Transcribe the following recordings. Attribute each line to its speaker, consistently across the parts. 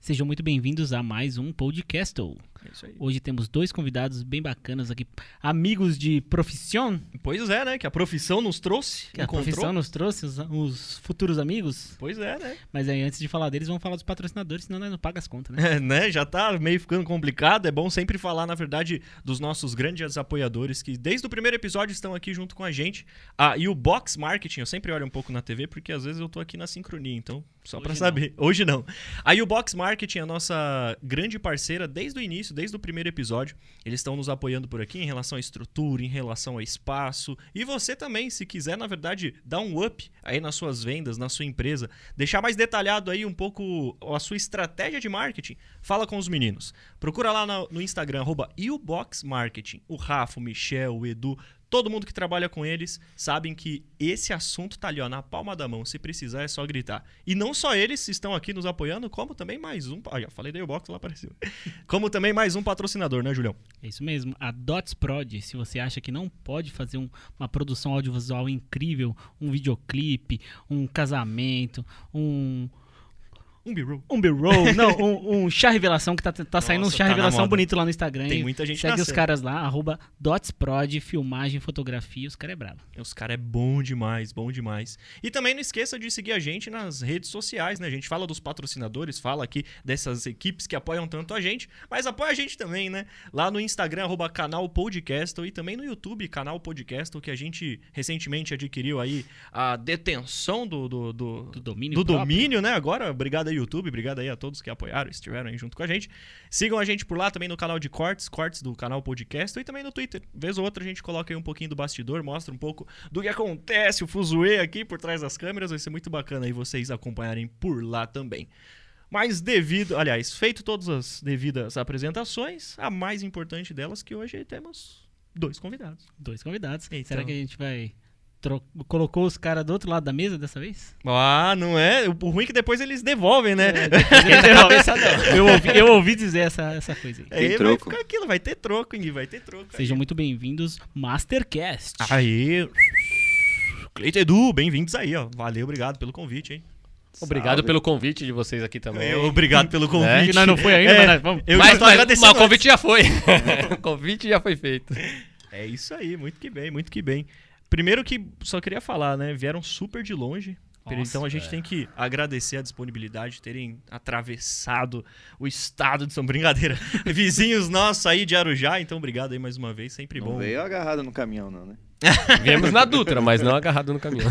Speaker 1: Sejam muito bem-vindos a mais um podcast.
Speaker 2: É isso aí.
Speaker 1: Hoje temos dois convidados bem bacanas aqui, amigos de profissão,
Speaker 2: Pois é, né? Que a profissão nos trouxe.
Speaker 1: que a
Speaker 2: encontrou.
Speaker 1: profissão nos trouxe, os, os futuros amigos.
Speaker 2: Pois é, né?
Speaker 1: Mas aí, antes de falar deles, vamos falar dos patrocinadores, senão nós não paga as contas, né?
Speaker 2: É, né? Já tá meio ficando complicado. É bom sempre falar, na verdade, dos nossos grandes apoiadores que desde o primeiro episódio estão aqui junto com a gente. Ah, e o Box Marketing, eu sempre olho um pouco na TV porque às vezes eu tô aqui na sincronia, então só
Speaker 1: Hoje
Speaker 2: pra
Speaker 1: não.
Speaker 2: saber. Hoje não. Aí o Box Marketing é a nossa grande parceira desde o início, desde o primeiro episódio. Eles estão nos apoiando por aqui em relação à estrutura, em relação a espaço. E você também, se quiser, na verdade, dar um up aí nas suas vendas, na sua empresa, deixar mais detalhado aí um pouco a sua estratégia de marketing, fala com os meninos. Procura lá na- no Instagram, arroba uboxmarketing. O Rafa, o Michel, o Edu, todo mundo que trabalha com eles sabem que esse assunto tá ali, ó, na palma da mão. Se precisar, é só gritar. E não só eles estão aqui nos apoiando, como também mais um... Ah, já falei da Ubox, lá apareceu. Como também mais um patrocinador, né, Julião?
Speaker 1: É isso mesmo, a Dots Prod, se você acha que não pode fazer um- uma produção audiovisual incrível, um videoclipe, um casamento, um,
Speaker 2: Um B-roll.
Speaker 1: um B-roll, não, um, um chá revelação que tá, tá saindo um
Speaker 2: Nossa,
Speaker 1: chá
Speaker 2: tá na
Speaker 1: revelação
Speaker 2: moda.
Speaker 1: bonito lá no Instagram.
Speaker 2: Tem
Speaker 1: hein?
Speaker 2: muita gente
Speaker 1: Segue os
Speaker 2: nascendo.
Speaker 1: caras lá, arroba dotsprod, filmagem, fotografia, os caras é brabo.
Speaker 2: Os caras é bom demais, bom demais. E também não esqueça de seguir a gente nas redes sociais, né? A gente fala dos patrocinadores, fala aqui dessas equipes que apoiam tanto a gente, mas apoia a gente também, né? Lá no Instagram, arroba canal Podcastle e também no YouTube, canal Podcastle, que a gente recentemente adquiriu aí a detenção do- do- do,
Speaker 1: Do domínio
Speaker 2: do
Speaker 1: próprio.
Speaker 2: domínio, né? Agora, obrigado aí, YouTube. Obrigado aí a todos que apoiaram, estiveram aí junto com a gente. Sigam a gente por lá também no canal de cortes, cortes do canal podcast e também no Twitter. Vez ou outra a gente coloca aí um pouquinho do bastidor, mostra um pouco do que acontece, o fuzuê aqui por trás das câmeras. Vai ser muito bacana aí vocês acompanharem por lá também. Mas devido, aliás, feito todas as devidas apresentações, a mais importante delas que hoje temos dois convidados.
Speaker 1: Dois convidados.
Speaker 2: Então.
Speaker 1: Será que a gente vai... tro- Colocou os caras do outro lado da mesa dessa vez?
Speaker 2: Ah, não é? O ruim é que depois eles devolvem, né?
Speaker 1: eu, ouvi, eu ouvi dizer essa, essa coisa aí.
Speaker 2: É,
Speaker 3: Tem
Speaker 2: vai
Speaker 3: troco.
Speaker 2: ficar aquilo, vai ter troco, hein? Gui? Vai ter troco.
Speaker 1: Sejam muito bem-vindos, Mastercast.
Speaker 2: Ah, Aí. Cleiton Edu, bem-vindos aí, ó. Valeu, obrigado pelo convite, hein?
Speaker 4: Obrigado
Speaker 3: Salve.
Speaker 4: pelo convite de vocês aqui também.
Speaker 2: Eu, obrigado pelo convite.
Speaker 1: Que nós não foi ainda,
Speaker 2: É,
Speaker 1: mas nós vamos.
Speaker 2: eu já
Speaker 4: mas,
Speaker 2: tô
Speaker 4: mas,
Speaker 2: agradecendo
Speaker 4: mas o
Speaker 2: antes.
Speaker 4: convite já foi. o convite já foi feito.
Speaker 2: É isso aí, muito que bem, muito que bem. Primeiro que só queria falar, né? Vieram super de longe.
Speaker 1: Nossa,
Speaker 2: então a gente tem que agradecer a disponibilidade de terem atravessado o estado de São Brincadeira. Vizinhos nossos aí de Arujá, então obrigado aí mais uma vez, sempre
Speaker 3: Não
Speaker 2: bom.
Speaker 3: veio agarrado no caminhão, não, né?
Speaker 4: Viemos na Dutra, mas não agarrado no caminho.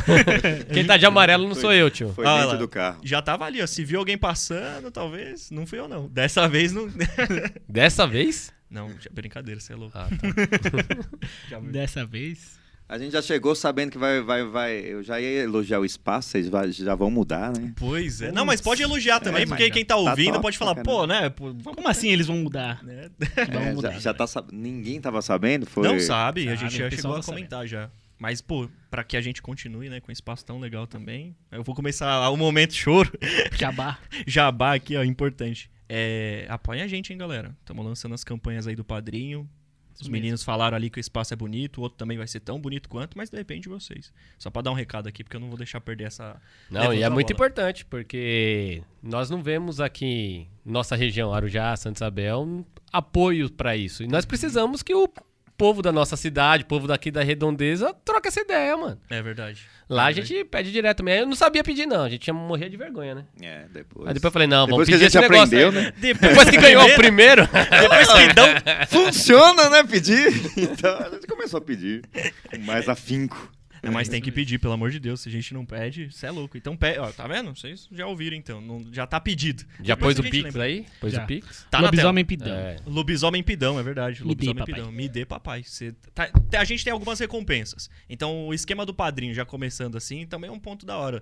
Speaker 4: Quem tá de amarelo não sou eu, tio.
Speaker 3: Foi
Speaker 2: Ah,
Speaker 3: dentro
Speaker 2: lá.
Speaker 3: do carro.
Speaker 2: Já tava ali, ó. Se viu alguém passando, talvez. Não fui eu, não. Dessa vez não.
Speaker 4: Dessa vez?
Speaker 2: Não, já- brincadeira, você é louco.
Speaker 4: Ah, tá.
Speaker 2: Já-
Speaker 1: Dessa vez...
Speaker 3: A gente já chegou sabendo que vai, vai, vai. Eu já ia elogiar o espaço, vocês vai- já vão mudar, né?
Speaker 2: Pois é. Não, mas pode elogiar também,
Speaker 1: É,
Speaker 2: porque
Speaker 1: mas
Speaker 2: quem tá ouvindo
Speaker 3: top
Speaker 2: pode
Speaker 3: pra
Speaker 2: falar, pô, né? pô,
Speaker 1: Como assim eles vão mudar?
Speaker 2: né?
Speaker 1: Vão
Speaker 3: É,
Speaker 1: mudar.
Speaker 3: já,
Speaker 4: né?
Speaker 3: já tá sab... Ninguém tava sabendo? Foi...
Speaker 2: Não sabe, a
Speaker 1: Sabe,
Speaker 2: gente
Speaker 1: o pessoal
Speaker 2: já chegou a
Speaker 1: tá sabendo.
Speaker 2: comentar já. Mas, pô, pra que a gente continue, né, com um espaço tão legal também, eu vou começar o momento choro,
Speaker 1: Jabá.
Speaker 2: jabá aqui, ó, importante. É, apoia a gente, hein, galera. Estamos lançando as campanhas aí do Padrinho. Os
Speaker 1: mesmo.
Speaker 2: meninos falaram ali que o espaço é bonito, o outro também vai ser tão bonito quanto, mas depende de vocês. Só pra dar um recado aqui, porque eu não vou deixar perder essa...
Speaker 4: Não,
Speaker 2: Levanta
Speaker 4: e
Speaker 2: a
Speaker 4: é
Speaker 2: bola.
Speaker 4: muito importante, porque nós não vemos aqui, nossa região, Arujá, Santa Isabel, um apoio pra isso. E nós precisamos que o povo da nossa cidade, o povo daqui da redondeza, troque essa ideia, mano.
Speaker 2: É verdade.
Speaker 4: Lá
Speaker 2: É
Speaker 4: a gente pede direto também. Eu não sabia pedir, não. A gente ia morrer de vergonha, né?
Speaker 3: É, depois.
Speaker 4: Aí depois eu falei, não, vamos
Speaker 3: Depois que a
Speaker 4: pedir
Speaker 3: gente
Speaker 4: esse negócio
Speaker 3: aprendeu,
Speaker 4: aí.
Speaker 3: né?
Speaker 4: Depois que ganhou o primeiro.
Speaker 2: Depois
Speaker 4: né?
Speaker 2: que dão,
Speaker 3: Funciona, né? Pedir. Então a gente começou a pedir. Com mais afinco.
Speaker 2: É, mas tem que pedir, pelo amor de Deus. Se a gente não pede, você é louco. Então, pe... ó, tá vendo? Vocês já ouviram, então. Não- Já tá pedido.
Speaker 4: Já
Speaker 2: Depois
Speaker 4: pôs
Speaker 2: a
Speaker 4: o
Speaker 2: gente
Speaker 4: Pix
Speaker 2: lembra.
Speaker 4: aí? Pôs
Speaker 1: Já.
Speaker 4: o Pix?
Speaker 2: Tá na tela.
Speaker 1: Lobisomem pidão.
Speaker 4: É.
Speaker 2: Lobisomem pidão, é verdade.
Speaker 1: Me
Speaker 2: Lobisomem
Speaker 1: dê, papai.
Speaker 2: pidão. Me dê, papai. Cê tá- A gente tem algumas recompensas. Então, o esquema do padrinho, já começando assim, também é um ponto da hora.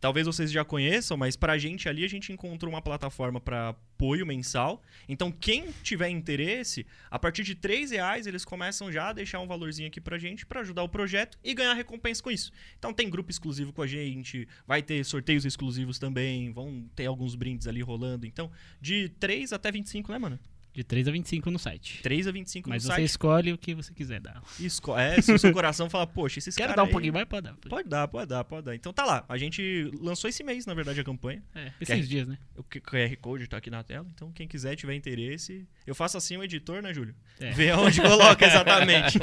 Speaker 2: Talvez vocês já conheçam, mas pra gente ali, a gente encontrou uma plataforma pra apoio mensal. Então, quem tiver interesse, a partir de R$ 3 reais, eles começam já a deixar um valorzinho aqui pra gente pra ajudar o projeto e ganhar recompensa com isso. Então tem grupo exclusivo com a gente, vai ter sorteios exclusivos também, vão ter alguns brindes ali rolando. Então, de 3 até 25, né, mano?
Speaker 1: De 3 a 25 no site.
Speaker 2: 3 a 25
Speaker 1: Mas
Speaker 2: no
Speaker 1: você
Speaker 2: site.
Speaker 1: escolhe o que você quiser dar.
Speaker 2: Esco- É, se o seu coração fala, poxa, esses
Speaker 1: Quero
Speaker 2: caras
Speaker 1: dar um
Speaker 2: aí-
Speaker 1: pouquinho mais pode dar.
Speaker 2: Pode dar, pode dar, pode dar. Então tá lá. A gente lançou esse mês, na verdade, a campanha.
Speaker 1: É, esses
Speaker 2: Quer-
Speaker 1: dias, né?
Speaker 2: O Q- QR Code tá aqui na tela. Então, quem quiser, tiver interesse. Eu faço assim o editor, né, Júlio?
Speaker 1: É.
Speaker 2: Vê onde coloca exatamente.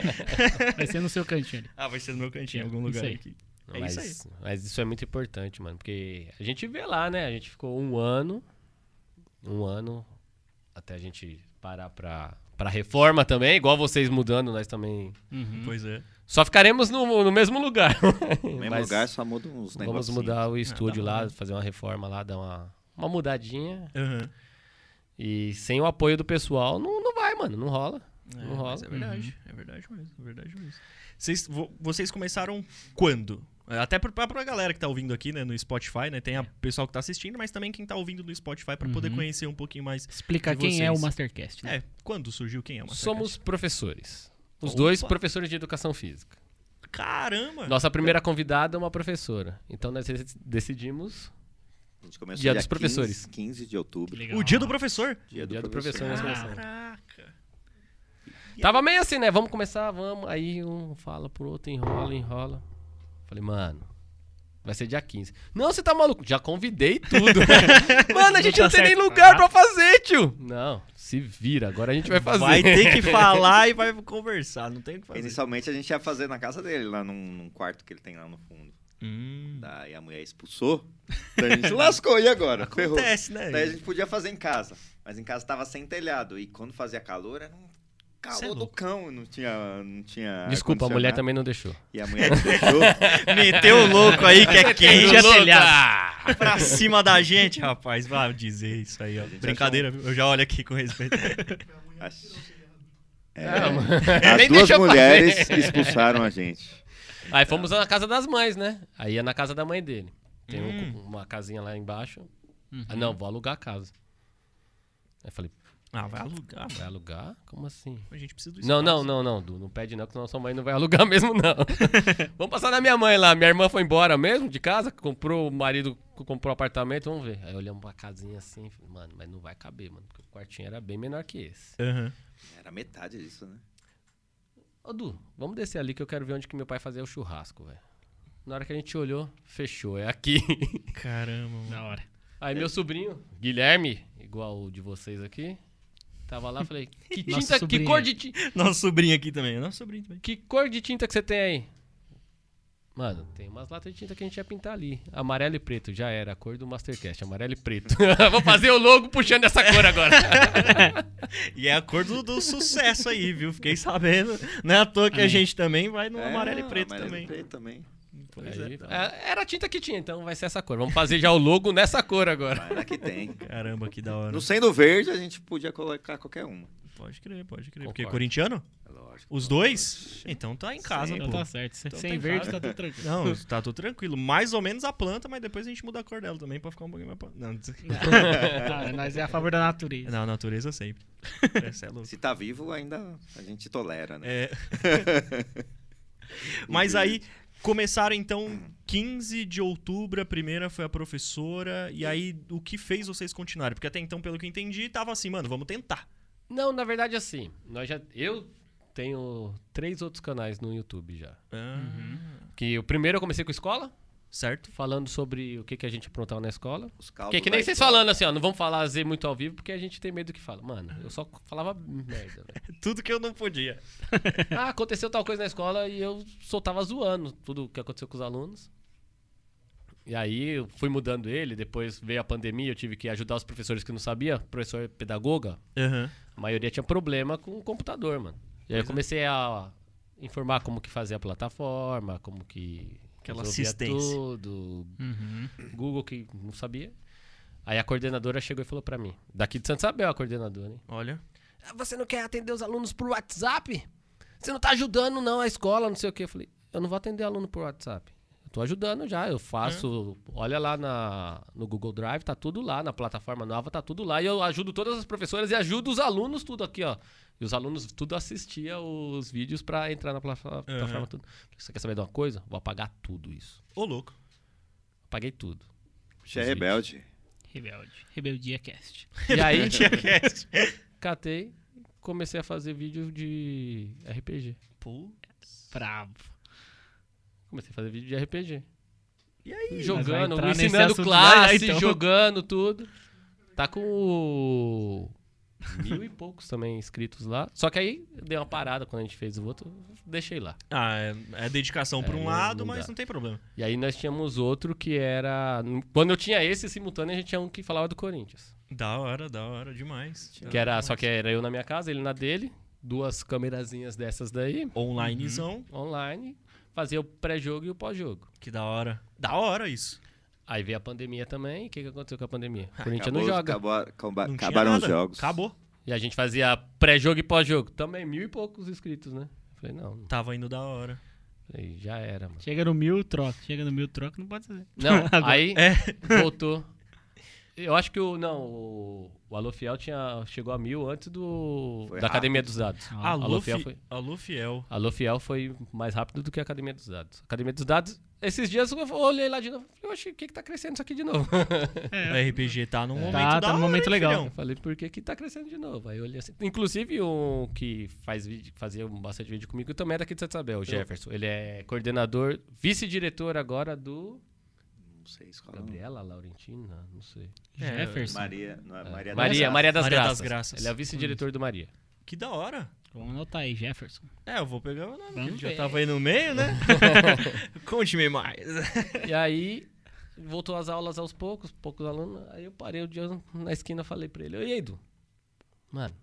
Speaker 1: Vai ser no seu cantinho ali.
Speaker 2: ah, vai ser no meu cantinho, em algum
Speaker 1: Isso
Speaker 2: lugar
Speaker 1: aí.
Speaker 2: aqui. É
Speaker 4: mas,
Speaker 2: isso
Speaker 4: mas isso é muito importante, mano. Porque a gente vê lá, né? A gente ficou um ano. Um ano até a gente parar pra, pra reforma também. Igual vocês mudando, nós também.
Speaker 1: Uhum.
Speaker 2: aí. Pois é.
Speaker 4: Só ficaremos no, no mesmo lugar.
Speaker 3: No mesmo
Speaker 4: Mas
Speaker 3: lugar só muda uns
Speaker 4: Vamos
Speaker 3: negócios.
Speaker 4: mudar o estúdio
Speaker 2: É, dá uma
Speaker 4: lá, fazer uma reforma lá, dar uma, uma mudadinha.
Speaker 2: Aham.
Speaker 4: E sem o apoio do pessoal, não, não vai, mano. Não rola.
Speaker 2: É,
Speaker 4: não rola.
Speaker 2: mas é verdade, é verdade mesmo, é verdade mesmo. Vocês, vo- vocês começaram quando? É, Até pra, pra- pra galera que tá ouvindo aqui, né, no Spotify, né? Tem a- o pessoal que tá assistindo, mas também quem tá ouvindo no Spotify pra poder
Speaker 1: Uhum.
Speaker 2: conhecer um pouquinho mais.
Speaker 1: Explicar
Speaker 2: E
Speaker 1: quem é o
Speaker 2: vocês?
Speaker 1: Mastercast. né?
Speaker 2: É, quando surgiu quem é o Mastercard?
Speaker 4: Somos professores. Os
Speaker 2: Opa.
Speaker 4: dois professores de educação física.
Speaker 2: Caramba!
Speaker 4: Nossa primeira convidada é uma professora. Então nós dec- decidimos
Speaker 3: A gente começou
Speaker 4: Dia
Speaker 3: dia
Speaker 4: dos professores.
Speaker 3: 15, 15 de outubro.
Speaker 1: Legal.
Speaker 2: O dia do professor!
Speaker 4: o dia do professor.
Speaker 1: professor.
Speaker 4: nós
Speaker 1: Ah.
Speaker 4: começamos.
Speaker 2: Caraca!
Speaker 4: Tava meio assim, né? Vamos começar, vamos. Aí um fala pro outro, enrola, enrola. Falei, mano, vai ser dia 15. Não, você tá maluco? Já convidei tudo. né?" mano, a gente
Speaker 1: tá
Speaker 4: não, tem nem
Speaker 1: certo.
Speaker 4: lugar pra fazer, tio. Não, se vira, agora a gente vai fazer.
Speaker 2: Vai ter que falar e vai conversar, não tem o que fazer.
Speaker 3: Inicialmente a gente ia fazer na casa dele, lá num, num quarto que ele tem lá no fundo.
Speaker 2: Hum,
Speaker 3: Daí Tá, a mulher expulsou. Daí a gente lascou, e agora? Ferrou.
Speaker 2: acontece, né?
Speaker 3: Daí a gente podia fazer em casa. Mas em casa tava sem telhado. E quando fazia calor, era um
Speaker 2: Cê é
Speaker 3: calor do
Speaker 2: louco.
Speaker 3: cão. Não tinha. Não tinha
Speaker 4: Desculpa, a mulher
Speaker 3: ar-condicionado.
Speaker 4: também não deixou.
Speaker 3: E a mulher deixou
Speaker 2: Meteu o louco aí que é quente, é
Speaker 1: Meteu o louco.
Speaker 2: telhado.
Speaker 4: "Tá."
Speaker 2: pra cima da gente, rapaz. Vai dizer isso aí, ó.
Speaker 3: gente um-
Speaker 2: Brincadeira, viu? Eu já olho aqui com respeito.
Speaker 3: As,
Speaker 4: Ah, mano.
Speaker 3: É. as
Speaker 4: Nem
Speaker 3: duas
Speaker 4: deixou fazer.
Speaker 3: mulheres que expulsaram a gente.
Speaker 4: Aí fomos na casa das mães, né? Aí é na casa da mãe dele. Tem um-
Speaker 2: Hum.
Speaker 4: uma casinha lá embaixo.
Speaker 1: Uhum.
Speaker 4: Ah, não, vou alugar a casa. Aí falei,
Speaker 2: Ah, vai alugar.
Speaker 4: vai alugar? Como assim?
Speaker 2: A gente precisa do
Speaker 4: Não, não,
Speaker 2: espaço.
Speaker 4: não, não, Du, não pede não, que senão sua mãe não vai alugar mesmo, não. vamos passar na minha mãe lá. Minha irmã foi embora mesmo, de casa, comprou, o marido co- comprou apartamento, vamos ver. Aí olhamos pra casinha assim, falei, mano, mas não vai caber, mano, porque o quartinho era bem menor que esse.
Speaker 2: Aham.
Speaker 3: Era metade disso, né?
Speaker 4: Ô, Du, vamos descer ali que eu quero ver onde que meu pai fazia o churrasco, velho. Na hora que a gente olhou, fechou, é aqui.
Speaker 2: Caramba, mano.
Speaker 1: Da hora.
Speaker 4: Aí meu sobrinho, Guilherme, igual o de vocês aqui, tava lá, falei, que
Speaker 1: Nosso
Speaker 4: tinta, que
Speaker 1: sobrinho.
Speaker 4: cor de tinta,
Speaker 2: Nosso sobrinho aqui também. Nosso sobrinho também.
Speaker 4: que cor de tinta que você tem aí? Mano, tem umas latas de tinta que a gente ia pintar ali. Amarelo e preto, já era, a cor do Mastercast, amarelo e preto. Vou fazer o logo puxando essa cor agora.
Speaker 2: E é a cor do, do sucesso aí, viu? Fiquei sabendo. Não é à toa que a
Speaker 1: Amém.
Speaker 2: gente também vai no amarelo e
Speaker 3: É,
Speaker 2: preto
Speaker 3: amarelo
Speaker 2: também.
Speaker 3: E preto também.
Speaker 2: Pois
Speaker 4: Aí,
Speaker 2: é.
Speaker 4: é, era a tinta que tinha, então vai ser essa cor. Vamos fazer já o logo nessa cor agora.
Speaker 3: Mas é que tem.
Speaker 2: Caramba, que da hora.
Speaker 3: No sendo verde, a gente podia colocar qualquer uma.
Speaker 2: Pode crer, pode crer. Porque
Speaker 4: Concordo.
Speaker 2: corintiano?
Speaker 3: É Lógico.
Speaker 2: Os dois? Então tá em casa,
Speaker 1: Então
Speaker 2: pô.
Speaker 1: tá certo. Se-
Speaker 2: Então tá
Speaker 1: Sem
Speaker 2: em
Speaker 1: verde
Speaker 2: casa.
Speaker 1: tá tudo tranquilo.
Speaker 2: Não, tá tudo tranquilo. Mais ou menos a planta, mas depois a gente muda a cor dela também pra ficar um pouquinho mais... pra- Não,
Speaker 1: Ah, nós é a favor da natureza.
Speaker 2: não natureza sempre. Essa é louca.
Speaker 3: Se tá vivo, ainda a gente tolera, né?
Speaker 2: É. Mas aí começaram então 15 de outubro, a primeira foi a professora, e aí o que fez vocês continuarem? Porque até então, pelo que eu entendi, tava assim, mano, vamos tentar.
Speaker 4: Não, na verdade assim, nós já, eu tenho três outros canais no YouTube já.
Speaker 2: Uhum.
Speaker 4: Que o primeiro eu comecei com escola,
Speaker 2: Ah, Certo?
Speaker 4: falando sobre o que, que a gente aprontava na escola.
Speaker 3: Os caldos
Speaker 4: Que é que
Speaker 3: da
Speaker 4: nem vocês
Speaker 3: escola.
Speaker 4: falando assim, ó, não vamos falar Z muito ao vivo porque a gente tem medo do que fala. Mano, eu só falava merda. velho.
Speaker 2: Tudo que eu não podia.
Speaker 4: ah, aconteceu tal coisa na escola e eu soltava zoando tudo o que aconteceu com os alunos. E aí eu fui mudando ele, depois veio a pandemia, eu tive que ajudar os professores que não sabia, professor pedagoga, a maioria tinha problema com o computador, mano. E
Speaker 2: é.
Speaker 4: aí eu comecei a informar como que fazia a plataforma, como que
Speaker 2: Aquela
Speaker 4: resolvia
Speaker 2: assistência.
Speaker 4: tudo,
Speaker 1: Uhum.
Speaker 4: Google que não sabia. Aí a coordenadora chegou e falou pra mim, daqui de Santa Isabel a coordenadora, hein?
Speaker 2: Olha.
Speaker 4: "Ah, Você não quer atender os alunos por WhatsApp? Você não tá ajudando não a escola, não sei o quê. Eu falei, eu não vou atender aluno por WhatsApp. Eu tô ajudando já, eu faço, olha lá na, no Google Drive, tá tudo lá, na plataforma nova tá tudo lá. E eu ajudo todas as professoras e ajudo os alunos tudo aqui, ó. E os alunos tudo assistia os vídeos pra entrar na plata- plataforma tudo. Você quer saber de uma coisa? Vou apagar tudo isso.
Speaker 2: Ô, louco.
Speaker 4: Apaguei tudo.
Speaker 3: Você é rebelde.
Speaker 1: Rebelde. Rebeldia Cast.
Speaker 4: E aí,
Speaker 2: Tinha cast.
Speaker 4: catei e comecei a fazer vídeo de RPG.
Speaker 2: Pô.
Speaker 1: Bravo.
Speaker 4: Comecei a fazer vídeo de RPG.
Speaker 2: E aí?
Speaker 1: vai
Speaker 4: jogando,
Speaker 1: entrar nesse
Speaker 4: ensinando
Speaker 1: assunto
Speaker 4: classe,
Speaker 1: já, então.
Speaker 4: jogando tudo. Ah, Tá com o- mil e poucos também inscritos lá. Só que aí dei uma parada quando a gente fez o outro, deixei lá.
Speaker 2: Ah, é, é dedicação por
Speaker 4: É,
Speaker 2: um
Speaker 4: não-
Speaker 2: lado,
Speaker 4: não
Speaker 2: mas
Speaker 4: dá.
Speaker 2: não tem problema.
Speaker 4: E aí nós tínhamos outro que era. Quando eu tinha esse simultâneo, a gente tinha um que falava do Corinthians.
Speaker 2: Da hora, da hora demais.
Speaker 4: Que era, só que era eu na minha casa, ele na dele, duas câmerazinhas dessas daí,
Speaker 2: Uhum. Onlinezão,
Speaker 4: online, fazia o pré-jogo e o pós-jogo.
Speaker 2: que da hora. Da hora isso.
Speaker 4: Aí veio a pandemia também, e o que, que aconteceu com a pandemia? O Corinthians
Speaker 3: Acabou,
Speaker 4: não joga.
Speaker 3: acabou- acaba-
Speaker 2: Não tinha
Speaker 3: acabaram os
Speaker 2: nada.
Speaker 3: jogos.
Speaker 2: Acabou.
Speaker 4: E a gente fazia pré-jogo e pós-jogo. Também mil e poucos inscritos, né? Falei, não,
Speaker 2: Tava indo da hora.
Speaker 4: falei, já era, mano.
Speaker 1: Chega no mil, troca. Chega no mil, troca, não pode fazer.
Speaker 4: Não, aí
Speaker 2: é.
Speaker 4: voltou. Eu acho que o. Não, o, o Alô Fiel tinha, chegou a mil antes do.
Speaker 3: Foi
Speaker 4: da
Speaker 3: rápido.
Speaker 4: Academia dos Dados.
Speaker 1: Ah,
Speaker 2: Alô,
Speaker 4: Alô,
Speaker 2: fi-
Speaker 4: Fiel foi-
Speaker 2: Alô, Fiel.
Speaker 4: Alô Fiel foi mais rápido do que a Academia dos Dados. Academia dos Dados, esses dias eu olhei lá de novo. Falei, oxe, o que que tá crescendo isso aqui de novo?
Speaker 2: O RPG tá num momento
Speaker 1: É. Tá,
Speaker 2: da
Speaker 1: tá num
Speaker 2: hora,
Speaker 1: momento
Speaker 2: hein,
Speaker 1: legal.
Speaker 4: Eu
Speaker 2: filhão?
Speaker 4: falei, por que que tá crescendo de novo? Aí eu olhei assim. Inclusive, um que faz vídeo, fazia bastante vídeo comigo, também era aqui de Santa Isabel, o Jefferson. Ele é coordenador, vice-diretor agora do...
Speaker 3: Não sei, escola.
Speaker 4: Gabriela Laurentina? Não sei.
Speaker 2: É,
Speaker 1: Jefferson.
Speaker 3: Maria, não é, Maria,
Speaker 4: Maria,
Speaker 3: das
Speaker 4: Maria das,
Speaker 2: Maria das
Speaker 4: Graças.
Speaker 2: Graças.
Speaker 4: Ele é o vice-diretor do Maria.
Speaker 2: Que da hora.
Speaker 1: Vamos anotar aí, Jefferson.
Speaker 2: É, eu vou pegar o nome, que ele
Speaker 1: Vamos
Speaker 2: já
Speaker 1: ver.
Speaker 2: tava aí no meio, né? Conte-me mais.
Speaker 4: E aí, voltou às aulas aos poucos, poucos alunos. Aí eu parei o dia na esquina falei pra ele: Ei, Edu, mano,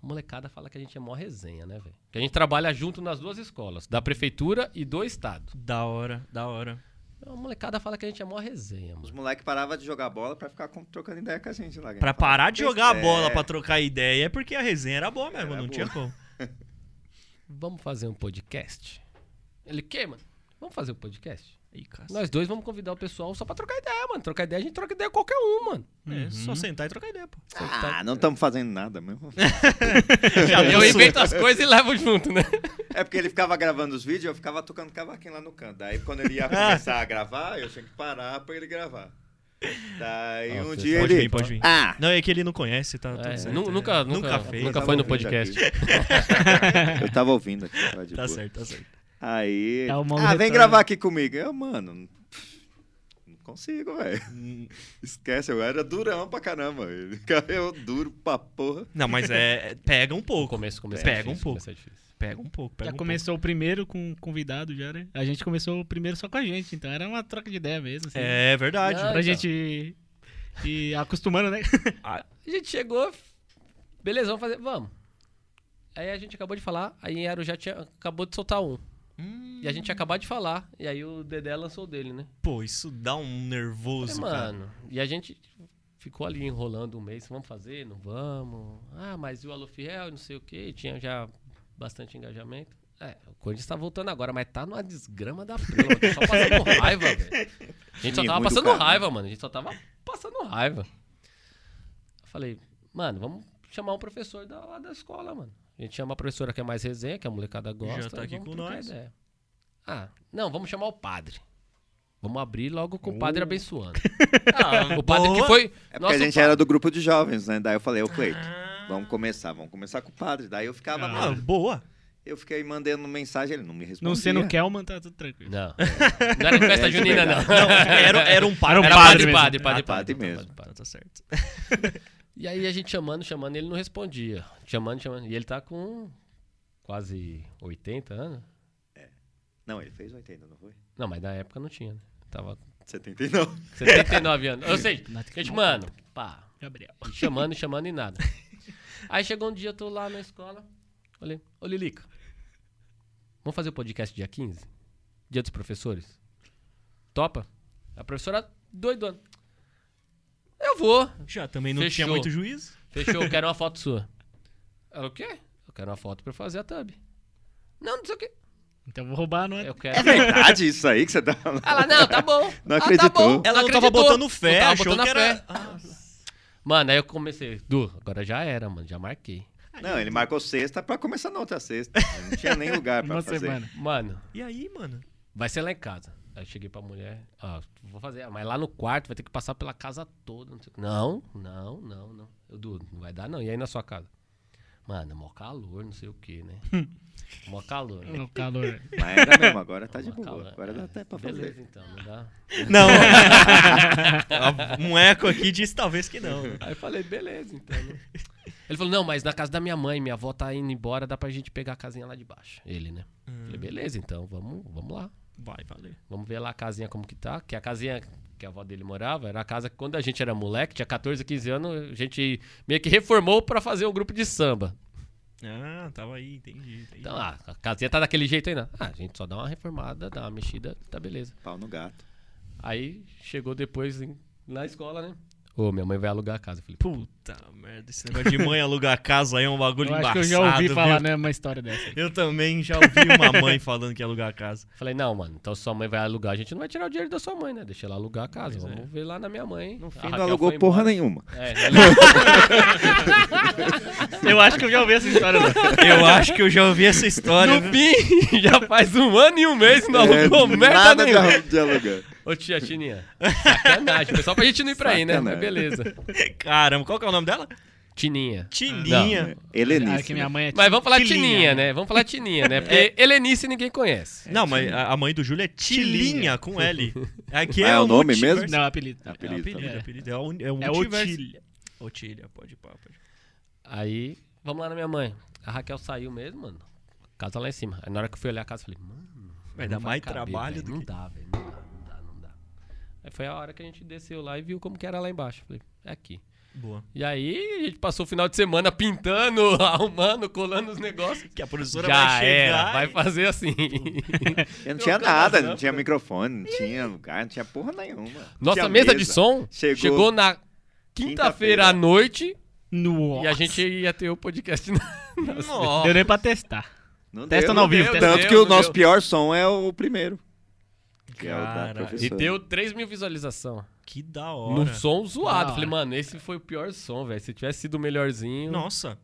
Speaker 4: a molecada fala que a gente é mó resenha, né, velho? Que a gente trabalha junto nas duas escolas, da prefeitura e do estado.
Speaker 2: Da hora, da hora.
Speaker 4: A molecada fala que a gente é mó resenha,
Speaker 3: Os
Speaker 4: mano.
Speaker 3: moleques paravam de jogar bola pra ficar com- trocando ideia com a gente
Speaker 1: É,
Speaker 3: lá.
Speaker 2: Pra parar de jogar a bola, pra
Speaker 3: pra
Speaker 2: trocar ideia, é porque a resenha era boa mesmo,
Speaker 3: Era
Speaker 2: não
Speaker 3: boa.
Speaker 2: tinha como.
Speaker 4: Vamos fazer um podcast? Ele, que, mano? Vamos fazer um podcast?
Speaker 2: Ih, cacete.
Speaker 4: Nós dois vamos convidar o pessoal só pra trocar ideia, mano. Trocar ideia, a gente troca ideia com qualquer um, mano.
Speaker 2: É, só sentar e trocar ideia, pô.
Speaker 3: Ah, não estamos fazendo nada mesmo.
Speaker 4: Eu invento as coisas e levo junto, né?
Speaker 3: É porque ele ficava gravando os vídeos, eu ficava tocando cavaquinho lá no canto. Daí quando ele ia começar a gravar, eu tinha que parar pra ele gravar. Daí
Speaker 4: Nossa,
Speaker 3: um dia
Speaker 2: Pode
Speaker 3: ele.
Speaker 2: vir, pode vir.
Speaker 3: Ah!
Speaker 2: Não, é que ele não conhece, tá tudo
Speaker 4: É,
Speaker 2: certo.
Speaker 4: nu-
Speaker 2: é.
Speaker 4: nunca, nunca,
Speaker 2: Nunca
Speaker 4: nunca,
Speaker 2: fez.
Speaker 1: Tá
Speaker 4: foi no
Speaker 3: Nunca fez
Speaker 4: podcast.
Speaker 3: Eu tava ouvindo aqui. Tá, de
Speaker 1: tipo,
Speaker 2: Tá
Speaker 3: boa.
Speaker 2: certo, tá certo.
Speaker 3: Aí.
Speaker 1: É o modo
Speaker 3: ah, vem
Speaker 1: retorno.
Speaker 3: gravar aqui comigo. Eu, mano. Não consigo, velho. Esquece, eu era durão pra caramba. Ele caiu duro pra porra.
Speaker 2: Não, mas é. Pega um
Speaker 4: O
Speaker 2: pouco.
Speaker 4: começo, começo
Speaker 2: Pega um pouco.
Speaker 4: começo é difícil.
Speaker 2: Pega um pouco, pega
Speaker 1: Já
Speaker 2: um
Speaker 1: começou o primeiro com o convidado, já, né? A gente começou o primeiro só com a gente, então era uma troca de ideia mesmo. Assim,
Speaker 2: pouco. É verdade.
Speaker 4: Não,
Speaker 1: Pra
Speaker 4: então.
Speaker 1: gente ir- ir acostumando, né?
Speaker 4: A gente chegou, f- beleza, vamos fazer, vamos. Aí a gente acabou de falar, aí em Arujá tinha, acabou de soltar um.
Speaker 2: Hum,
Speaker 4: E a gente acabou de falar, e aí o Dedé lançou o dele, né?
Speaker 2: pô, isso dá um nervoso,
Speaker 4: Falei,
Speaker 2: cara.
Speaker 4: É, mano, e a gente ficou ali enrolando um mês, vamos fazer, não vamos. Ah, mas e o Alô Fiel, não sei o quê, tinha já bastante engajamento. É, o Corinthians tá voltando agora, mas tá numa desgrama da prima, tá só passando raiva, velho. A gente só
Speaker 3: Sim,
Speaker 4: tava
Speaker 3: muito
Speaker 4: passando
Speaker 3: caro.
Speaker 4: raiva, mano, a gente só tava passando raiva. Eu falei, mano, vamos chamar um professor da, lá da escola, mano. A gente chama a professora que é mais resenha, que a molecada gosta.
Speaker 2: Já tá
Speaker 4: e
Speaker 2: aqui
Speaker 4: vamos
Speaker 2: com
Speaker 4: trocar
Speaker 2: nós.
Speaker 4: ideia. Ah, não, vamos chamar o padre. Vamos abrir logo com o padre abençoando.
Speaker 2: Oh. Ah,
Speaker 4: O padre que
Speaker 2: boa.
Speaker 4: foi.
Speaker 3: É porque
Speaker 4: nosso
Speaker 3: a gente
Speaker 4: padre.
Speaker 3: era do grupo de jovens, né? Daí eu falei, ô Cleito, vamos começar, vamos começar com o padre. Daí eu ficava.
Speaker 2: Ah, boa.
Speaker 3: Eu fiquei mandando mensagem, ele não me respondia.
Speaker 1: Não sendo Kelman, tá tudo tranquilo.
Speaker 4: Não. Não era de festa
Speaker 3: É, de
Speaker 4: junina, não.
Speaker 3: verdade.
Speaker 2: Não, era, era um padre.
Speaker 1: Era um
Speaker 4: Era
Speaker 1: padre
Speaker 4: padre, padre,
Speaker 1: mesmo.
Speaker 4: padre, padre,
Speaker 3: Ah, padre
Speaker 4: então,
Speaker 3: mesmo.
Speaker 2: Tá, tá certo.
Speaker 4: E aí a gente chamando, chamando, ele não respondia. Chamando, chamando. E ele tá com quase 80 anos.
Speaker 3: Não, ele fez 80, não foi?
Speaker 4: Não, mas na época não tinha, né? Tava com
Speaker 3: 79.
Speaker 4: 79 anos. Ou seja, a gente, mano, pá,
Speaker 1: Gabriel.
Speaker 4: E chamando, chamando e nada. Aí chegou um dia, eu tô lá na escola. Olhei, ô Lilica, vamos fazer o podcast dia 15? Dia dos professores? Topa? A professora doidona. Eu vou.
Speaker 2: Já também não tinha
Speaker 4: Fechou.
Speaker 2: muito juízo.
Speaker 4: Fechou, eu quero uma foto sua. Ela, o quê? Eu quero uma foto pra eu fazer a thumb. Não, não sei o quê.
Speaker 1: Então eu vou roubar a nota.
Speaker 4: Eu quero.
Speaker 3: É verdade isso aí que você tá falando?
Speaker 4: Ela, não, tá bom.
Speaker 3: Não
Speaker 4: Ah, tá
Speaker 3: acreditou.
Speaker 4: bom.
Speaker 2: Ela não tava
Speaker 4: acreditou.
Speaker 2: botando fé,
Speaker 4: Não tava
Speaker 2: achou
Speaker 4: botando
Speaker 2: que
Speaker 4: fé.
Speaker 2: era. Ah,
Speaker 4: Mano, aí eu comecei. Du, agora já era, mano, já marquei.
Speaker 3: Não, ele marcou sexta pra começar na outra sexta. Não tinha nem lugar pra
Speaker 1: Uma
Speaker 3: fazer.
Speaker 1: semana.
Speaker 4: Mano,
Speaker 2: e aí, mano?
Speaker 4: Vai ser lá em casa. Aí eu cheguei pra mulher, ó, vou fazer, ah, mas lá no quarto vai ter que passar pela casa toda. Não, sei o quê. não, não, não, não. Eu, Du, não vai dar não. E aí na sua casa? Mano, mó calor, não sei o que, né? mó calor.
Speaker 1: No calor.
Speaker 3: Mas era mesmo, agora tá de
Speaker 4: Mó calor.
Speaker 3: boa. Agora dá
Speaker 4: É,
Speaker 3: até pra fazer.
Speaker 4: Beleza, então, não dá.
Speaker 2: Não. um eco aqui diz talvez que não.
Speaker 4: Aí eu falei, beleza, então. né? Ele falou, não, mas na casa da minha mãe, minha avó tá indo embora, dá pra gente pegar a casinha lá de baixo. Ele, né? Eu
Speaker 3: Hum.
Speaker 4: Falei, beleza, então, vamos, vamos lá.
Speaker 2: Vai, valeu.
Speaker 4: Vamos ver lá a casinha como que tá. Que a casinha que a avó dele morava era a casa que quando a gente era moleque, tinha 14, 15 anos, a gente meio que reformou pra fazer um grupo de samba.
Speaker 2: Ah, tava aí, entendi. entendi.
Speaker 4: Então, ah, a casinha tá daquele jeito ainda. Ah, a gente só dá uma reformada, dá uma mexida, tá beleza.
Speaker 3: Pau no gato.
Speaker 4: Aí chegou depois em- na escola, né? Ô, minha mãe vai alugar a casa. Eu falei, pô,
Speaker 2: Puta merda, esse negócio de mãe alugar casa aí é um bagulho
Speaker 1: Eu acho que
Speaker 2: embaçado.
Speaker 1: eu já ouvi
Speaker 2: viu?
Speaker 1: falar, né, uma história dessa. aí.
Speaker 2: Eu também já ouvi uma mãe falando que ia alugar casa.
Speaker 4: Falei, não, mano, então sua mãe vai alugar, a gente não vai tirar o dinheiro da sua mãe, né? Deixa ela alugar a casa,
Speaker 2: Pois é.
Speaker 4: vamos ver lá na minha mãe. No
Speaker 3: Quem não alugou porra nenhuma.
Speaker 4: É, ela-
Speaker 1: Eu acho que eu já ouvi essa história.
Speaker 4: né?
Speaker 1: Não.
Speaker 2: Eu acho que eu já ouvi essa história.
Speaker 4: no fim, já faz um ano e um mês, não alugou
Speaker 3: É,
Speaker 4: merda
Speaker 3: nada de
Speaker 4: nenhuma.
Speaker 3: al- de alugar.
Speaker 4: Ô tia Tininha, sacanagem, foi só pra gente não ir pra aí, né? Mas
Speaker 3: Sacanagem.
Speaker 4: beleza.
Speaker 2: Caramba, qual que é o nome dela?
Speaker 4: Tininha.
Speaker 2: Tininha.
Speaker 1: Cara,
Speaker 3: Helenice.
Speaker 1: que minha
Speaker 3: né?
Speaker 1: mãe é
Speaker 4: Mas vamos falar
Speaker 1: tilinha,
Speaker 4: Tininha,
Speaker 1: né?
Speaker 4: né? Vamos falar Tininha, né? Porque
Speaker 2: É.
Speaker 4: Helenice ninguém conhece.
Speaker 2: Não, mas a a mãe do Júlio é Tilinha, com L. Aqui um
Speaker 3: Ah, é o nome
Speaker 2: multiverso.
Speaker 4: né?
Speaker 3: mesmo?
Speaker 1: Não, um apelido.
Speaker 3: É
Speaker 2: É o
Speaker 3: apelido.
Speaker 2: apelido,
Speaker 3: também.
Speaker 2: é. apelido. É o, é o
Speaker 1: É
Speaker 2: multiverso.
Speaker 1: Otília.
Speaker 2: Otília, pode pá, pode pá.
Speaker 4: Aí, vamos lá na minha mãe. A Raquel saiu mesmo, mano. A casa lá em cima. Aí na hora que eu fui olhar a casa, eu falei, mano.
Speaker 2: Vai
Speaker 4: não
Speaker 2: dar mais
Speaker 4: caber,
Speaker 2: É trabalho
Speaker 4: velho.
Speaker 2: do
Speaker 4: Não
Speaker 2: que-
Speaker 4: dá, velho. Não dá, não dá, não dá. Aí foi a hora que a gente desceu lá e viu como que era lá embaixo. Eu Falei, é aqui.
Speaker 2: Boa.
Speaker 4: E aí, a gente passou o final de semana pintando, arrumando, colando os negócios.
Speaker 2: Que a professora
Speaker 4: Já
Speaker 2: vai chegar.
Speaker 4: era, vai fazer assim.
Speaker 3: Eu não tinha
Speaker 4: Trocando
Speaker 3: nada,
Speaker 4: as
Speaker 3: não
Speaker 4: lâmpadas.
Speaker 3: tinha microfone, não tinha lugar, não tinha porra nenhuma.
Speaker 4: Nossa
Speaker 3: Tinha
Speaker 4: mesa, de som
Speaker 3: Chegou-
Speaker 4: chegou, na quinta-feira
Speaker 3: Quinta-feira.
Speaker 4: à noite
Speaker 1: Nossa.
Speaker 4: e a gente ia ter o podcast na, na
Speaker 2: Nossa.
Speaker 1: Deu nem pra testar.
Speaker 3: Não
Speaker 1: Testa
Speaker 3: deu,
Speaker 1: no ao vivo,
Speaker 3: deu.
Speaker 1: testa.
Speaker 3: Tanto
Speaker 4: Não
Speaker 3: que o
Speaker 4: deu, não
Speaker 3: nosso
Speaker 4: deu.
Speaker 3: pior som é o primeiro. Que é o da
Speaker 2: Cara,
Speaker 3: professora.
Speaker 4: E deu 3 mil visualizações.
Speaker 2: Que da hora.
Speaker 4: Num som
Speaker 1: Da
Speaker 4: zoado.
Speaker 2: Ah.
Speaker 4: Falei,
Speaker 1: hora.
Speaker 4: mano, esse foi o pior som, velho. Se tivesse sido o melhorzinho,
Speaker 2: Nossa.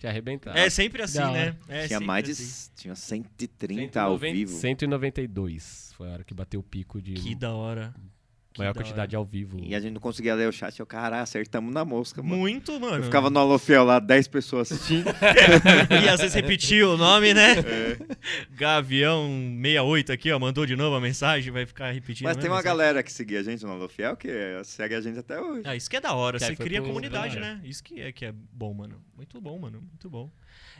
Speaker 4: tinha arrebentado.
Speaker 2: É sempre assim,
Speaker 1: Da
Speaker 2: né? É
Speaker 3: Tá. tinha
Speaker 2: sempre
Speaker 3: mais de.
Speaker 2: assim.
Speaker 3: Tinha 130 tá ao
Speaker 4: 190
Speaker 3: vivo.
Speaker 4: 192 foi a hora que bateu o pico de
Speaker 2: Que da hora.
Speaker 4: maior
Speaker 2: da
Speaker 4: quantidade ao vivo.
Speaker 3: E a gente não conseguia ler o chat. Eu, caralho, acertamos na mosca, mano.
Speaker 2: Muito, mano.
Speaker 3: Eu ficava no Alofiel lá, 10 pessoas assistindo.
Speaker 2: E às vezes repetia o nome, né?
Speaker 3: É.
Speaker 2: Gavião68 aqui, ó, mandou de novo a mensagem, vai ficar repetindo.
Speaker 3: Mas
Speaker 2: né,
Speaker 3: tem uma
Speaker 2: mensagem.
Speaker 3: galera que seguia a gente no Alofiel que eh, segue a gente até hoje.
Speaker 2: Ah, isso que é da hora,
Speaker 4: Que aí
Speaker 2: você
Speaker 4: foi
Speaker 2: cria
Speaker 4: pro-
Speaker 2: comunidade,
Speaker 4: pra-
Speaker 2: né? Isso que é que é bom, mano. Muito bom, mano, muito bom.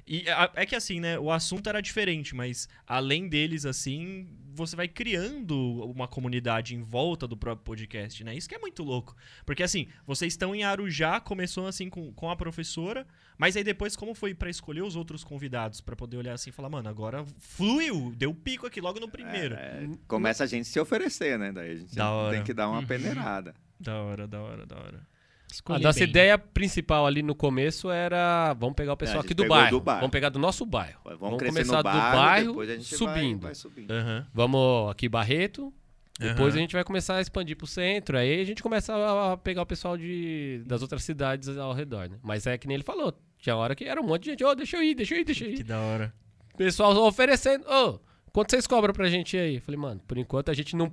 Speaker 2: E a- é que assim, né, o assunto era diferente, mas além deles assim, você vai criando uma comunidade em volta do próprio podcast, né? Isso que é muito louco. Porque assim, vocês estão em Arujá, começou assim com, com a professora, mas aí depois como foi pra escolher os outros convidados pra poder olhar assim e falar, mano, agora fluiu, deu pico aqui logo no primeiro.
Speaker 3: É, começa a gente se oferecer, né? Daí a gente
Speaker 2: Da hora.
Speaker 3: tem que dar uma peneirada.
Speaker 2: Da hora, da hora, da hora.
Speaker 4: A
Speaker 1: Escolhi
Speaker 4: Ah, nossa
Speaker 1: bem.
Speaker 4: ideia principal ali no começo era vamos pegar o pessoal
Speaker 3: a gente
Speaker 4: aqui do
Speaker 3: pegou
Speaker 4: bairro,
Speaker 3: do bairro.
Speaker 4: Vamos pegar do nosso bairro.
Speaker 3: Vamos,
Speaker 4: Vamos
Speaker 3: crescer
Speaker 4: começar do
Speaker 3: no bairro,
Speaker 4: bairro,
Speaker 3: depois a gente
Speaker 4: subindo.
Speaker 3: Vai, vai subindo.
Speaker 2: Aham.
Speaker 4: Vamos aqui Barreto. Depois
Speaker 2: Aham.
Speaker 4: a gente vai começar a expandir pro centro, aí a gente começa a pegar o pessoal de, das outras cidades ao redor, né? Mas é que nem ele falou, tinha hora que era um monte de gente, ô, deixa eu ir, deixa eu ir, deixa eu
Speaker 2: Que
Speaker 4: ir.
Speaker 2: da hora.
Speaker 4: Pessoal oferecendo, ô, quanto vocês cobram pra gente ir aí? Falei, mano, por enquanto a gente não,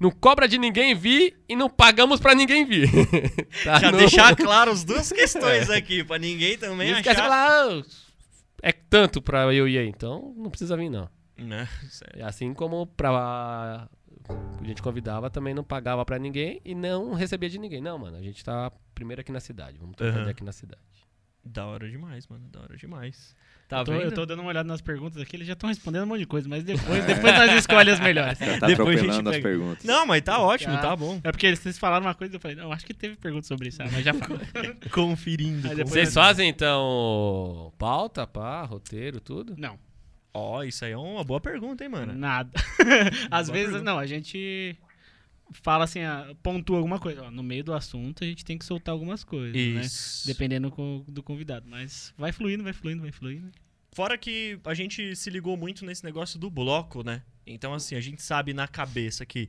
Speaker 4: não cobra de ninguém vir e não pagamos pra ninguém vir.
Speaker 1: Ah,
Speaker 4: Tá?
Speaker 2: Já
Speaker 4: Não-
Speaker 2: deixar claro as duas questões
Speaker 1: É.
Speaker 2: aqui, pra ninguém também
Speaker 4: Não
Speaker 2: achar...
Speaker 4: esquece de falar, "Ah, é tanto pra eu ir aí, então não precisa vir não.
Speaker 2: Né? Sério.
Speaker 4: E Assim como pra a gente convidava, também não pagava pra ninguém e não recebia de ninguém. Não, mano, a gente tá primeiro aqui na cidade, vamos trabalhar
Speaker 2: Aham.
Speaker 4: aqui na cidade.
Speaker 2: Da hora demais, mano. Da hora demais.
Speaker 1: Eu
Speaker 4: Tá
Speaker 1: tô,
Speaker 4: vendo?
Speaker 1: eu tô dando uma olhada nas perguntas aqui, eles já estão respondendo um monte de coisa, mas depois, depois nós escolhemos as melhores.
Speaker 3: Já tá
Speaker 2: Depois a gente
Speaker 3: atropelando as
Speaker 2: pega.
Speaker 3: perguntas.
Speaker 2: Não, mas tá ótimo,
Speaker 1: Tá.
Speaker 2: tá bom.
Speaker 1: É porque vocês falaram uma coisa e eu falei, não, acho que teve pergunta sobre isso, ah, mas já falou.
Speaker 2: Conferindo.
Speaker 1: Aí depois-
Speaker 4: Vocês fazem então pauta, pá, roteiro, tudo?
Speaker 1: Não,
Speaker 2: Ó, isso aí é uma boa pergunta, hein, mano.
Speaker 1: nada. Às vezes,
Speaker 2: Boa né? pergunta.
Speaker 1: não, a gente fala assim, ah, pontua alguma coisa. ó, no meio do assunto a gente tem que soltar algumas coisas, né?
Speaker 2: Isso.
Speaker 1: Dependendo co- do convidado, mas vai fluindo, vai fluindo, vai fluindo.
Speaker 2: Fora que a gente se ligou muito nesse negócio do bloco, né? Então, assim, a gente sabe na cabeça que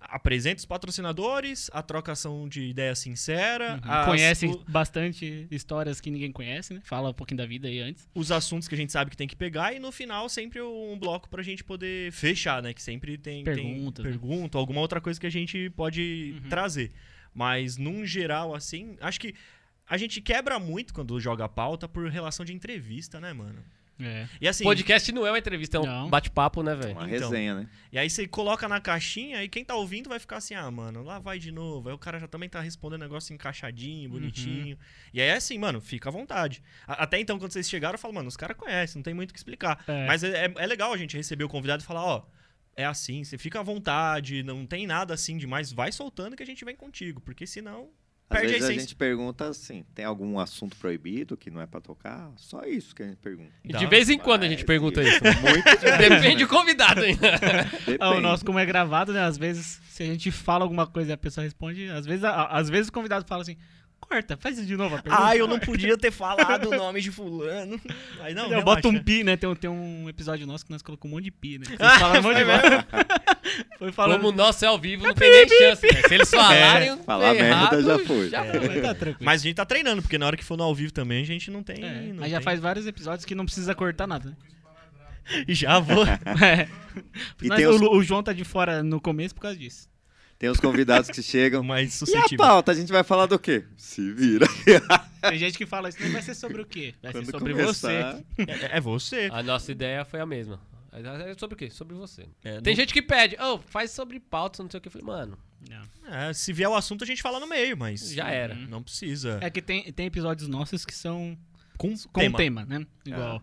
Speaker 2: apresenta os patrocinadores, a trocação de ideia sincera, as-
Speaker 1: Conhecem
Speaker 2: Ah, o-
Speaker 1: Uhum. bastante histórias que ninguém conhece, né? Fala um pouquinho da vida aí antes.
Speaker 2: os assuntos que a gente sabe que tem que pegar e no final sempre um bloco pra gente poder fechar, né? Que sempre tem
Speaker 1: Perguntas, né? Uhum.
Speaker 2: tem pergunta, alguma outra coisa que a gente pode trazer. Mas num geral assim, acho que A gente quebra muito quando joga a pauta por relação de entrevista, né, mano?
Speaker 1: É.
Speaker 2: E assim,
Speaker 4: Podcast não é uma entrevista, é um
Speaker 1: Não.
Speaker 4: bate-papo, né, velho?
Speaker 3: Uma
Speaker 2: Então.
Speaker 3: resenha, né?
Speaker 2: e aí você coloca na caixinha e quem tá ouvindo vai ficar assim, ah, mano, lá vai de novo. Aí o cara já também tá respondendo negócio encaixadinho,
Speaker 1: Uhum.
Speaker 2: bonitinho. E aí é assim, mano, fica à vontade. A- até então, quando vocês chegaram, eu falo, mano, os caras conhecem, não tem muito o que explicar.
Speaker 1: É.
Speaker 2: Mas é, é- é legal a gente receber o convidado e falar, ó, é assim, você fica à vontade, não tem nada assim demais, vai soltando que a gente vem contigo, porque senão
Speaker 3: Às
Speaker 2: perde a
Speaker 3: vezes a
Speaker 2: essência.
Speaker 3: gente pergunta assim, tem algum assunto proibido que não é pra tocar? Só isso que a gente pergunta.
Speaker 4: E
Speaker 2: Dá,
Speaker 4: de vez em quando a gente
Speaker 3: mas-
Speaker 4: pergunta isso.
Speaker 3: Muito
Speaker 4: Depende do convidado, hein?
Speaker 3: Depende.
Speaker 1: Ah, o nosso, como é gravado, né? Às vezes, se a gente fala alguma coisa e a pessoa responde, às vezes, a- às vezes o convidado fala assim, corta, faz isso de novo a pergunta.
Speaker 2: Ah, eu não podia ter falado o nome de fulano. Aí não,
Speaker 1: eu
Speaker 2: relaxa. Ah,
Speaker 1: boto um pi, né? Tem, um- tem um episódio nosso que nós colocamos um monte de pi, né? Vocês falam um monte
Speaker 2: É
Speaker 1: de merda. Foi falando.
Speaker 4: Como o nosso é ao vivo, não tem nem chance. né? Se eles falarem.
Speaker 3: É, falar
Speaker 4: errado,
Speaker 3: merda já foi.
Speaker 4: Já
Speaker 3: É.
Speaker 4: foi.
Speaker 1: Mas tá tranquilo.
Speaker 2: Mas a gente tá treinando, porque na hora que for no ao vivo também a gente não tem.
Speaker 1: É,
Speaker 2: não
Speaker 1: mas já
Speaker 2: tem.
Speaker 1: faz vários episódios que não precisa cortar nada, né?
Speaker 2: Já vou.
Speaker 1: É.
Speaker 3: E
Speaker 1: Mas
Speaker 3: tem
Speaker 1: o,
Speaker 3: os-
Speaker 1: Lu- o João tá de fora no começo por causa disso.
Speaker 3: Tem os convidados que chegam.
Speaker 2: mais
Speaker 3: E a
Speaker 2: suscetível.
Speaker 3: pauta, a gente vai falar do quê? Se vira.
Speaker 1: Tem gente que fala isso, não vai ser sobre o quê? Vai ser
Speaker 3: Quando
Speaker 1: sobre
Speaker 3: começar,
Speaker 1: você.
Speaker 2: É, é você.
Speaker 4: A nossa ideia foi a mesma. É Sobre o quê? Sobre você.
Speaker 2: É,
Speaker 4: Tem
Speaker 2: não-
Speaker 4: gente que pede, oh, faz sobre pauta, não sei o que. Eu falei, mano,
Speaker 1: Não.
Speaker 2: é, se vier o assunto, a gente fala no meio, mas. Uhum.
Speaker 4: já era.
Speaker 2: Não precisa.
Speaker 1: É que tem, tem episódios nossos que são
Speaker 2: com
Speaker 1: com
Speaker 2: tema.
Speaker 1: tema, né? Igual.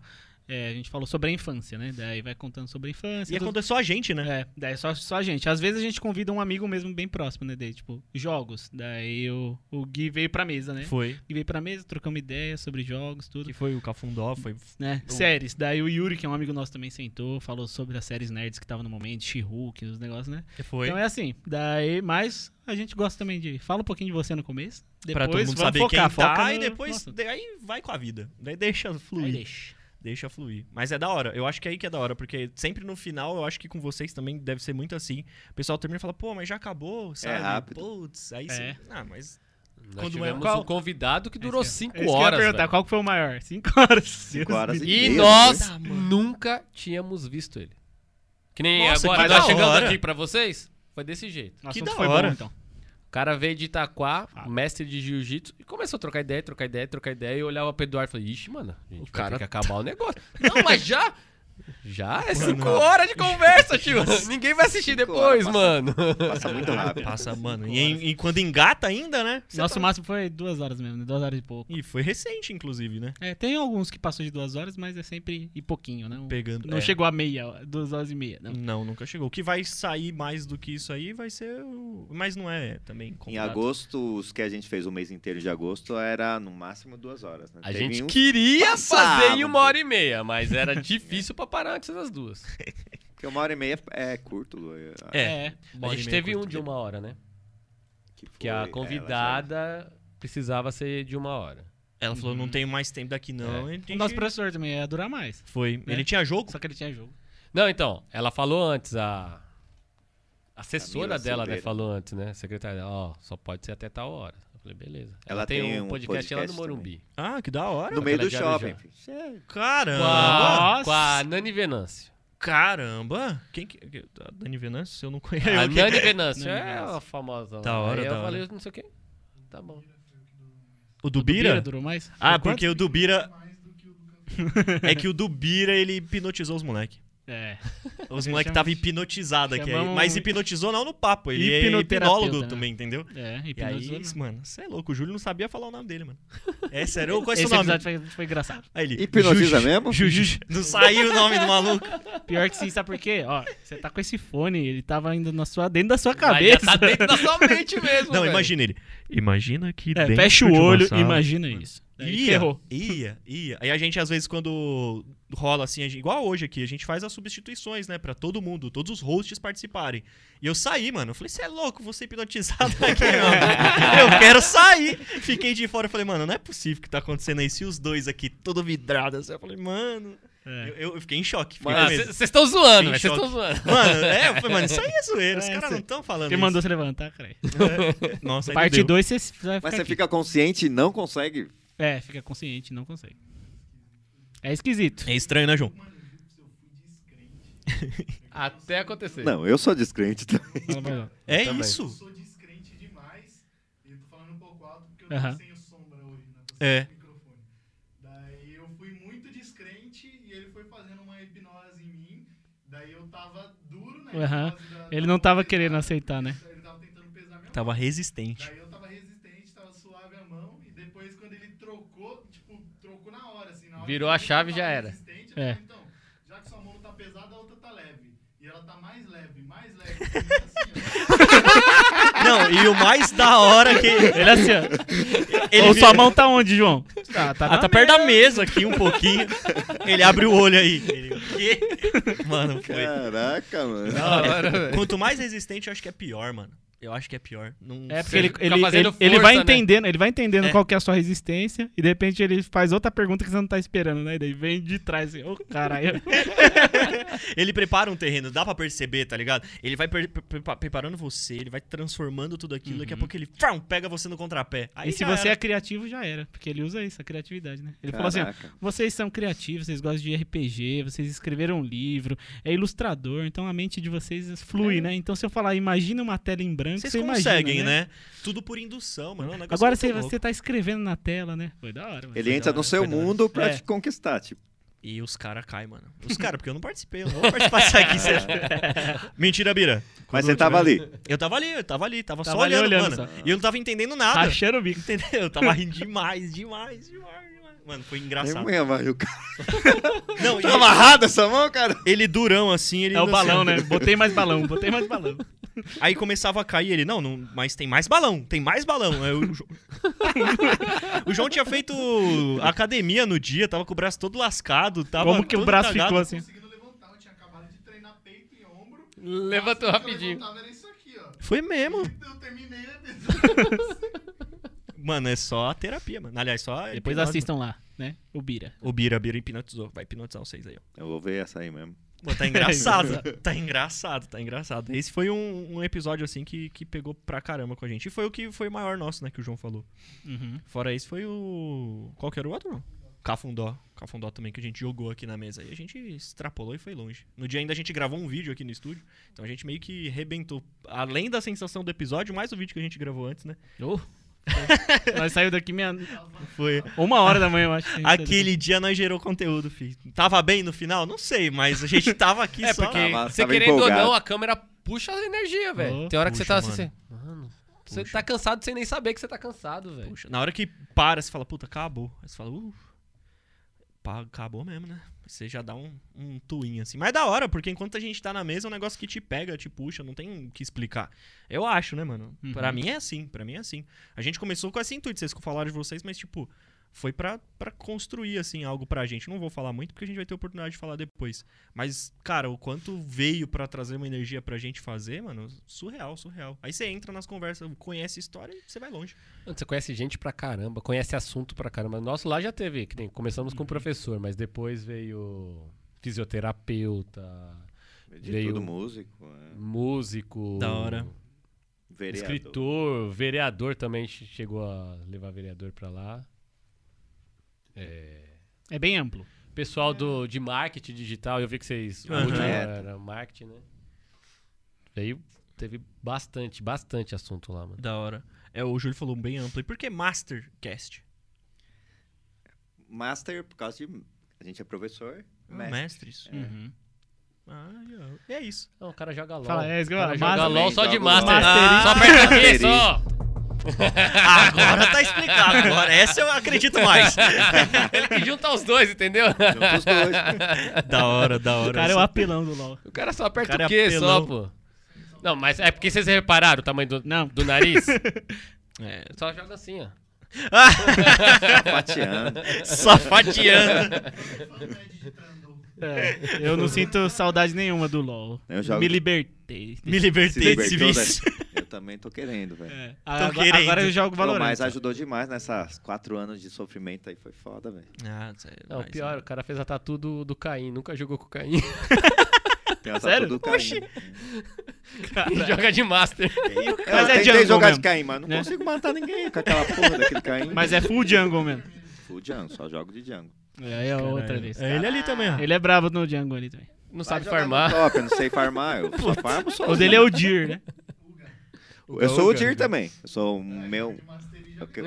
Speaker 1: é, a gente falou sobre a infância, né? Daí vai contando sobre a infância. assim,
Speaker 2: E é
Speaker 1: tudo.
Speaker 2: quando é só a gente, né?
Speaker 1: É, daí só, só a gente. Às vezes a gente convida um amigo mesmo bem próximo, né? Daí, tipo, jogos. Daí o, o Gui veio pra mesa, né?
Speaker 2: Foi.
Speaker 1: Gui veio pra mesa, trocamos ideia sobre jogos, tudo.
Speaker 2: Que foi o Cafundó, foi.
Speaker 1: né?
Speaker 2: o-
Speaker 1: Séries. Daí o Yuri, que é um amigo nosso, também sentou, falou sobre as séries nerds que tava no momento, She-Hulk, os negócios, né?
Speaker 2: Foi.
Speaker 1: Então é assim. Daí, mas a gente gosta também de. Fala um pouquinho de você no começo. Depois
Speaker 2: pra todo mundo
Speaker 1: vamos
Speaker 2: saber
Speaker 1: focar,
Speaker 2: quem
Speaker 1: foca
Speaker 2: tá,
Speaker 1: no-
Speaker 2: e depois. É
Speaker 1: Nossa,
Speaker 2: de- aí vai com a vida. Daí deixa
Speaker 1: aí
Speaker 2: fluir.
Speaker 1: deixa.
Speaker 2: Deixa fluir. Mas é da hora. Eu acho que é aí que é da hora, porque sempre no final, eu acho que com vocês também deve ser muito assim. O pessoal termina e fala, pô, mas já acabou, sabe?
Speaker 3: É rápido.
Speaker 2: Putz, aí
Speaker 1: É.
Speaker 2: sim. Ah, mas.
Speaker 4: nós
Speaker 2: Quando é-
Speaker 4: tivemos
Speaker 2: qual-
Speaker 4: um convidado que durou
Speaker 1: Esse que-
Speaker 4: cinco
Speaker 1: esse É que eu ia
Speaker 4: horas.
Speaker 1: perguntar,
Speaker 4: velho.
Speaker 1: qual é que foi o maior? Cinco horas.
Speaker 3: Cinco horas e
Speaker 4: E
Speaker 3: meia,
Speaker 4: nós
Speaker 3: né?
Speaker 2: Eita, mano.
Speaker 4: nunca tínhamos visto ele. Que nem
Speaker 2: Nossa,
Speaker 4: agora
Speaker 2: que
Speaker 4: nós
Speaker 2: da
Speaker 4: chegando
Speaker 2: hora.
Speaker 4: aqui pra vocês, foi desse jeito.
Speaker 1: Nossa,
Speaker 2: Que
Speaker 1: assunto
Speaker 2: da
Speaker 1: foi
Speaker 2: hora.
Speaker 1: bom, então.
Speaker 4: O cara veio de Itaquá,
Speaker 1: Ah.
Speaker 4: mestre de jiu-jitsu, e começou a trocar ideia, trocar ideia, trocar ideia. E eu olhava pro Eduardo e falei, ixi, mano, a gente
Speaker 2: O
Speaker 4: vai
Speaker 2: cara
Speaker 4: ter que acabar o negócio. Não, mas já? Já? É cinco
Speaker 2: Mano.
Speaker 4: horas de conversa, tio. Ninguém vai assistir
Speaker 3: Cinco
Speaker 4: depois,
Speaker 3: horas, passa-
Speaker 4: mano.
Speaker 3: Passa muito rápido.
Speaker 2: Passa, mano. E, em- e quando engata ainda, né? Você
Speaker 1: Nosso
Speaker 2: tá-
Speaker 1: máximo foi duas horas mesmo, né? Duas horas e pouco.
Speaker 2: E foi recente, inclusive, né?
Speaker 1: É, tem alguns que passou de duas horas, mas é sempre e pouquinho, né? Um-
Speaker 2: Pegando.
Speaker 1: Não
Speaker 2: é.
Speaker 1: chegou a meia, duas horas e meia. Não.
Speaker 2: Não, nunca chegou. O que vai sair mais do que isso aí vai ser o. Mas não é também.
Speaker 3: Em
Speaker 2: contrato.
Speaker 3: agosto, os que a gente fez o mês inteiro de agosto era no máximo duas horas. Né?
Speaker 4: A
Speaker 3: Teve
Speaker 4: gente
Speaker 3: uns-
Speaker 4: queria fazer em
Speaker 3: passava,
Speaker 4: uma
Speaker 3: pô.
Speaker 4: hora e meia, mas era difícil pra parar antes das duas.
Speaker 3: Porque uma hora e meia é curto. Lu, é-
Speaker 2: É.
Speaker 4: A
Speaker 2: Bora e
Speaker 4: gente
Speaker 2: meia
Speaker 4: teve um
Speaker 2: curta.
Speaker 4: de uma hora, né?
Speaker 3: foi- é,
Speaker 4: Que a
Speaker 3: ela já-
Speaker 4: convidada precisava ser de uma hora.
Speaker 2: Ela falou, não tenho mais tempo daqui, não. E a
Speaker 1: Uhum. É. O nosso
Speaker 2: gente-
Speaker 1: professor também ia durar mais.
Speaker 2: Foi.
Speaker 1: né?
Speaker 2: Ele tinha jogo?
Speaker 1: Só que ele tinha jogo.
Speaker 4: Não, então, ela falou antes, a assessora
Speaker 3: Camila
Speaker 4: dela, né,
Speaker 3: Silveira.
Speaker 4: falou antes, né, a secretária dela, ó, só pode ser até tal hora. Eu falei, beleza. Ela,
Speaker 3: Ela
Speaker 4: tem,
Speaker 3: tem
Speaker 4: um,
Speaker 3: um
Speaker 4: podcast, lá no
Speaker 3: podcast
Speaker 4: Morumbi.
Speaker 2: Ah, que da hora.
Speaker 3: No meio do
Speaker 4: de Arujá.
Speaker 3: shopping. filho.
Speaker 4: Com
Speaker 2: Caramba!
Speaker 4: a, com a Nani Venâncio.
Speaker 2: Caramba! Quem que. A Dani Venâncio, eu não conheço.
Speaker 4: A
Speaker 1: Ah,
Speaker 2: Eu que-
Speaker 4: Nani Venâncio
Speaker 1: Nani
Speaker 4: é
Speaker 1: Venâncio.
Speaker 4: a famosa. lá.
Speaker 2: Da hora,
Speaker 4: Aí eu
Speaker 2: da
Speaker 4: falei,
Speaker 2: hora.
Speaker 4: não sei o quê. Tá bom.
Speaker 2: O do
Speaker 1: Bira?
Speaker 2: Bira?
Speaker 1: durou mais?
Speaker 2: Ah,
Speaker 1: Foi quanto?
Speaker 2: porque o do Bira. É que o do Bira, ele hipnotizou os moleques.
Speaker 1: É.
Speaker 2: Os
Speaker 1: Ele
Speaker 2: moleques
Speaker 1: chama-
Speaker 2: estavam hipnotizados aqui. aí.
Speaker 1: chamamos- um
Speaker 2: Mas hipnotizou não no papo. Ele é
Speaker 1: Hipnoterapeuta,
Speaker 2: hipnólogo
Speaker 1: né?
Speaker 2: também, entendeu?
Speaker 1: É,
Speaker 2: E aí,
Speaker 1: hipnotizou. né?
Speaker 2: mano, você é louco. O Júlio não sabia falar o nome dele, mano. É sério, eu conheço
Speaker 1: Esse
Speaker 2: o nome.
Speaker 1: episódio foi, foi engraçado.
Speaker 2: Aí ele,
Speaker 3: Hipnotiza
Speaker 2: Juju,
Speaker 3: mesmo?
Speaker 2: Juju. Não saiu o nome do maluco.
Speaker 1: Pior que sim, sabe por quê? Ó, você tá com esse fone, ele tava ainda na sua, dentro Ah, da sua
Speaker 4: Aí já
Speaker 1: cabeça.
Speaker 4: tá dentro da sua mente mesmo,
Speaker 2: Não,
Speaker 4: velho.
Speaker 2: imagina ele. Imagina que
Speaker 1: É,
Speaker 2: dentro
Speaker 1: fecha
Speaker 2: de
Speaker 1: o
Speaker 2: uma
Speaker 1: olho,
Speaker 2: sala-
Speaker 1: imagina isso. Daí
Speaker 2: Ia,
Speaker 1: Né, ferrou.
Speaker 2: ia, ia. Aí a gente, às vezes, quando rola assim, a gente- igual hoje aqui, a gente faz as substituições, né? Pra todo mundo, todos os hosts participarem. E eu saí, mano. Eu falei, você é louco, você hipnotizado aqui, mano. Eu quero sair. Fiquei de fora. Eu falei, mano, não é possível que tá acontecendo isso. E os dois aqui, todo vidrado. Assim, eu falei, mano.
Speaker 1: É.
Speaker 2: Eu, eu- eu fiquei em choque. Fiquei
Speaker 4: Ah,
Speaker 2: com medo.
Speaker 4: Vocês estão zoando,
Speaker 2: Em
Speaker 4: velho, vocês
Speaker 2: choque.
Speaker 4: estão zoando.
Speaker 2: Mano, é, eu falei, mano, isso aí é zoeira. Os
Speaker 1: É,
Speaker 2: caras
Speaker 1: cê-
Speaker 2: não estão falando
Speaker 1: Quem
Speaker 2: isso.
Speaker 1: mandou você levantar, cara?
Speaker 2: Nossa, aí não
Speaker 1: Parte
Speaker 2: deu.
Speaker 1: 2 você vai ficar
Speaker 3: Mas você
Speaker 1: aqui.
Speaker 3: fica consciente e não consegue.
Speaker 1: É, fica consciente, não consegue. É esquisito.
Speaker 2: É estranho, né, João?
Speaker 4: Até acontecer.
Speaker 3: Não, eu sou descrente também.
Speaker 1: Fala mais alto.
Speaker 2: É
Speaker 4: também.
Speaker 1: Uhum.
Speaker 2: isso.
Speaker 5: sou descrente demais. E tô falando um pouco alto porque eu
Speaker 1: Aham.
Speaker 5: não tenho sombra hoje, né?
Speaker 2: É.
Speaker 5: microfone. Daí eu fui muito descrente e ele foi fazendo uma hipnose em mim. Daí eu tava duro, né?
Speaker 1: Aham. Ele não tava querendo aceitar, Tá. né?
Speaker 5: Ele tava tentando pesar minha
Speaker 2: Tava resistente.
Speaker 5: Daí eu tava resistente, tava suave a mão, e depois quando ele trocou, tipo, trocou na hora, assim, na hora
Speaker 4: Virou
Speaker 5: que
Speaker 4: a
Speaker 5: eu
Speaker 4: chave,
Speaker 5: tava
Speaker 4: já era.
Speaker 5: resistente,
Speaker 1: É.
Speaker 5: eu falei, Então, já que sua mão tá pesada, a outra tá leve. E ela tá mais leve, mais leve. assim,
Speaker 2: Não, e o mais da hora é que.
Speaker 1: Ele assim, ó.
Speaker 2: Ele
Speaker 1: Ou
Speaker 2: vi-
Speaker 1: sua mão tá onde, João?
Speaker 4: Tá,
Speaker 2: Ah, tá perto da mesa aqui um pouquinho. Ele abre o olho aí. Ele, o quê? Mano, foi. É,
Speaker 3: Caraca, mano.
Speaker 2: Quanto mais resistente, eu acho que é pior, mano. Eu acho que é pior. Não
Speaker 1: É, porque
Speaker 2: sei.
Speaker 1: ele,
Speaker 4: fica
Speaker 1: ele,
Speaker 4: fazendo
Speaker 1: ele, ele
Speaker 4: força,
Speaker 1: vai
Speaker 4: né?
Speaker 1: entendendo, ele vai entendendo
Speaker 2: É.
Speaker 1: qual que é a sua resistência e de repente ele faz outra pergunta que você não tá esperando, né? E daí vem de trás assim, ô caralho.
Speaker 2: Ele prepara um terreno, dá pra perceber, tá ligado? Ele vai per- pre- prepa- preparando você, ele vai transformando tudo aquilo, daqui a pouco ele fam, pega você no contrapé. Aí
Speaker 1: e se
Speaker 2: já
Speaker 1: você é
Speaker 2: era.
Speaker 1: criativo, já era. Porque ele usa isso, a criatividade, né? Ele falou assim: ó,
Speaker 3: Caraca.
Speaker 1: vocês são criativos, vocês gostam de RPG, vocês escreveram um livro, é ilustrador, então a mente de vocês flui, né? Então se eu falar, imagina uma tela em branco,
Speaker 2: Vocês
Speaker 1: você imagina,
Speaker 2: conseguem, né? Tudo por indução, mano. é um negócio
Speaker 1: Agora
Speaker 2: muito
Speaker 1: você,
Speaker 2: louco.
Speaker 1: você tá escrevendo na tela, né? Foi da hora. mano.
Speaker 3: Ele entra no seu mundo pra te conquistar, tipo.
Speaker 2: E os caras caem, mano. Os caras, porque eu não participei, eu não vou participar disso aqui. você acha? Mentira, Bira.
Speaker 3: Mas você tava ali.
Speaker 2: Eu tava ali, eu tava ali, tava,
Speaker 1: Tava
Speaker 2: só
Speaker 1: ali
Speaker 2: olhando,
Speaker 1: olhando
Speaker 2: mano.
Speaker 1: só.
Speaker 2: E eu não tava entendendo nada.
Speaker 1: Rachando o bico.
Speaker 2: Entendeu? Eu tava rindo demais, demais, demais, demais. Mano, foi
Speaker 3: Aí
Speaker 2: engraçado.
Speaker 3: amanhã vai, o cara.
Speaker 2: Não,
Speaker 3: Tá
Speaker 2: e
Speaker 3: amarrado essa mão, cara?
Speaker 2: ele durão assim, ele.
Speaker 1: É o
Speaker 2: assim,
Speaker 1: balão, né? Botei mais balão, botei mais balão.
Speaker 2: Aí começava a cair ele, não, não, mas tem mais balão, tem mais balão. Aí o, João... o João tinha feito academia no dia, tava com o braço todo lascado, tava
Speaker 1: Como que o
Speaker 2: todo
Speaker 1: braço
Speaker 2: cagado.
Speaker 1: ficou
Speaker 5: eu
Speaker 1: assim?
Speaker 5: não conseguindo levantar, eu tinha acabado de treinar peito e ombro.
Speaker 4: Levantou
Speaker 5: O máximo que Eu
Speaker 4: rapidinho.
Speaker 5: levantava era isso aqui, ó.
Speaker 2: Foi mesmo.
Speaker 5: Eu terminei o episódio.
Speaker 2: Mano, é só a terapia, mano. Aliás, só a
Speaker 1: Depois
Speaker 2: hipnose,
Speaker 1: assistam lá, né? O Bira.
Speaker 2: mano. O Bira, Bira hipnotizou. Vai hipnotizar vocês aí, ó.
Speaker 3: Eu vou ver essa aí mesmo.
Speaker 2: Pô,
Speaker 4: É,
Speaker 2: tá engraçado. tá engraçado, tá engraçado. Esse foi um, um episódio, assim, que, que pegou pra caramba com a gente. E foi o que foi maior nosso, né, que o João falou.
Speaker 1: Uhum.
Speaker 2: Fora isso, foi o... Qual que era o outro, não? Cafundó. Cafundó também, que a gente jogou aqui na mesa. E a gente extrapolou e foi longe. No dia ainda a gente gravou um vídeo aqui no estúdio. Então a gente meio que rebentou. Além da sensação do episódio, mais o vídeo que a gente gravou antes, né?
Speaker 1: Nós saímos daqui meia...
Speaker 4: É
Speaker 2: Foi...
Speaker 1: uma hora da manhã, eu acho. que a gente saiu
Speaker 2: Aquele dia nós gerou conteúdo, filho. Tava bem no final? Não sei, mas a gente tava aqui
Speaker 4: É,
Speaker 2: só...
Speaker 4: porque
Speaker 3: Tava-
Speaker 4: você
Speaker 3: Ah, tava
Speaker 4: querendo ou
Speaker 3: empolgado.
Speaker 4: não, a câmera puxa a energia, velho.
Speaker 1: Oh,
Speaker 4: Tem hora que você
Speaker 2: Uhum. puxa,
Speaker 4: tá assim, você... Mano, você tá cansado sem nem saber que você tá cansado, velho.
Speaker 2: Puxa, na hora que para, você fala, puta, acabou. Aí você fala, uh, pá, acabou mesmo, né? Você já dá um, um tuinho assim. Mas da hora, porque enquanto a gente tá na mesa, é um negócio que te pega, te puxa, não tem o que explicar. Eu acho, né, mano?
Speaker 1: Uhum.
Speaker 2: Pra mim é assim, pra mim é assim. A gente começou com esse intuito, vocês falaram de vocês, mas tipo, foi pra, pra construir, assim, algo pra gente. Não vou falar muito, porque a gente vai ter oportunidade de falar depois. Mas, cara, o quanto veio pra trazer uma energia pra gente fazer, mano, surreal, surreal. Aí você entra nas conversas, conhece a história e você vai longe.
Speaker 4: Mano, Você conhece gente pra caramba, conhece assunto pra caramba. Nosso lá já teve, que nem começamos
Speaker 2: Uhum.
Speaker 4: com o professor, mas depois veio fisioterapeuta,
Speaker 3: De
Speaker 4: Veio-
Speaker 3: tudo músico. é.
Speaker 4: músico,
Speaker 2: Da hora.
Speaker 3: Vereador.
Speaker 4: escritor, vereador também che- chegou a levar vereador pra lá.
Speaker 1: daqui. É bem amplo.
Speaker 4: Pessoal do, de marketing digital, eu vi que vocês. o
Speaker 2: Aham.
Speaker 4: último
Speaker 3: É.
Speaker 4: era marketing, né? Veio, teve bastante, bastante assunto lá, mano.
Speaker 2: Da hora. É, o Júlio falou bem amplo. E por que Mastercast?
Speaker 3: Master, por causa de. A gente é professor.
Speaker 2: Ah,
Speaker 3: mestre.
Speaker 2: Mestres.
Speaker 1: Uhum.
Speaker 2: Ah, é. é isso.
Speaker 4: Não, o cara joga LOL.
Speaker 1: Fala, é isso que eu
Speaker 4: O cara
Speaker 1: falo,
Speaker 4: joga
Speaker 1: master-
Speaker 4: LOL só de
Speaker 3: joga
Speaker 4: master.
Speaker 1: LOL. Mastery.
Speaker 4: Só aperta aqui,
Speaker 3: Mastery.
Speaker 4: só.
Speaker 2: Agora tá explicado. Agora, essa eu acredito mais.
Speaker 4: Ele que junta os dois, entendeu?
Speaker 3: Juntos Então, dois.
Speaker 2: da hora, da
Speaker 1: O
Speaker 2: hora.
Speaker 1: cara é o apelão do LoL.
Speaker 4: O cara só aperta
Speaker 2: Cara
Speaker 4: o quê
Speaker 2: apelão.
Speaker 4: só, pô? Não, mas é porque vocês repararam o tamanho do,
Speaker 1: Não.
Speaker 4: do nariz?
Speaker 2: É,
Speaker 4: só joga assim, ó.
Speaker 3: Fatiando.
Speaker 2: safadeando.
Speaker 1: É, eu não sinto saudade nenhuma do LoL.
Speaker 3: Eu jogo-
Speaker 1: Me libertei.
Speaker 2: Me
Speaker 3: Se
Speaker 2: libertei desse
Speaker 3: libertou,
Speaker 2: vício.
Speaker 3: velho. Eu também tô querendo, velho.
Speaker 1: É, agora,
Speaker 2: querendo.
Speaker 1: agora eu jogo
Speaker 3: Pô,
Speaker 1: Valorant.
Speaker 3: Mas ajudou demais nessas quatro anos de sofrimento aí. Foi foda, velho.
Speaker 2: Ah, sério,
Speaker 1: É
Speaker 4: Não,
Speaker 2: mas-
Speaker 4: pior, o cara fez a tatu do, do Caim, nunca jogou com o Caim.
Speaker 3: Tem uma
Speaker 1: Sério?
Speaker 3: tatu do Caim.
Speaker 1: Oxi.
Speaker 4: joga de master.
Speaker 3: Eu
Speaker 1: Mas é
Speaker 3: tentei
Speaker 1: Django
Speaker 3: jogar
Speaker 1: mesmo.
Speaker 3: de Caim, mas não
Speaker 1: Né?
Speaker 3: consigo matar ninguém com aquela porra daquele Caim.
Speaker 1: Mas é full jungle mesmo.
Speaker 3: Full Django, só jogo de Django.
Speaker 1: É, é outra
Speaker 2: Caralho.
Speaker 1: vez.
Speaker 2: É ele ali também, ó.
Speaker 1: Ele é brabo no jungle ali também.
Speaker 4: Não
Speaker 3: Vai
Speaker 4: sabe
Speaker 3: jogar no
Speaker 4: farmar.
Speaker 3: Top, eu não sei farmar. Eu só farmo só.
Speaker 1: O dele é o Deer, né?
Speaker 3: Eu sou o Dir também. Eu sou o meu.
Speaker 5: De Master e já
Speaker 3: Ok.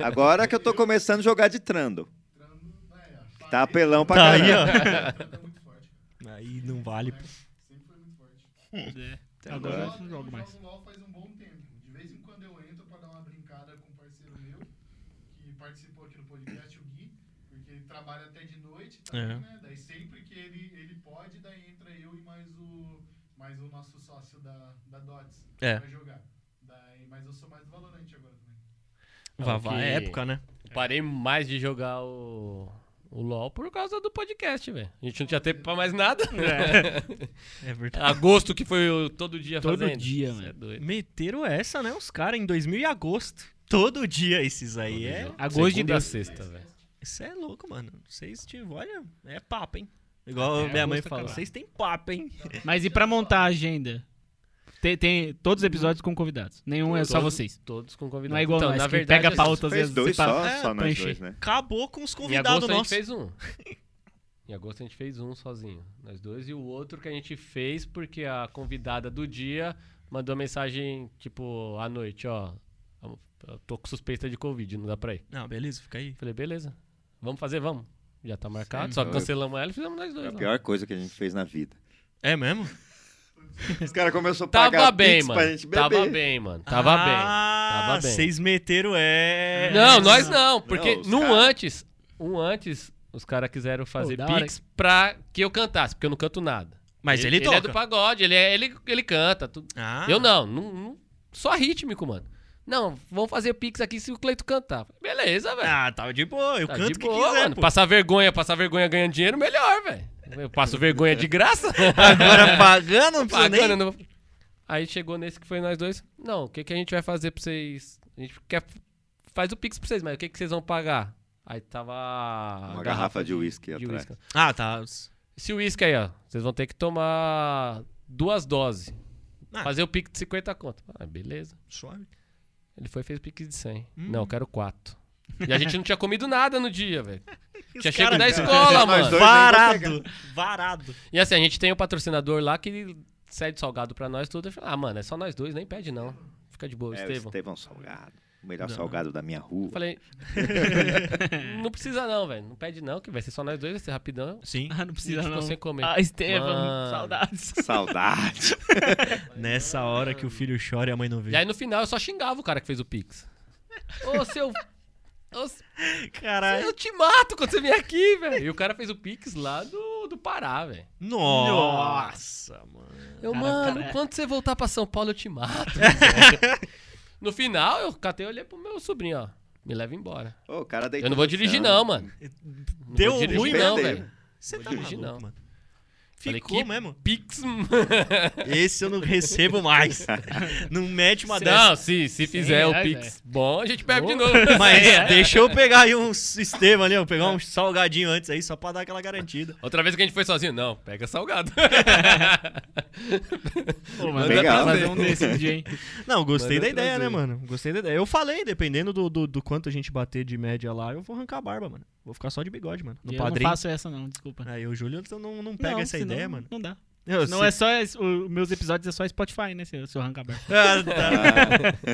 Speaker 3: Agora que eu tô começando a jogar de Trando.
Speaker 5: entrando, né, a
Speaker 3: Tá
Speaker 5: faca
Speaker 3: apelão pra
Speaker 2: Tá aí,
Speaker 3: caramba.
Speaker 2: ó.
Speaker 5: é muito forte.
Speaker 2: Aí não vale.
Speaker 5: Sempre foi muito forte.
Speaker 1: É.
Speaker 3: Tá
Speaker 1: Agora eu
Speaker 5: Eu
Speaker 1: não jogo mais.
Speaker 5: jogo LOL faz um bom tempo. De vez em quando eu entro pra dar uma brincada com um parceiro meu que participou aqui do podcast, o Gui, porque ele trabalha até de noite, tá,
Speaker 2: É.
Speaker 5: né? Daí sempre que ele, ele pode, daí entra eu e mais o, mais o nosso sócio da, da Dots
Speaker 2: É.
Speaker 5: pra jogar. Daí, mas eu sou mais do Valorante agora também.
Speaker 2: Vavá
Speaker 4: Ok.
Speaker 2: é época, né?
Speaker 4: Eu parei mais de jogar o, o LoL por causa do podcast, velho. A gente não tinha tempo pra mais nada.
Speaker 2: É verdade.
Speaker 4: Agosto que foi o- todo dia
Speaker 1: Todo
Speaker 4: fazendo.
Speaker 1: dia,
Speaker 4: Cê é
Speaker 1: mano.
Speaker 4: doido.
Speaker 2: Meteram essa, né? Os caras em 2000 e agosto. Todo dia esses aí é.
Speaker 1: Agosto de
Speaker 4: Segunda a
Speaker 1: Deus.
Speaker 4: sexta, velho.
Speaker 2: Isso é louco, mano. Vocês, tipo, olha, é papo, hein? Igual
Speaker 1: É,
Speaker 2: minha mãe
Speaker 1: agosto é
Speaker 2: fala,
Speaker 1: calado.
Speaker 2: vocês têm papo, hein?
Speaker 1: Mas e pra montar a agenda? Tem, tem todos os episódios com convidados. Nenhum é só
Speaker 4: Todos-
Speaker 1: vocês.
Speaker 4: Todos com convidados.
Speaker 1: Não é igual
Speaker 4: então,
Speaker 1: nós,
Speaker 4: na
Speaker 1: que
Speaker 4: verdade,
Speaker 1: pega
Speaker 4: assim,
Speaker 1: pauta às
Speaker 3: Fez
Speaker 1: vezes.
Speaker 3: dois
Speaker 1: separa-
Speaker 3: só,
Speaker 1: é,
Speaker 3: só
Speaker 1: pra
Speaker 3: nós
Speaker 1: encher.
Speaker 3: dois, né?
Speaker 2: Acabou com os
Speaker 4: Em
Speaker 2: convidados
Speaker 4: agosto a gente
Speaker 2: nossos.
Speaker 4: fez um. Em agosto a gente fez um sozinho, nós dois. E o outro que a gente fez porque a convidada do dia mandou mensagem, tipo, à noite, ó. Eu tô com suspeita de Covid, não dá pra ir.
Speaker 2: Não, beleza, fica aí.
Speaker 4: Falei, beleza. Vamos fazer, vamos. Já tá marcado,
Speaker 1: Sim.
Speaker 4: só cancelamos ela e fizemos nós
Speaker 3: É
Speaker 4: dois.
Speaker 3: a
Speaker 4: lá.
Speaker 3: pior coisa que a gente fez na vida.
Speaker 2: É mesmo?
Speaker 3: Os caras começaram a
Speaker 4: Tava
Speaker 3: pagar
Speaker 4: bem,
Speaker 3: pix
Speaker 4: mano.
Speaker 3: pra gente beber.
Speaker 4: Tava bem, mano. Tava
Speaker 2: ah,
Speaker 4: bem. Tava bem.
Speaker 2: Vocês meteram é.
Speaker 4: bem. Não, nós não, porque
Speaker 3: Não, os
Speaker 4: num
Speaker 3: cara-
Speaker 4: antes, um antes, os caras quiseram fazer
Speaker 1: da hora,
Speaker 4: pix pra que eu cantasse, porque eu não canto nada.
Speaker 2: Mas ele,
Speaker 4: ele
Speaker 2: toca.
Speaker 4: é do pagode, ele, é- ele, ele canta, tudo.
Speaker 2: Ah,
Speaker 4: Eu não, não, não- só rítmico, mano. Não, vamos fazer pix aqui se o Cleito cantar. Falei, Beleza, velho.
Speaker 2: Ah, tava de boa. Eu
Speaker 4: Tá
Speaker 2: canto
Speaker 4: de
Speaker 2: o que
Speaker 4: boa,
Speaker 2: quiser,
Speaker 4: mano.
Speaker 2: pô.
Speaker 4: Passar vergonha, passar vergonha ganhando dinheiro, melhor, velho. Eu passo vergonha de graça.
Speaker 2: Agora pagando, não precisa
Speaker 4: Bacana,
Speaker 2: nem...
Speaker 4: não- Aí chegou nesse que foi nós dois. Não, o que, que a gente vai fazer pra vocês? A gente quer. Faz o pix pra vocês, mas o que, que vocês vão pagar? Aí tava.
Speaker 3: Uma garrafa de uísque atrás.
Speaker 4: uísque.
Speaker 2: Ah, tá.
Speaker 4: Esse uísque aí, ó. Vocês vão ter que tomar duas doses.
Speaker 2: Ah.
Speaker 4: Fazer o pix de 50 conto. Ah, beleza.
Speaker 2: Suave.
Speaker 4: Ele foi e fez pix de 100. Não, eu quero 4. E a gente não tinha comido nada no dia, velho. Tinha chego da escola,
Speaker 3: Nós
Speaker 4: mano.
Speaker 3: dois
Speaker 2: Varado. Varado.
Speaker 4: E assim, a gente tem um patrocinador lá que cede salgado pra nós tudo. Eu falo, Ah, mano, é só nós dois, nem pede não. Fica de boa,
Speaker 3: É, o
Speaker 4: Estevão.
Speaker 3: Estevão Salgado. O melhor salgado da minha rua.
Speaker 4: Eu Falei, não precisa não, velho. Não pede não, que vai ser só nós dois, vai ser rapidão.
Speaker 2: Sim.
Speaker 1: Ah, não precisa
Speaker 4: A gente
Speaker 1: não.
Speaker 4: ficou sem comer.
Speaker 1: Ah, Estevam,
Speaker 4: Mano.
Speaker 1: saudades.
Speaker 3: Saudade.
Speaker 2: Nessa hora que o filho chora e a mãe não vê.
Speaker 4: E aí no final eu só xingava o cara que fez o Pix. Ô, seu... Ô, seu-
Speaker 2: Caralho.
Speaker 4: eu te mato quando você vier aqui, velho. E o cara fez o Pix lá do, do Pará, velho.
Speaker 2: Nossa, mano.
Speaker 4: Eu,
Speaker 1: Cara,
Speaker 4: mano,
Speaker 1: cara-
Speaker 4: quando você voltar pra São Paulo, eu te mato. velho." no final, eu catei e olhei pro meu sobrinho, ó. Me leva embora.
Speaker 3: Ô, o cara deitou
Speaker 4: Eu não vou
Speaker 3: no
Speaker 4: dirigir,
Speaker 3: chão.
Speaker 4: não, mano. Não
Speaker 2: Deu um
Speaker 4: vou dirigir,
Speaker 2: ruim
Speaker 4: não,
Speaker 3: mesmo?
Speaker 4: velho.
Speaker 2: Você tá
Speaker 4: Vou dirigir,
Speaker 2: maluco,
Speaker 4: não.
Speaker 2: mano.
Speaker 4: Falei,
Speaker 2: Ficou
Speaker 4: que
Speaker 2: mesmo.
Speaker 4: Pix.
Speaker 2: Esse eu não recebo mais. não mete uma dessa.
Speaker 4: Não, se, se fizer o
Speaker 1: reais,
Speaker 4: Pix bom, a gente bebe de
Speaker 1: Oh.
Speaker 4: novo. É.
Speaker 2: Mas deixa eu pegar aí um sistema ali, ó. Pegar um salgadinho antes aí, só pra dar aquela garantida.
Speaker 4: Outra vez que a gente foi sozinho, não, pega salgado.
Speaker 1: É, Pô, mano, dá
Speaker 3: Legal.
Speaker 1: pra fazer um desse um dia, hein?
Speaker 2: Não, gostei
Speaker 4: Manda
Speaker 2: da ideia,
Speaker 4: trazer.
Speaker 2: né, mano? Gostei da ideia. Eu falei, dependendo do, do, do quanto a gente bater de média lá, eu vou arrancar a barba, mano. Vou ficar só de bigode, mano. No
Speaker 1: eu
Speaker 2: padrinho.
Speaker 1: não faço essa não, desculpa.
Speaker 2: Aí o Júlio então, não, não pega
Speaker 1: Não,
Speaker 2: essa
Speaker 1: senão
Speaker 2: ideia, mano.
Speaker 1: Não dá.
Speaker 2: Eu,
Speaker 1: Não é só... es- o- meus episódios é só Spotify, né, seu, seu rank aberto.
Speaker 2: Ah,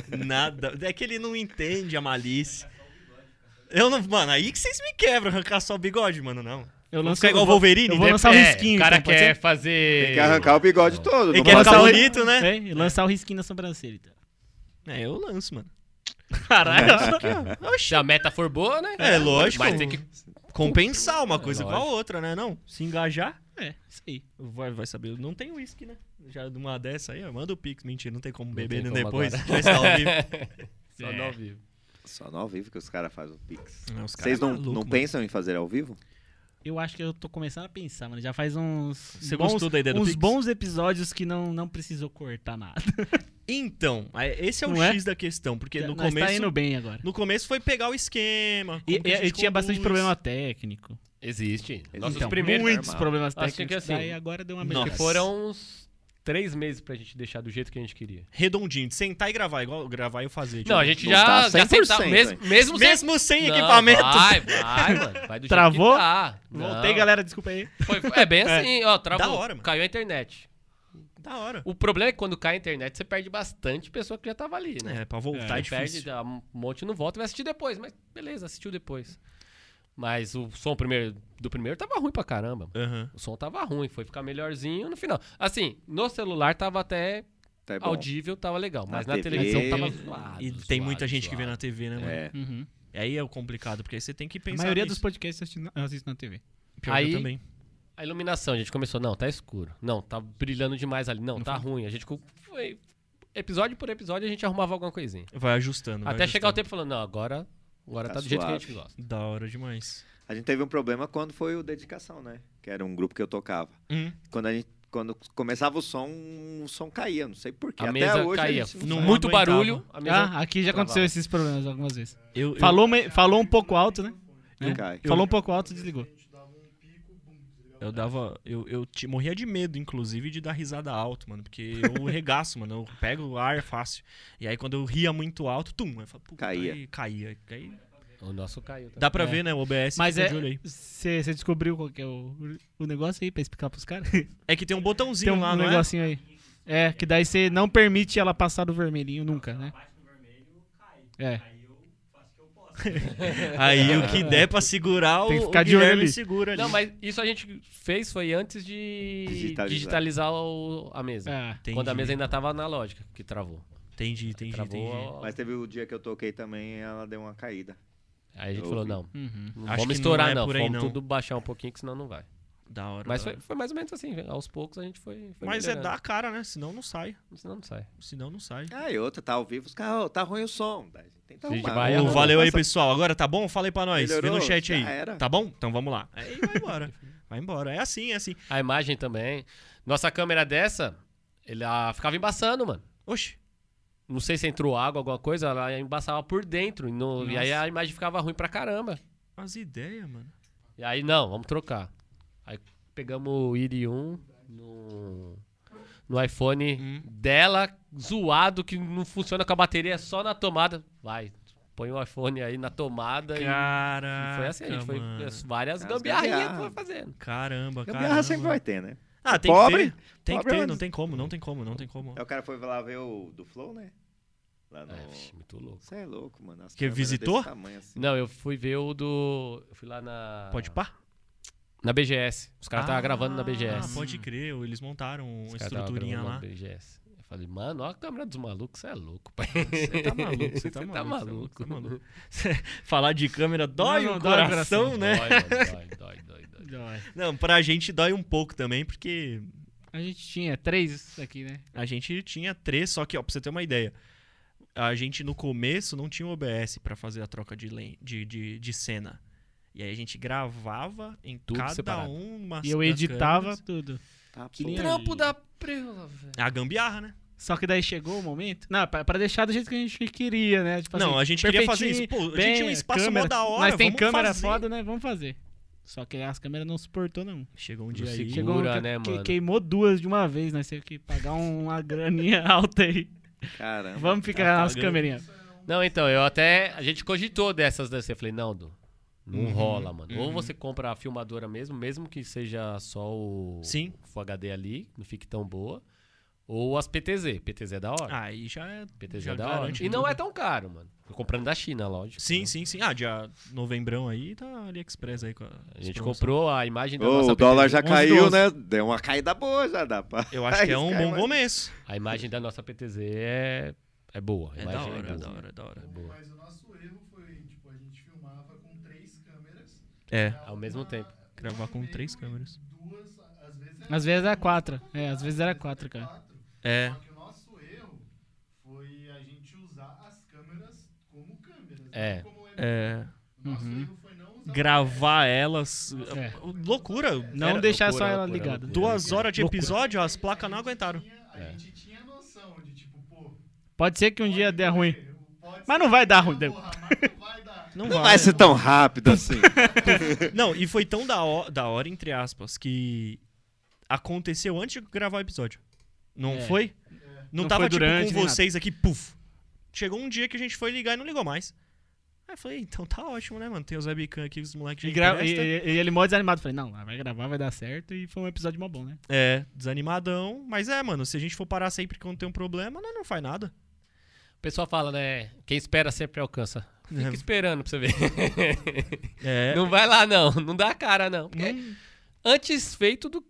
Speaker 2: tá. Nada. É que ele não entende a malícia. Eu não. Mano, aí que vocês me quebram, arrancar só o bigode, mano, não.
Speaker 1: Eu
Speaker 2: Vamos
Speaker 1: lanço...
Speaker 2: ficar igual o Wolverine?
Speaker 1: eu vou
Speaker 2: né?
Speaker 1: lançar um skin,
Speaker 4: É, o cara
Speaker 1: então, pode
Speaker 4: quer
Speaker 1: ser?
Speaker 4: fazer.
Speaker 3: Tem que arrancar o bigode todo.
Speaker 2: Ele
Speaker 3: não
Speaker 2: quer
Speaker 3: pode-
Speaker 2: ficar
Speaker 1: o-
Speaker 2: bonito, né?
Speaker 1: É, e lançar o risquinho na sobrancelha. Então.
Speaker 2: É, eu lanço, mano.
Speaker 1: Caralho.
Speaker 4: Se a meta for boa, né?
Speaker 2: É, lógico.
Speaker 4: Mas tem que.
Speaker 2: Compensar uma coisa igual a
Speaker 4: lógico.
Speaker 2: outra, né? Não? Se engajar.
Speaker 1: é, isso aí.
Speaker 2: Vai, vai saber, eu não tenho uísque, né? Já de uma dessa aí, ó, manda o Pix. Mentira, não tem como
Speaker 4: Não
Speaker 2: beber
Speaker 4: tem
Speaker 2: né,
Speaker 4: como
Speaker 2: depois.
Speaker 4: agora.
Speaker 2: Vai estar ao vivo.
Speaker 4: Só no ao vivo.
Speaker 3: Só no ao vivo que os caras fazem o pix.
Speaker 2: Não, os caras
Speaker 3: Vocês
Speaker 2: é
Speaker 3: não,
Speaker 2: maluco,
Speaker 3: não
Speaker 2: mano.
Speaker 3: pensam em fazer ao vivo?
Speaker 1: Eu acho que eu tô começando a pensar, mano. Já faz uns
Speaker 2: Você
Speaker 1: bons,
Speaker 2: gostou da ideia do
Speaker 1: uns
Speaker 2: Pix?
Speaker 1: bons episódios que não, não precisou cortar nada.
Speaker 2: Então, aí, esse é o
Speaker 1: Não é?
Speaker 2: X da questão, porque no
Speaker 1: Nós tá
Speaker 2: começo.
Speaker 1: indo bem agora.
Speaker 2: No começo foi pegar o esquema. como
Speaker 1: E,
Speaker 2: que a
Speaker 1: e-
Speaker 2: gente
Speaker 1: e tinha bastante
Speaker 2: conduz.
Speaker 1: problema técnico.
Speaker 4: Existe. Nossos
Speaker 3: Então,
Speaker 4: primeiros.
Speaker 1: Muitos
Speaker 3: normal.
Speaker 1: problemas
Speaker 4: Acho que
Speaker 1: técnicos.
Speaker 4: assim,
Speaker 1: daí agora deu uma
Speaker 2: é Nossa.
Speaker 1: melhorada.
Speaker 4: Que foram uns três meses pra gente deixar do jeito que a gente queria.
Speaker 2: Redondinho, de sentar e gravar, igual gravar e eu fazer. tipo,
Speaker 4: Não, a gente
Speaker 3: não
Speaker 4: já,
Speaker 3: tá
Speaker 4: já
Speaker 3: 100%,
Speaker 4: sentava. Mesmo, mesmo, sem-
Speaker 2: Mesmo sem
Speaker 4: Não,
Speaker 2: equipamento.
Speaker 4: Vai, vai, mano. Vai do
Speaker 1: Travou?
Speaker 4: jeito que tá. Não.
Speaker 1: Voltei, galera, desculpa aí.
Speaker 4: Foi- é bem assim, ó, travou.
Speaker 2: Da hora, mano.
Speaker 4: Caiu a internet.
Speaker 2: Da hora.
Speaker 4: O problema é que quando cai a internet, você perde bastante pessoa que já tava ali, né?
Speaker 2: É, pra voltar é,
Speaker 4: Aí
Speaker 2: difícil.
Speaker 4: perde, dá um monte não volta, vai assistir depois, mas beleza, assistiu depois. Mas o som primeiro, do primeiro tava ruim pra caramba.
Speaker 2: Aham.
Speaker 4: O som tava ruim, foi ficar melhorzinho no final. Assim, no celular tava até
Speaker 3: Tá bom.
Speaker 4: audível, tava legal,
Speaker 3: Na
Speaker 4: mas na
Speaker 3: TV,
Speaker 4: televisão tava zoado.
Speaker 2: E tem
Speaker 4: zoado,
Speaker 2: muita gente que vê
Speaker 4: zoado.
Speaker 2: na TV, né, mano?
Speaker 3: É.
Speaker 1: Uhum.
Speaker 2: Aí é o complicado, porque aí você tem que
Speaker 1: A
Speaker 2: pensar.
Speaker 1: maioria dos
Speaker 2: nisso.
Speaker 1: podcasts eu assisti na- eu assisto na TV.
Speaker 2: Pior que eu
Speaker 4: Aí-
Speaker 2: também.
Speaker 4: A iluminação, a gente começou, não, tá escuro. Não, tá brilhando demais ali. Não,
Speaker 1: Não
Speaker 4: tá
Speaker 1: foi.
Speaker 4: ruim. A gente co- foi episódio por episódio a gente arrumava alguma coisinha.
Speaker 2: Vai ajustando. vai
Speaker 4: Até chegar o
Speaker 2: ajustando.
Speaker 4: tempo falando, não, agora, agora tá,
Speaker 3: Tá
Speaker 4: do jeito que a
Speaker 3: suave.
Speaker 4: gente gosta.
Speaker 2: Da hora demais.
Speaker 3: A gente teve um problema quando foi o Dedicação, né? Que era um grupo que eu tocava. Quando a gente. Quando começava o som, o som caía, não sei porquê.
Speaker 4: A
Speaker 3: Até
Speaker 4: mesa
Speaker 3: hoje
Speaker 4: caía.
Speaker 3: a gente não
Speaker 2: Não
Speaker 3: sabe.
Speaker 4: Muito
Speaker 2: aguentava.
Speaker 4: barulho, a mesa
Speaker 1: Ah, aqui já aconteceu
Speaker 4: travava.
Speaker 1: esses problemas algumas vezes.
Speaker 2: Eu, eu-
Speaker 1: Falou, me- falou um pouco alto, né?
Speaker 3: Não cai.
Speaker 1: Falou um pouco alto, desligou.
Speaker 2: Eu dava. Eu, eu te- morria de medo, inclusive, de dar risada alto, mano. Porque eu regaço, mano. Eu pego o ar fácil. E aí quando eu ria muito alto, tum. Eu falo, puta,
Speaker 3: Caía.
Speaker 2: Aí, caía. Aí,
Speaker 4: O nosso caiu. Tá?
Speaker 2: dá pra
Speaker 1: É.
Speaker 2: ver, né? O OBS
Speaker 1: Mas
Speaker 2: fica
Speaker 1: é.
Speaker 2: de olho aí.
Speaker 1: Você descobriu qual que é o, o negócio aí pra explicar pros caras?
Speaker 2: É que tem um botãozinho
Speaker 1: Tem um
Speaker 2: lá, não é?
Speaker 1: negocinho aí. É, que daí você não permite ela passar do vermelhinho nunca, né? É.
Speaker 2: Aí o que der pra segurar,
Speaker 1: Tem que
Speaker 2: o,
Speaker 1: ficar
Speaker 2: o
Speaker 1: de olho
Speaker 2: Guilherme
Speaker 1: ali.
Speaker 2: segura ali.
Speaker 4: Não, mas isso a gente fez foi antes de digitalizar,
Speaker 3: Digitalizar.
Speaker 4: o- a mesa.
Speaker 1: Ah,
Speaker 2: É, Entendi.
Speaker 4: Quando a mesa ainda tava analógica, que travou.
Speaker 2: Entendi, entendi, entendi.
Speaker 4: Travou.
Speaker 3: Mas teve o dia que eu toquei também ela deu uma caída.
Speaker 4: Aí a gente
Speaker 3: Eu
Speaker 4: falou,
Speaker 3: ouvi.
Speaker 4: não,
Speaker 1: uhum.
Speaker 4: não
Speaker 2: Acho que não
Speaker 4: vamos estourar
Speaker 2: é
Speaker 4: não,
Speaker 2: por aí,
Speaker 4: vamos
Speaker 2: não. Uhum.
Speaker 4: tudo baixar um pouquinho, que senão não vai.
Speaker 2: Da hora.
Speaker 4: Mas
Speaker 2: da
Speaker 4: foi,
Speaker 2: hora.
Speaker 4: foi mais ou menos assim, aos poucos a gente foi, foi
Speaker 2: Mas é
Speaker 4: melhorando.
Speaker 2: dar a cara, né? Senão não sai.
Speaker 4: Senão não sai.
Speaker 2: Senão não sai.
Speaker 3: Ah, e outra, tá ao vivo, os caras, "Ô, tá ruim o som. Daí a gente tenta
Speaker 4: A gente
Speaker 3: arrumar.
Speaker 4: vai
Speaker 2: Ô,
Speaker 4: arrumar.
Speaker 3: Nossa,
Speaker 2: valeu aí, pessoal. Agora tá bom? Fala aí pra nós. Vê
Speaker 3: Melhorou?
Speaker 2: no chat
Speaker 3: Já
Speaker 2: aí.
Speaker 3: era.
Speaker 2: Tá bom? Então vamos lá. Aí vai embora. Vai embora. É assim, é assim.
Speaker 4: A imagem também. Nossa câmera dessa, ela ficava embaçando, mano.
Speaker 2: Oxi.
Speaker 4: Não sei se entrou água, alguma coisa, ela embaçava por dentro. e não- e aí
Speaker 1: Nossa.
Speaker 4: a imagem ficava ruim pra caramba.
Speaker 2: As ideias, mano.
Speaker 4: E aí, não, vamos trocar. Aí pegamos o ID 1 no, no iPhone
Speaker 2: Hum.
Speaker 4: dela, zoado, que não funciona com a bateria, é só na tomada. Vai, põe o iPhone aí na tomada e-
Speaker 2: Cara.
Speaker 4: e. Foi assim, a assim, gente foi várias
Speaker 3: As
Speaker 4: gambiarrinhas que
Speaker 3: gambiarra.
Speaker 4: foi fazendo.
Speaker 2: Caramba, cara.
Speaker 3: Gambiarra sempre vai ter, né?
Speaker 2: Ah, tem
Speaker 3: Pobre?
Speaker 2: que ter. Tem
Speaker 3: Pobre,
Speaker 2: que ter,
Speaker 3: mas-
Speaker 2: não tem como, não tem como, não tem como.
Speaker 4: Ah,
Speaker 3: Aí o cara foi lá ver o do Flow, né? Lá no.
Speaker 4: É, vixe, muito louco.
Speaker 3: Você é louco, mano. As
Speaker 2: Que
Speaker 3: câmeras
Speaker 2: visitou?
Speaker 3: desse tamanho, assim.
Speaker 4: Não, eu fui ver o do. Eu fui lá na.
Speaker 2: Pode pá?
Speaker 4: Na BGS. Os caras estavam gravando na BGS.
Speaker 2: Ah, pode crer. Eles montaram uma
Speaker 4: Os caras tavam
Speaker 2: estruturinha
Speaker 4: gravando
Speaker 2: lá.
Speaker 4: Na BGS. Eu falei, mano, olha a câmera dos malucos, você é louco, pai.
Speaker 2: Você tá maluco, você
Speaker 4: Você
Speaker 2: tá
Speaker 4: tá
Speaker 2: maluco. Você tá
Speaker 4: maluco.
Speaker 2: maluco. Falar de câmera dói
Speaker 1: Não,
Speaker 2: o
Speaker 1: não, dói o
Speaker 2: coração,
Speaker 1: coração.
Speaker 2: né?
Speaker 4: Dói, mano, dói, dói, dói,
Speaker 1: Tá
Speaker 4: dói.
Speaker 2: Não, pra gente dói um pouco também, porque
Speaker 1: A gente tinha três aqui, né?
Speaker 2: A gente tinha três, só que, ó, pra você ter uma ideia. A gente no começo não tinha OBS pra fazer a troca de, len- de, de, de cena. E aí a gente gravava em
Speaker 4: Tudo
Speaker 2: cada
Speaker 4: separado.
Speaker 2: uma
Speaker 1: E eu
Speaker 2: das
Speaker 1: editava
Speaker 2: câmeras.
Speaker 1: tudo.
Speaker 3: Tá
Speaker 1: Que
Speaker 3: bom.
Speaker 1: nem
Speaker 4: Trampo da preula, velho.
Speaker 2: A gambiarra, né?
Speaker 1: Só que daí chegou o momento. Não, pra, pra deixar do jeito que a gente queria, né? Tipo
Speaker 2: não,
Speaker 1: assim,
Speaker 2: a gente queria fazer
Speaker 1: perfeitinho,
Speaker 2: isso. Pô, a
Speaker 1: bem,
Speaker 2: gente tinha um espaço
Speaker 1: câmera,
Speaker 2: mó da hora.
Speaker 1: Mas tem
Speaker 2: vamos
Speaker 1: câmera
Speaker 2: fazer.
Speaker 1: foda, né? Vamos fazer. Só que as câmeras não suportou, não.
Speaker 2: Chegou um dia
Speaker 4: Não
Speaker 2: aí.
Speaker 4: segura.
Speaker 1: Chegou
Speaker 4: Dura,
Speaker 1: que-
Speaker 4: né,
Speaker 1: que-
Speaker 4: mano?
Speaker 1: Queimou duas de uma vez, nós teve que pagar um, uma graninha alta aí.
Speaker 3: Caramba.
Speaker 4: Tá
Speaker 1: Vamos ficar nas
Speaker 2: pagando.
Speaker 1: câmerinhas.
Speaker 4: Não, então, eu até. A gente cogitou dessas daí. Eu falei, não, Du. Não
Speaker 2: Uhum,
Speaker 4: rola, mano. Ou você compra a filmadora mesmo, mesmo que seja só o
Speaker 2: Sim.
Speaker 4: Full HD ali, não fique tão boa. Ou as PTZ. PTZ é da hora.
Speaker 2: Aí já é.
Speaker 4: PTZ
Speaker 2: já
Speaker 4: é da hora.
Speaker 2: garante
Speaker 4: E não
Speaker 2: tudo.
Speaker 4: é tão caro, mano. Tô comprando da China, lógico.
Speaker 2: Sim,
Speaker 4: né?
Speaker 2: sim, sim. Ah, dia novembrão aí tá AliExpress aí com a.
Speaker 4: A gente comprou a imagem da
Speaker 3: Ô,
Speaker 4: nossa
Speaker 3: o dólar já
Speaker 1: 11,
Speaker 3: caiu,
Speaker 1: 12.
Speaker 3: né? Deu uma caída boa já, dá pra.
Speaker 2: Eu acho que é um
Speaker 3: Cai
Speaker 2: bom
Speaker 3: mais.
Speaker 2: começo.
Speaker 4: A imagem da nossa PTZ é, é boa. A
Speaker 2: É da
Speaker 4: imagem
Speaker 2: hora, é
Speaker 4: boa.
Speaker 2: da hora, é da hora.
Speaker 4: Boa.
Speaker 5: Mas o nosso erro foi, tipo, a gente filmava com três câmeras.
Speaker 2: É.
Speaker 5: Era
Speaker 4: Ao mesmo
Speaker 5: uma-
Speaker 4: tempo.
Speaker 2: Gravar com
Speaker 5: uma e
Speaker 2: três
Speaker 5: meio,
Speaker 2: câmeras.
Speaker 5: Duas, às vezes era,
Speaker 1: Às vezes era quatro. É, às vezes era quatro,
Speaker 5: era
Speaker 1: cara.
Speaker 5: quatro.
Speaker 2: É.
Speaker 5: Só que o nosso erro foi a gente usar as câmeras como câmeras.
Speaker 4: É.
Speaker 5: não como
Speaker 2: É.
Speaker 5: O nosso
Speaker 1: Uhum.
Speaker 5: erro foi não usar o
Speaker 2: gravar elas.
Speaker 1: É.
Speaker 2: Loucura.
Speaker 1: Não
Speaker 2: Era
Speaker 1: deixar
Speaker 4: loucura,
Speaker 1: só ela
Speaker 4: loucura,
Speaker 1: ligada.
Speaker 4: loucura.
Speaker 2: Duas horas de
Speaker 1: Loucura.
Speaker 2: episódio, as placas não aguentaram.
Speaker 5: Tinha- a
Speaker 4: É.
Speaker 5: gente tinha noção de tipo, pô.
Speaker 1: Pode ser que um dia der ruim.
Speaker 5: pode
Speaker 1: Mas
Speaker 5: ser
Speaker 1: não vai
Speaker 5: que
Speaker 1: dar
Speaker 5: tenha
Speaker 1: ruim, Diego.
Speaker 5: porra, mas não vai dar.
Speaker 2: Não,
Speaker 3: Não
Speaker 2: vai.
Speaker 3: vai ser tão rápido assim.
Speaker 2: Não, e foi tão da hora, da hora, entre aspas, que aconteceu antes de gravar o episódio. Não
Speaker 1: É.
Speaker 2: foi? Não,
Speaker 1: Não
Speaker 2: tava
Speaker 1: foi durante,
Speaker 2: tipo,
Speaker 1: nem
Speaker 2: com vocês aqui, puf. Chegou um dia que a gente foi ligar e não ligou mais. Aí eu falei, então tá ótimo, né, mano? Tem os webcam aqui, os moleques já
Speaker 1: E, gra- e-
Speaker 2: emprestam.
Speaker 1: e- e ele mó desanimado. Falei, não, vai gravar, vai dar certo. E foi um episódio mó bom, né?
Speaker 2: É, desanimadão. Mas é, mano, se a gente for parar sempre quando tem um problema, nós não faz nada.
Speaker 4: O pessoal fala, né? Quem espera sempre alcança. Fica
Speaker 2: É.
Speaker 4: esperando pra você ver.
Speaker 2: É. Hum.
Speaker 4: Não vai lá, não. Não dá a cara, não. Porque
Speaker 2: Não-
Speaker 4: antes feito do.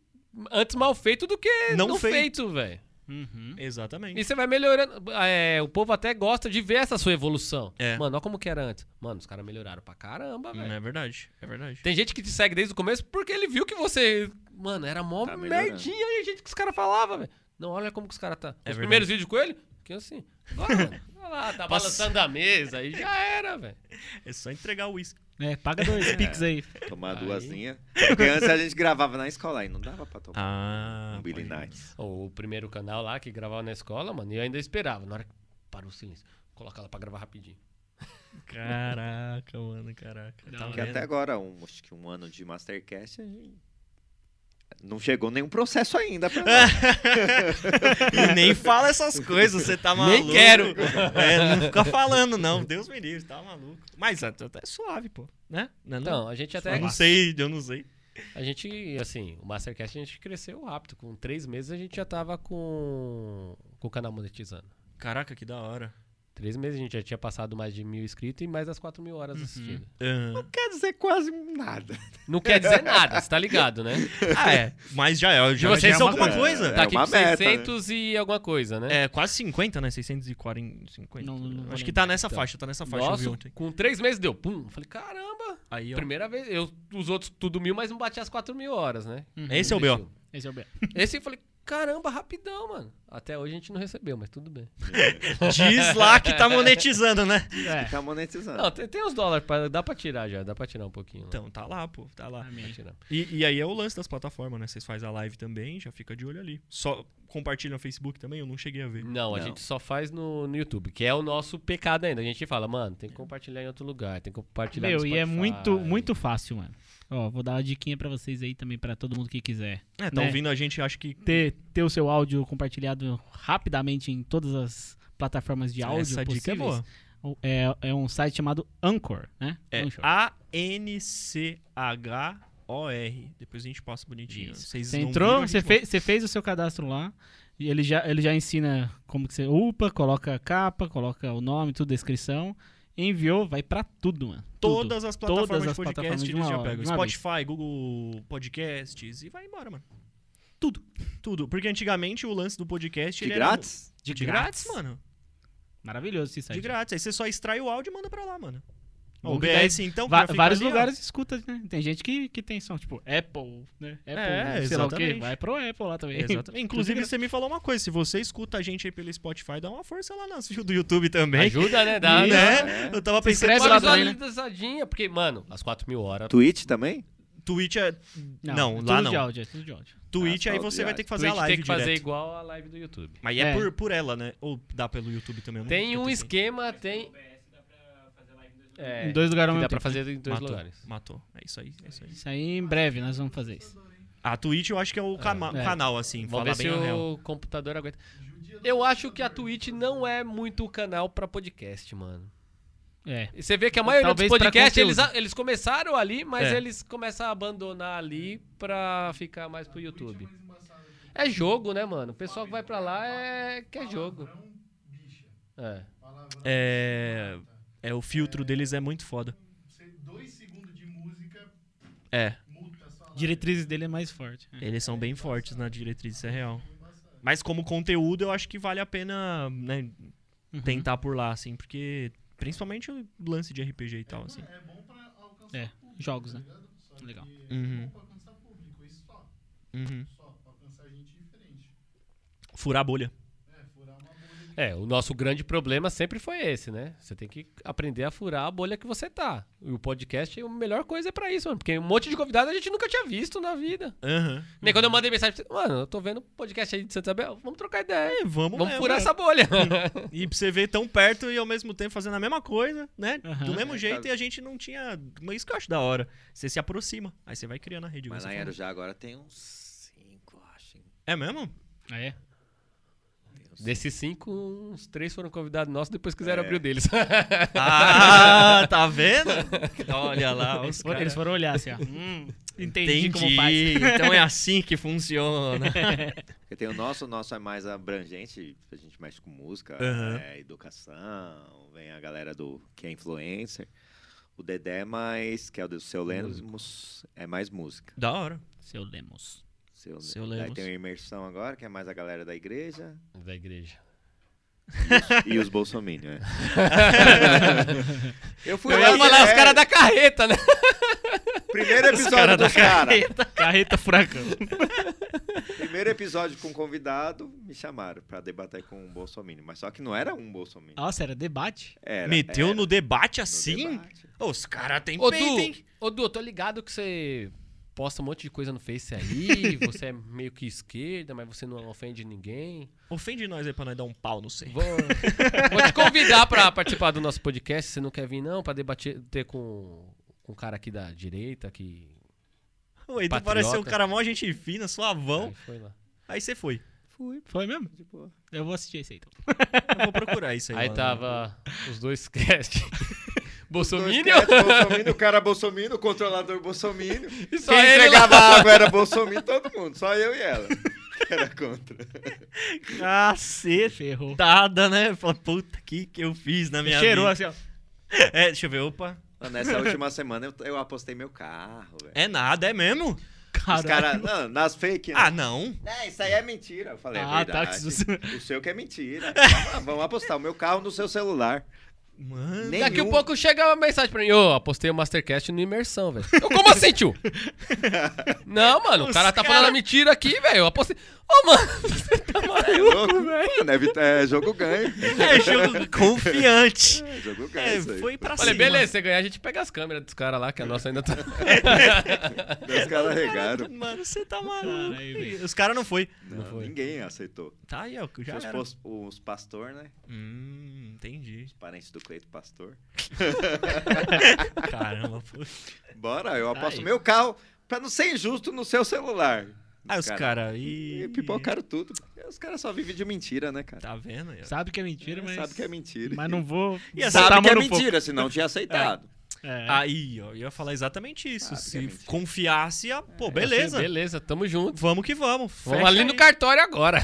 Speaker 4: Antes mal feito do que
Speaker 2: Não
Speaker 4: não,
Speaker 2: feito.
Speaker 4: feito, velho.
Speaker 1: Uhum.
Speaker 2: Exatamente.
Speaker 4: E você vai melhorando. É, o povo até gosta de ver essa sua evolução.
Speaker 2: É.
Speaker 4: Mano, olha como que era antes. Mano, os caras melhoraram pra caramba, velho.
Speaker 2: É verdade, é verdade.
Speaker 4: Tem gente que te segue desde o começo porque ele viu que você. Mano, era mó
Speaker 3: Tá melhorando.
Speaker 4: merdinha e a gente que os caras falavam, velho. Não, olha como que os caras tá. Os
Speaker 2: verdade.
Speaker 4: primeiros vídeos com ele, que assim. Bora, mano. Olha lá, tá balançando a mesa aí já era, velho.
Speaker 2: É só entregar o uísque.
Speaker 1: É, paga dois pix aí.
Speaker 3: Tomar
Speaker 4: Aí.
Speaker 3: duasinha. Porque antes a gente gravava na escola aí, não dava pra tomar.
Speaker 2: Ah.
Speaker 3: um Billy
Speaker 2: pode-
Speaker 3: Nights.
Speaker 4: O primeiro canal lá que gravava na escola, mano, e eu ainda esperava. Na hora que parou o silêncio, colocar lá pra gravar rapidinho.
Speaker 2: Caraca, mano, caraca.
Speaker 1: Da
Speaker 2: Tá
Speaker 1: hora.
Speaker 3: Porque
Speaker 2: vendo?
Speaker 3: até agora, um, acho que um ano de Mastercast, a gente... não chegou nenhum processo ainda pra nós.
Speaker 2: E nem fala essas coisas, você tá maluco.
Speaker 4: Nem quero.
Speaker 2: É, não fica falando, não. Deus me livre, tá maluco. Mas até até é suave, pô. Né? Não, é não.
Speaker 4: Então, a gente
Speaker 2: Eu
Speaker 4: até.
Speaker 2: não sei, eu não sei.
Speaker 4: A gente, assim, o Mastercast a gente cresceu rápido. Com três meses a gente já tava com, com o canal monetizando.
Speaker 2: Caraca, que da hora.
Speaker 4: Três meses a gente já tinha passado mais de mil inscritos e mais das quatro mil horas assistidas.
Speaker 2: Ah,
Speaker 3: Quer dizer quase nada.
Speaker 4: Não quer dizer nada, você tá ligado, né?
Speaker 2: Ah, é. Mas já é. Já,
Speaker 4: E vocês
Speaker 2: já é
Speaker 4: são
Speaker 2: alguma
Speaker 4: com-
Speaker 2: coisa?
Speaker 4: Tá aqui
Speaker 3: uma
Speaker 4: com
Speaker 3: meta, né?
Speaker 4: 600 e alguma coisa, né?
Speaker 2: É, quase 50, né? 640, 50.
Speaker 1: Não, não vou
Speaker 2: Acho
Speaker 1: lembrar.
Speaker 2: que tá nessa
Speaker 4: Então.
Speaker 2: faixa, tá nessa faixa. eu vi
Speaker 4: Nossa,
Speaker 2: ontem.
Speaker 4: com três meses deu. Pum, falei, caramba.
Speaker 2: Aí, ó.
Speaker 4: Primeira vez, eu, os outros tudo mil, mas não bati as quatro mil horas, né?
Speaker 2: Esse é o
Speaker 4: Não
Speaker 2: B.O.
Speaker 4: deixou.
Speaker 1: Esse é o B.
Speaker 4: Esse eu falei, caramba, rapidão, mano. Até hoje a gente não recebeu, mas tudo bem.
Speaker 2: Diz lá que tá monetizando, né?
Speaker 1: É.
Speaker 3: Tá monetizando.
Speaker 4: Não, tem, tem uns dólares, pra, dá pra tirar já, dá pra tirar um pouquinho. lá.
Speaker 2: Então, tá lá, pô, tá lá.
Speaker 4: Dá
Speaker 1: Amém.
Speaker 4: pra tirar. um
Speaker 2: E, e aí é o lance das plataformas, né? Vocês fazem a live também, já fica de olho ali. Só compartilha no Facebook também, eu não cheguei a ver.
Speaker 4: Não, a
Speaker 3: Não.
Speaker 4: gente só faz no, no YouTube, que é o nosso pecado ainda. A gente fala, mano, tem que compartilhar em outro lugar, tem que compartilhar no
Speaker 1: Meu, e é
Speaker 4: Spotify.
Speaker 1: muito, muito fácil, mano. Ó, vou dar uma diquinha pra vocês aí também, pra todo mundo que quiser.
Speaker 2: É, tá
Speaker 1: Né?
Speaker 2: ouvindo a gente, acho que.
Speaker 1: Ter, ter o seu áudio compartilhado rapidamente em todas as plataformas de áudio
Speaker 2: essa dica é
Speaker 1: possíveis.
Speaker 2: boa.
Speaker 1: É, é um site chamado Anchor, né?
Speaker 2: É
Speaker 1: Anchor.
Speaker 2: A-N-C-H-O-R. Depois a gente passa bonitinho.
Speaker 1: Isso.
Speaker 2: Vocês
Speaker 1: Você
Speaker 2: não
Speaker 1: entrou,
Speaker 2: viram, a gente
Speaker 1: você
Speaker 2: mostra.
Speaker 1: fez, você fez o seu cadastro lá. E ele já, ele já ensina como que você upa, coloca a capa, coloca o nome, tudo, descrição. Enviou, vai pra tudo, mano. Tudo.
Speaker 2: Todas as plataformas
Speaker 1: Todas as
Speaker 2: de podcast
Speaker 1: plataformas de
Speaker 2: eles
Speaker 1: uma
Speaker 2: já
Speaker 1: hora,
Speaker 2: pegam.
Speaker 1: de uma vez.
Speaker 2: Spotify, Google Podcasts e vai embora, mano. Tudo. Tudo. Porque antigamente o lance do podcast.
Speaker 3: De
Speaker 2: ele era-
Speaker 3: grátis?
Speaker 2: De, grátis, mano.
Speaker 1: Maravilhoso esse site.
Speaker 2: De grátis. Aí você só extrai o áudio e manda pra lá, mano. Ó, O
Speaker 1: Bom que daí
Speaker 2: BS, então. que
Speaker 1: Va-
Speaker 2: já fica
Speaker 1: vários
Speaker 2: ali, ó.
Speaker 1: lugares escuta, né? Tem gente que, que tem som, tipo, Apple, né? Apple,
Speaker 2: É,
Speaker 1: né? sei lá o quê.
Speaker 2: exatamente.
Speaker 1: Vai pro Apple lá também.
Speaker 2: Exatamente. Inclusive, você me falou uma coisa: se você escuta a gente aí pelo Spotify, dá uma força lá nas do YouTube também.
Speaker 4: Ajuda, né? Dá, né?
Speaker 2: né? Eu tava
Speaker 1: Se
Speaker 2: pensando
Speaker 1: inscreve
Speaker 4: Uma
Speaker 1: lá também, né?
Speaker 4: visualizadinha, porque, mano, as 4 mil horas.
Speaker 3: Twitch também?
Speaker 2: Twitch é. Não,
Speaker 1: é
Speaker 2: lá
Speaker 1: tudo de
Speaker 2: não.
Speaker 1: áudio, é tudo de áudio.
Speaker 2: tá, Twitch,
Speaker 3: Ah,
Speaker 2: aí
Speaker 3: só
Speaker 2: você
Speaker 3: de
Speaker 2: vai
Speaker 3: áudio.
Speaker 2: ter que fazer a
Speaker 4: Twitch
Speaker 2: live
Speaker 4: tem que fazer
Speaker 2: direto.
Speaker 4: igual a live do YouTube.
Speaker 2: Mas é,
Speaker 1: É.
Speaker 2: Por, por ela, né? Ou dá pelo YouTube também? eu não-
Speaker 4: Tem
Speaker 2: eu
Speaker 4: um
Speaker 2: tentei.
Speaker 4: esquema, tem. É,
Speaker 1: em dois lugares ao
Speaker 4: que
Speaker 1: mesmo
Speaker 4: dá pra
Speaker 1: tempo.
Speaker 4: fazer em dois
Speaker 2: Matou,
Speaker 4: lugares.
Speaker 2: Matou. É isso aí, é isso aí.
Speaker 1: Isso aí em breve nós vamos fazer isso.
Speaker 2: A Twitch eu acho que é o cana-
Speaker 1: é.
Speaker 2: canal, assim.
Speaker 4: Vamos
Speaker 2: falar
Speaker 4: ver
Speaker 2: bem
Speaker 4: se
Speaker 2: a
Speaker 4: o
Speaker 2: real.
Speaker 4: computador aguenta. Eu acho que a Twitch não é muito o canal pra podcast, mano.
Speaker 1: É.
Speaker 4: E Você vê que a maioria
Speaker 1: Talvez
Speaker 4: dos
Speaker 1: pra
Speaker 4: podcasts, eles,
Speaker 1: conteúdo.
Speaker 4: eles começaram ali, mas
Speaker 2: É.
Speaker 4: eles começam a abandonar ali pra ficar mais pro YouTube. É jogo, né, mano? O pessoal que vai pra lá é que é jogo.
Speaker 5: Palavrão, bicha.
Speaker 4: É.
Speaker 5: Palavrão,
Speaker 2: É.
Speaker 5: bicha, tá?
Speaker 2: É, o filtro deles é muito foda.
Speaker 5: Você- Dois segundos de música,
Speaker 2: É,
Speaker 5: multa sua live.
Speaker 1: Diretrizes dele é mais forte. É.
Speaker 2: eles são bem fortes na diretriz, isso é real. Uhum. Mas como conteúdo, eu acho que vale a pena, né, tentar por lá, assim, porque. Principalmente o lance de RPG e tal, assim.
Speaker 5: É bom pra alcançar
Speaker 1: É,
Speaker 5: público,
Speaker 1: jogos,
Speaker 5: tá
Speaker 1: né?
Speaker 5: ligado? Só
Speaker 1: Legal.
Speaker 5: que é
Speaker 2: Uhum.
Speaker 5: bom pra alcançar público, isso só.
Speaker 2: Uhum.
Speaker 5: Só, pra alcançar gente diferente.
Speaker 2: Furar a bolha.
Speaker 5: É, furar uma bolha.
Speaker 4: É, o nosso grande problema sempre foi esse, né? Você tem que aprender a furar a bolha que você tá. E o podcast é a melhor coisa pra isso, mano. Porque um monte de convidado a gente nunca tinha visto na vida.
Speaker 2: Aham.
Speaker 4: Nem quando eu mandei mensagem pra você, mano, eu tô vendo um podcast aí de Santa Isabel, vamos trocar ideia.
Speaker 2: É, vamos
Speaker 4: Vamos
Speaker 2: mesmo,
Speaker 4: furar
Speaker 2: né?
Speaker 4: essa bolha.
Speaker 2: E pra você ver tão perto e ao mesmo tempo fazendo a mesma coisa, né?
Speaker 1: Aham.
Speaker 2: Do mesmo
Speaker 3: É,
Speaker 2: jeito
Speaker 3: tá-
Speaker 2: e a gente não tinha. Mas isso que eu acho da hora. Você se aproxima. Aí você vai criando a rede. igual
Speaker 3: Mas lá
Speaker 2: você É
Speaker 3: em
Speaker 2: falou.
Speaker 3: Arujá agora tem uns cinco, acho. hein?
Speaker 2: É mesmo?
Speaker 1: Ah, é?
Speaker 3: Tem menos.
Speaker 4: Desses cinco, uns três foram convidados nossos, depois
Speaker 2: É.
Speaker 4: quiseram abrir o deles.
Speaker 2: Ah, tá vendo? Olha lá,
Speaker 1: Eles
Speaker 2: os
Speaker 1: foram,
Speaker 2: caras.
Speaker 1: eles foram olhar assim, ó. Hum, entendi,
Speaker 2: Entendi.
Speaker 1: como faz.
Speaker 2: Então é assim que funciona.
Speaker 3: Porque tem o nosso, o nosso é mais abrangente, a gente mexe com música,
Speaker 2: Aham.
Speaker 3: é, educação, vem a galera do que é influencer. O Dedé é mais, que é o do seu Lemos, é mais música.
Speaker 2: Da hora.
Speaker 1: Seu Lemos.
Speaker 3: Seu,
Speaker 2: Seu
Speaker 3: Aí
Speaker 2: Lemos.
Speaker 3: tem o Imersão agora, que é mais a galera da igreja.
Speaker 4: Da igreja.
Speaker 3: E os bolsominions, é. Eu fui
Speaker 4: Eu
Speaker 3: lá,
Speaker 4: ia falar
Speaker 2: né?
Speaker 3: é,
Speaker 4: os caras da carreta, né?
Speaker 3: Primeiro episódio
Speaker 2: cara
Speaker 3: dos caras.
Speaker 1: Carreta furacão.
Speaker 3: Primeiro episódio com um convidado, me chamaram pra debater com um bolsominion. Mas só que não era um bolsominion.
Speaker 1: Nossa, era debate?
Speaker 3: Era,
Speaker 2: Meteu
Speaker 3: era
Speaker 2: no debate Ah, assim?
Speaker 3: debate.
Speaker 2: Ô, Os caras têm
Speaker 4: Ô,
Speaker 2: peito, hein?
Speaker 4: Du, ô, Du, eu tô ligado que você posta um monte de coisa no Face aí, você é meio que esquerda, mas você não ofende ninguém.
Speaker 2: Ofende nós aí pra nós dar um pau, não sei.
Speaker 4: Vou, vou te convidar pra participar do nosso podcast, se você não quer vir não, pra debater ter com, com um cara aqui da direita, que...
Speaker 2: O Edu
Speaker 4: Patriota. É.
Speaker 2: pareceu um cara mó gente fina, suavão.
Speaker 4: Aí foi lá.
Speaker 2: Aí você foi.
Speaker 3: Fui,
Speaker 1: Foi mesmo?
Speaker 3: de boa.
Speaker 1: Eu vou assistir esse aí, então.
Speaker 2: Eu vou procurar isso aí.
Speaker 4: Aí
Speaker 2: lá, né?
Speaker 4: tava os dois cast. Bolsominion?
Speaker 3: Dois caras, Bolsominion, o cara Bolsominion, o controlador Bolsominion.
Speaker 4: E só
Speaker 3: Quem
Speaker 4: ele lá.
Speaker 3: entregava água era Bolsominion, todo mundo, só eu e ela. que Era contra.
Speaker 2: né? Cacete.
Speaker 1: Ferrou.
Speaker 2: Tada, né? Fala, puta, que que eu fiz na minha
Speaker 1: Cheirou
Speaker 2: vida?
Speaker 1: assim, ó.
Speaker 2: É, deixa eu ver, opa.
Speaker 3: Mano, nessa última semana eu, eu apostei meu carro, velho.
Speaker 2: É nada, é mesmo?
Speaker 3: Os caras, não, nas fake, né?
Speaker 2: Ah, não.
Speaker 3: É, isso aí é mentira. Eu falei,
Speaker 1: Ah,
Speaker 3: é
Speaker 1: tá,
Speaker 3: verdade.
Speaker 1: que isso-
Speaker 3: O seu que é mentira. Ah, vamos apostar o meu carro no seu celular.
Speaker 2: Mano.
Speaker 3: Nem
Speaker 4: Daqui a pouco chega uma mensagem pra mim. Ô, apostei o Mastercast no Imersão, velho. Eu, como assim, tio? Não, mano, o
Speaker 2: Os
Speaker 4: cara tá
Speaker 2: cara-
Speaker 4: falando mentira aqui, velho. Eu apostei. Ô, mano, você tá maluco,
Speaker 3: Louco,
Speaker 4: velho.
Speaker 3: mano, é, vit- é jogo ganho.
Speaker 2: É jogo confiante.
Speaker 3: É jogo ganho.
Speaker 2: É,
Speaker 3: isso aí.
Speaker 2: foi pra
Speaker 4: Falei,
Speaker 2: cima.
Speaker 4: beleza, você ganhar, a gente pega as câmeras dos caras lá, que a nossa ainda tá.
Speaker 3: Os caras regaram.
Speaker 2: Mano, você tá maluco.
Speaker 1: Caralho, velho.
Speaker 2: Os caras não foi.
Speaker 3: Não,
Speaker 4: foi.
Speaker 3: Ninguém aceitou.
Speaker 2: Tá aí, ó, que já
Speaker 3: os,
Speaker 2: era.
Speaker 3: pos- os pastor, né?
Speaker 2: Hum, entendi.
Speaker 3: Parente do Cleito Pastor.
Speaker 2: Caramba, pô.
Speaker 3: Bora, eu aposto
Speaker 1: aí.
Speaker 3: meu carro pra não ser injusto no seu celular.
Speaker 2: Aí Ah, os
Speaker 3: cara-
Speaker 2: caras
Speaker 3: E
Speaker 2: aí.
Speaker 3: pipocaram tudo. Os caras só vivem de mentira, né, cara?
Speaker 2: Tá vendo aí? ó?
Speaker 1: Sabe que é mentira, mas.
Speaker 3: Sabe que é mentira.
Speaker 1: Mas não vou.
Speaker 2: E
Speaker 1: botar a
Speaker 3: Sabe que
Speaker 1: mão
Speaker 3: é
Speaker 2: um
Speaker 1: no fogo.
Speaker 3: mentira, senão tinha aceitado.
Speaker 1: É.
Speaker 2: Aí, ó, eu ia falar exatamente isso.
Speaker 3: Sabe que é
Speaker 2: Se
Speaker 3: mentira.
Speaker 2: confiasse, ah, pô,
Speaker 4: Assim,
Speaker 2: beleza.
Speaker 4: beleza, tamo junto.
Speaker 2: Vamos que vamos.
Speaker 4: Vamos
Speaker 2: Fecha
Speaker 4: ali
Speaker 2: aí. É.
Speaker 4: no cartório agora.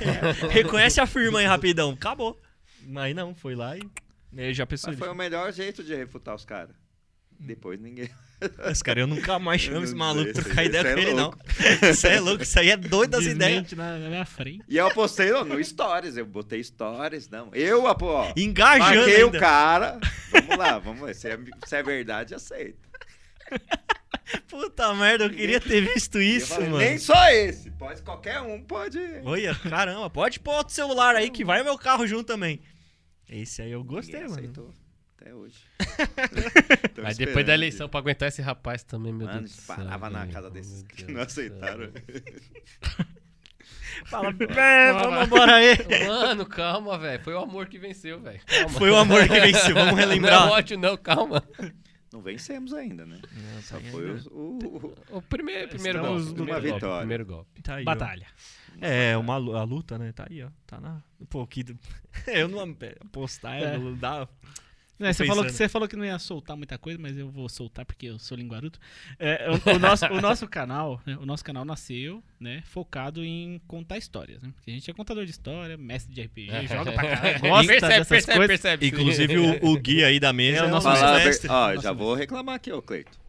Speaker 2: Reconhece a firma aí rapidão. Acabou. Mas não, foi lá e. Aí já pensou
Speaker 3: Mas foi o
Speaker 2: nisso.
Speaker 3: melhor jeito de refutar os caras. Depois ninguém.
Speaker 2: Esse cara, eu nunca mais chamo
Speaker 3: Eu
Speaker 2: esse
Speaker 3: não
Speaker 2: maluco
Speaker 3: sei,
Speaker 2: pra
Speaker 3: esse
Speaker 2: trocar
Speaker 3: aí-
Speaker 2: ideia
Speaker 3: esse
Speaker 2: com
Speaker 3: aí é
Speaker 2: ele, não.
Speaker 3: louco.
Speaker 2: Isso aí é louco, isso aí é doido das ideias.
Speaker 1: Desmente Na, na minha frente.
Speaker 3: E eu postei ó, no Stories. Eu botei Stories, não. Eu, ó, pô, ó,
Speaker 2: Engajando
Speaker 3: marquei o
Speaker 2: ainda.
Speaker 3: cara. Vamos lá, vamos ver. Se é, se é verdade, aceito.
Speaker 2: Puta merda, eu queria ter visto
Speaker 3: E eu
Speaker 2: isso,
Speaker 3: falei,
Speaker 2: mano.
Speaker 3: Nem só esse. Pode, qualquer um pode.
Speaker 2: Olha, caramba, pode pôr outro celular aí que vai meu carro junto também. Esse aí eu gostei,
Speaker 3: Ninguém
Speaker 2: mano.
Speaker 3: aceitou. Até hoje. Tão
Speaker 4: Aí depois
Speaker 3: esperando
Speaker 4: da
Speaker 3: de-
Speaker 4: eleição, pra aguentar esse rapaz também, meu
Speaker 3: Mano,
Speaker 4: Deus. do céu,
Speaker 3: parava na
Speaker 4: velho.
Speaker 3: casa desses
Speaker 4: Meu
Speaker 3: que
Speaker 4: Deus
Speaker 3: não
Speaker 4: do céu.
Speaker 3: aceitaram.
Speaker 2: Fala, "É, vamos embora aí.
Speaker 4: Mano, calma, velho. Foi o amor que venceu, velho. Calma.
Speaker 2: Foi o amor que venceu, vamos
Speaker 4: Não é
Speaker 2: relembrar.
Speaker 4: ódio, não, calma.
Speaker 3: Não vencemos ainda, né? Só foi o, o-
Speaker 4: O primeiro, primeiro
Speaker 1: Estamos
Speaker 4: golpe.
Speaker 1: numa
Speaker 4: primeiro golpe,
Speaker 3: vitória.
Speaker 4: primeiro golpe.
Speaker 2: Tá aí, ó.
Speaker 1: Batalha.
Speaker 2: É, uma, lu- a luta, né? Tá aí, ó. Tá na. Pô, que. Eu não. Postar é.
Speaker 1: É.
Speaker 2: não dá.
Speaker 1: É, você,
Speaker 2: pensando.
Speaker 1: falou que, você falou que não ia soltar muita coisa, mas eu vou soltar porque eu sou linguaruto. É, o, o nosso, o nosso canal, né, o nosso canal nasceu, né, focado em contar histórias, né? Porque a gente é contador de história, mestre de RPG, joga pra caralho, gosta dessas coisas.
Speaker 4: É. percebe.
Speaker 2: Inclusive, o, o guia aí da mesa é o nosso
Speaker 3: Falar a ver-
Speaker 2: mestre.
Speaker 3: Ó,
Speaker 1: Nosso
Speaker 3: já vou reclamar aqui, ô Cleito.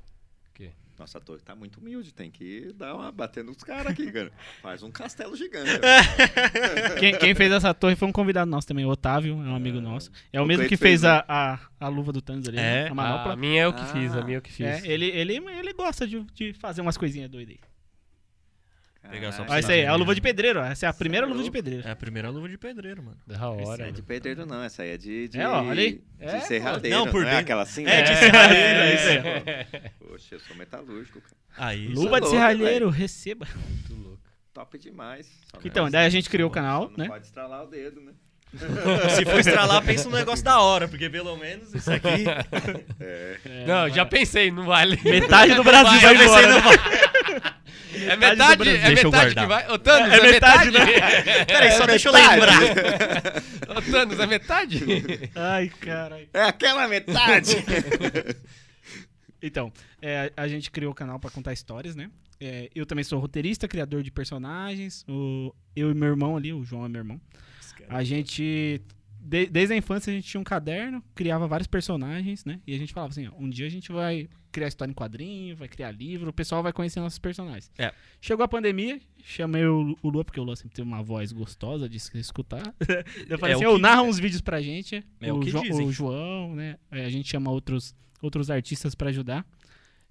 Speaker 4: quê?
Speaker 3: Nossa torre tá muito humilde, tem que dar uma bater nos caras aqui, cara. Faz um castelo gigante. ó.
Speaker 1: Quem, quem fez essa torre foi um convidado nosso também, o Otávio, é um amigo nosso. É o,
Speaker 3: o
Speaker 1: mesmo que
Speaker 3: Cleiton
Speaker 1: fez
Speaker 3: fez, né?
Speaker 1: a, a, a luva do Thanos ali,
Speaker 2: É,
Speaker 1: né? a
Speaker 4: Ah, a
Speaker 1: manopla.
Speaker 4: minha é o que
Speaker 3: Ah.
Speaker 4: fiz, a minha é o que fiz.
Speaker 1: É, ele, ele, ele gosta de, de fazer umas coisinhas doidas aí.
Speaker 2: Pegar só
Speaker 3: Caralho.
Speaker 2: pra
Speaker 1: Olha isso aí, é a luva de pedreiro, ó. Essa é a primeira luva de
Speaker 3: louco.
Speaker 1: pedreiro.
Speaker 2: É a primeira luva de pedreiro, mano.
Speaker 4: Da hora.
Speaker 3: Não é de
Speaker 4: mano.
Speaker 3: pedreiro, não. Essa aí é de. de
Speaker 1: É, ó, olha aí.
Speaker 3: De
Speaker 4: É,
Speaker 3: serradeiro.
Speaker 2: Não,
Speaker 3: Não,
Speaker 2: por
Speaker 3: é
Speaker 2: dentro.
Speaker 3: aquela assim?
Speaker 2: É, de
Speaker 3: né?
Speaker 2: serralheiro, é isso aí.
Speaker 3: Poxa, eu sou metalúrgico, cara.
Speaker 2: Aí.
Speaker 3: Lu-
Speaker 1: Luva de
Speaker 3: louco,
Speaker 1: serralheiro, receba.
Speaker 4: Muito louco.
Speaker 3: Top demais. Só
Speaker 1: Então,
Speaker 3: não- é assim,
Speaker 1: daí a gente criou o
Speaker 3: só
Speaker 1: canal,
Speaker 3: Não
Speaker 1: né?
Speaker 3: pode estralar o dedo, né?
Speaker 2: é, Se for estralar, pensa num negócio da hora, porque pelo menos isso aqui.
Speaker 3: É.
Speaker 4: É. não, já pensei, não vale.
Speaker 1: Metade do Brasil vai
Speaker 2: Eu pensei
Speaker 1: embora.
Speaker 2: no-
Speaker 4: É
Speaker 1: metade.
Speaker 4: metade,
Speaker 2: Brasil.
Speaker 4: é
Speaker 2: Deixa eu
Speaker 4: metade que
Speaker 2: guardar. né?
Speaker 4: vai. Ô, Thanos,
Speaker 1: É-
Speaker 4: é,
Speaker 1: é metade,
Speaker 4: metade? É
Speaker 2: Peraí, só deixa eu
Speaker 3: metade.
Speaker 2: lembrar.
Speaker 4: Ô, Thanos, é metade?
Speaker 1: Ai, caralho.
Speaker 3: É aquela metade.
Speaker 1: Então, é, a gente criou o canal pra contar histórias, né? É, eu também sou roteirista, criador de personagens. O, eu e meu irmão ali, o João é meu irmão. A gente. de- desde a infância a gente tinha um caderno, criava vários personagens, né? E a gente falava assim: ó, um dia a gente vai criar história em quadrinho, vai criar livro, o pessoal vai conhecer nossos personagens.
Speaker 2: É.
Speaker 1: Chegou a pandemia, chamei o, o Lua, porque o Lua sempre teve uma voz gostosa de se escutar. Eu falei
Speaker 2: É
Speaker 1: assim:
Speaker 2: o
Speaker 1: "Ô,
Speaker 2: que-
Speaker 1: narra uns vídeos pra gente.
Speaker 2: É o que
Speaker 1: Jo-
Speaker 2: dizem.
Speaker 1: o João, né? É, a gente chama outros, outros artistas pra ajudar.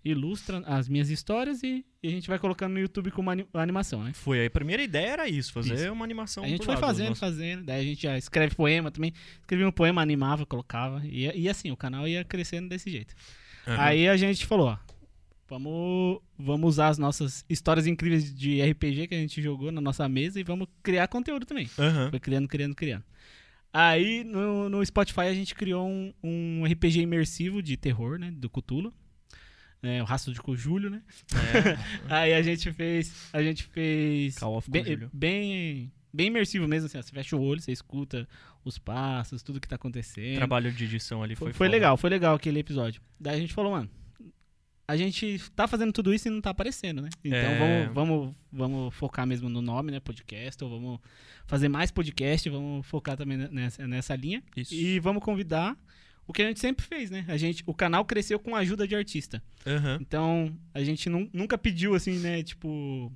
Speaker 1: Ilustra as minhas histórias e, e a gente vai colocando no YouTube com uma ani- animação, né?
Speaker 2: Foi a primeira ideia era isso, fazer uma animação.
Speaker 1: a gente
Speaker 2: por
Speaker 1: foi
Speaker 2: lá do
Speaker 1: Então, fazendo,
Speaker 2: nosso-
Speaker 1: fazendo. Daí a gente já escreve poema também. Escrevia um poema, animava, colocava. E, e assim, o canal ia crescendo desse jeito.
Speaker 2: Aham.
Speaker 1: Aí a gente falou, ó. Vamos, vamos usar as nossas histórias incríveis de RPG que a gente jogou na nossa mesa e vamos criar conteúdo também.
Speaker 2: Aham.
Speaker 1: Foi criando, criando, criando. Aí no, no Spotify a gente criou um, um RPG imersivo de terror, né? Do Cthulhu. É, o rastro de Cojulho, né?
Speaker 2: É,
Speaker 1: Aí a gente fez. A gente fez.
Speaker 2: Call of
Speaker 1: bem,
Speaker 2: Cthulhu.
Speaker 1: bem, bem imersivo mesmo, assim, ó, Você fecha o olho, você escuta os passos, tudo que tá acontecendo.
Speaker 2: Trabalho de edição ali
Speaker 1: Foi,
Speaker 2: foi
Speaker 1: foi
Speaker 2: foda.
Speaker 1: legal, foi legal aquele episódio. Daí a gente falou, mano, a gente tá fazendo tudo isso e não tá aparecendo, né? Então
Speaker 2: É.
Speaker 1: vamos, vamos, vamos focar mesmo no nome, né? Podcast, ou vamos fazer mais podcast, vamos focar também ne- nessa, nessa linha.
Speaker 2: Isso.
Speaker 1: E vamos convidar o que a gente sempre fez, né? A gente, o canal cresceu com a ajuda de artista.
Speaker 2: Aham.
Speaker 1: Então, a gente nun- nunca pediu, assim, né? Tipo,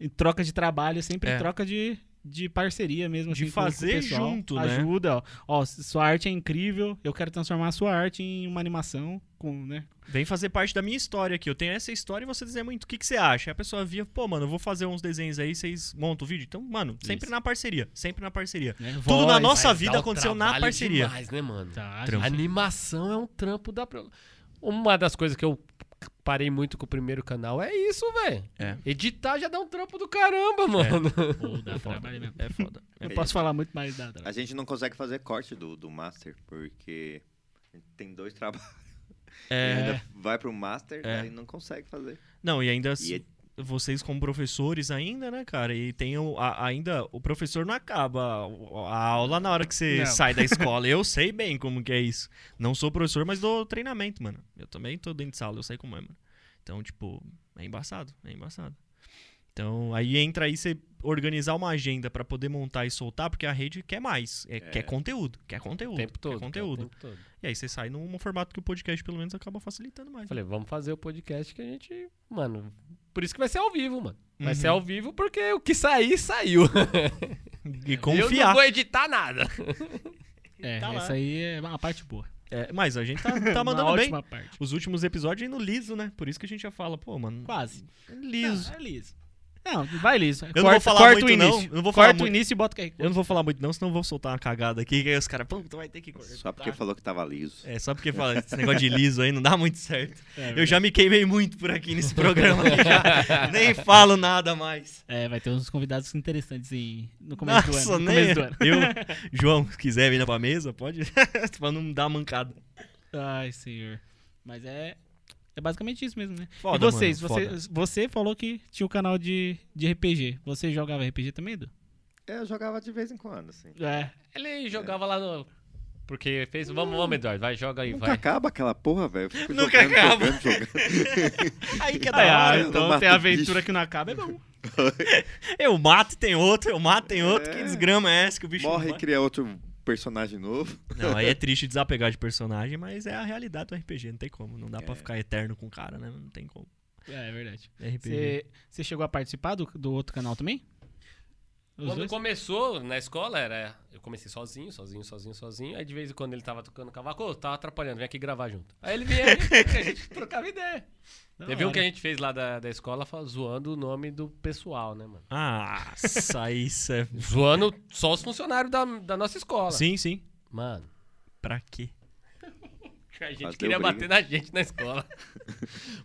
Speaker 1: em troca de trabalho, sempre
Speaker 2: É.
Speaker 1: em troca de, de parceria mesmo.
Speaker 2: De
Speaker 1: assim, com- com o
Speaker 2: fazer
Speaker 1: pessoal.
Speaker 2: junto, né?
Speaker 1: Ajuda, ó. Ó, s- sua arte é incrível, eu quero transformar a sua arte em uma animação, com, né?
Speaker 2: Vem fazer parte da minha história aqui. Eu tenho essa história e você dizer muito o que, que você acha. Aí a pessoa via, pô, mano, eu vou fazer uns desenhos aí, vocês montam o vídeo. Então, mano, sempre
Speaker 1: Isso.
Speaker 2: na parceria. Sempre na parceria.
Speaker 1: Né?
Speaker 2: Tudo na nossa
Speaker 4: Mas dá
Speaker 2: vida
Speaker 4: um
Speaker 2: aconteceu na
Speaker 4: trabalho
Speaker 2: parceria.
Speaker 4: Demais, né, mano?
Speaker 1: Tá,
Speaker 2: Trampo.
Speaker 1: gente.
Speaker 4: Animação é um trampo da. pro- Uma das coisas que eu parei muito com o primeiro canal é isso, velho.
Speaker 2: É.
Speaker 4: Editar já dá um trampo do caramba, mano.
Speaker 1: Pô, dá trabalho mesmo.
Speaker 2: É foda.
Speaker 1: Eu posso falar muito mais da
Speaker 3: A gente não consegue fazer corte do, do Master, porque a gente tem dois trabalhos. Ainda vai pro Master
Speaker 2: É.
Speaker 3: e não consegue fazer.
Speaker 2: Não, e ainda
Speaker 3: E é-
Speaker 2: vocês como professores ainda, né, cara? E tem o, a- ainda o professor não acaba a a aula na hora que você
Speaker 1: Não.
Speaker 2: sai da escola. Eu sei bem como que é isso. Não sou professor, mas dou treinamento, mano. Eu também tô dentro de sala, eu sei como é, mano. Então, tipo, é embaçado, é embaçado. Então, aí entra aí você organizar uma agenda pra poder montar e soltar, porque a rede quer mais, é, quer conteúdo, quer conteúdo,
Speaker 4: O tempo todo.
Speaker 2: quer conteúdo.
Speaker 4: O tempo todo.
Speaker 2: E aí você sai num num formato que o podcast pelo menos acaba facilitando mais. né?
Speaker 4: Falei, vamos fazer o podcast que a gente. Mano, por isso que vai ser ao vivo, mano. Vai
Speaker 2: Uhum.
Speaker 4: ser ao vivo porque o que sair, saiu.
Speaker 2: E
Speaker 4: Eu não
Speaker 2: confiar.
Speaker 4: vou editar nada.
Speaker 1: É,
Speaker 2: tá lá.
Speaker 1: essa aí é uma parte boa.
Speaker 2: É, mas a gente tá, tá
Speaker 1: Uma
Speaker 2: mandando bem.
Speaker 1: ótima parte.
Speaker 2: Os últimos episódios indo liso, né? Por isso que a gente já fala, pô, mano.
Speaker 1: Quase.
Speaker 2: é Liso.
Speaker 1: Não, é liso. Não, vai liso. Eu
Speaker 2: não vou falar muito, não. Eu não vou falar
Speaker 1: corta o
Speaker 2: muito.
Speaker 1: início e bota o QR Code.
Speaker 2: Eu não vou falar muito, não, senão eu vou soltar uma cagada aqui. Que aí os caras, pô, tu vai ter que cortar.
Speaker 3: Só porque falou que tava liso.
Speaker 2: É, só porque fala esse negócio de liso aí não dá muito certo.
Speaker 1: É,
Speaker 2: eu já me queimei muito por aqui nesse programa. já nem falo nada mais.
Speaker 1: É, vai ter uns convidados interessantes em, no começo do ano. No
Speaker 2: né?
Speaker 1: começo do ano.
Speaker 2: Eu, João, se quiser vir pra mesa, pode. pra não dar mancada.
Speaker 1: Ai, senhor. Mas é. É basicamente isso mesmo, né?
Speaker 2: Foda,
Speaker 1: e vocês,
Speaker 2: mano,
Speaker 1: você,
Speaker 2: foda.
Speaker 1: você falou que tinha o canal de, de RPG. Você jogava RPG também, Edu?
Speaker 3: É, eu jogava de vez em quando, assim.
Speaker 1: É.
Speaker 4: Ele jogava lá no. Porque fez. Vamos, vamos, Eduardo. Vai, joga
Speaker 2: Um
Speaker 4: aí,
Speaker 3: Nunca
Speaker 4: vai.
Speaker 3: acaba aquela porra, velho. Eu fico
Speaker 2: Nunca
Speaker 3: jogando,
Speaker 2: acaba.
Speaker 3: jogando, jogando.
Speaker 2: Aí que é da
Speaker 1: Ah,
Speaker 2: hora.
Speaker 3: eu não
Speaker 1: então
Speaker 3: mato
Speaker 1: tem aventura
Speaker 3: bicho.
Speaker 1: que não acaba, é bom.
Speaker 2: Eu mato e tem outro, eu mato e tem outro.
Speaker 3: É.
Speaker 2: Que desgrama é essa que o bicho
Speaker 3: Morre
Speaker 2: não
Speaker 3: e cria outro personagem novo.
Speaker 2: Não, aí é triste desapegar de personagem, mas é a realidade do RPG, não tem como. Não dá pra ficar eterno com o cara, né? Não tem como.
Speaker 1: É, é verdade.
Speaker 2: RPG.
Speaker 1: Você você chegou a participar do, do outro canal também? Os
Speaker 4: Quando
Speaker 1: dois?
Speaker 4: começou na escola, era. Eu comecei sozinho, sozinho, sozinho, sozinho. Aí de vez em quando ele tava tocando cavaco, ô, tava atrapalhando, vem aqui gravar junto. Aí ele vinha e a gente trocava ideia.
Speaker 1: Da
Speaker 4: Teve um
Speaker 1: hora.
Speaker 2: né?
Speaker 4: que a gente fez lá da, da escola fa- zoando o nome do pessoal, né, mano?
Speaker 2: Ah, isso é.
Speaker 4: Zoando só os funcionários da, da nossa escola.
Speaker 2: Sim, sim.
Speaker 4: Mano,
Speaker 2: Pra quê?
Speaker 4: A gente
Speaker 3: Bateu
Speaker 4: queria
Speaker 3: briga.
Speaker 4: bater na gente na escola.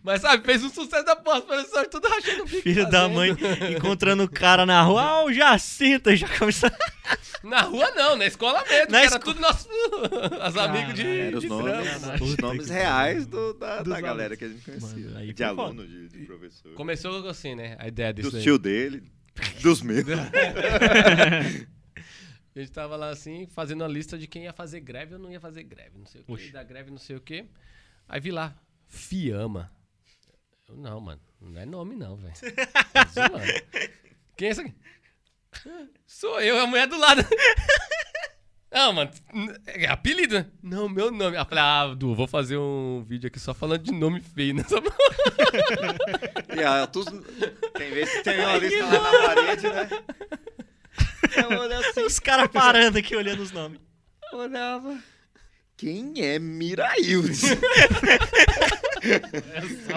Speaker 4: Mas sabe, fez um sucesso da porra, os professores tudo rachando o bico.
Speaker 2: Filho da
Speaker 4: tá fazendo.
Speaker 2: mãe encontrando o cara na rua. Ah, o Jacinta já começou.
Speaker 4: Na rua não, na escola mesmo.
Speaker 2: Na
Speaker 4: que
Speaker 2: esco-
Speaker 4: era tudo nosso. Os amigos de.
Speaker 3: Era os
Speaker 4: de
Speaker 3: nomes,
Speaker 4: trampo.
Speaker 3: os
Speaker 2: Puta
Speaker 3: nomes
Speaker 2: que
Speaker 3: reais do- da,
Speaker 1: Dos
Speaker 3: da galera
Speaker 1: alunos.
Speaker 3: que a gente conhecia.
Speaker 2: Mano, aí
Speaker 3: de
Speaker 2: foi
Speaker 3: aluno, de, de professor.
Speaker 4: Começou assim, né? A ideia disso.
Speaker 3: Dos
Speaker 4: aí.
Speaker 3: tio dele, dos meus.
Speaker 4: A gente tava lá assim, fazendo a lista de quem ia fazer greve ou não ia fazer greve, não sei o quê, da greve, não sei o quê. Aí vi lá, Fiama. Eu, não, mano, não é nome não, velho. Tá zoando. quem é essa aqui? Sou eu, é a mulher do lado. Não, mano, é apelido, né? Não, meu nome. Ah, falei, ah, Du, vou fazer um vídeo aqui só falando de nome feio né? nessa porra.
Speaker 3: e a, tu, tem vezes que tem uma lista lá na parede, né? Eu olhava assim,
Speaker 2: Os caras parando aqui olhando os nomes.
Speaker 3: olhava. Quem é Miraildes?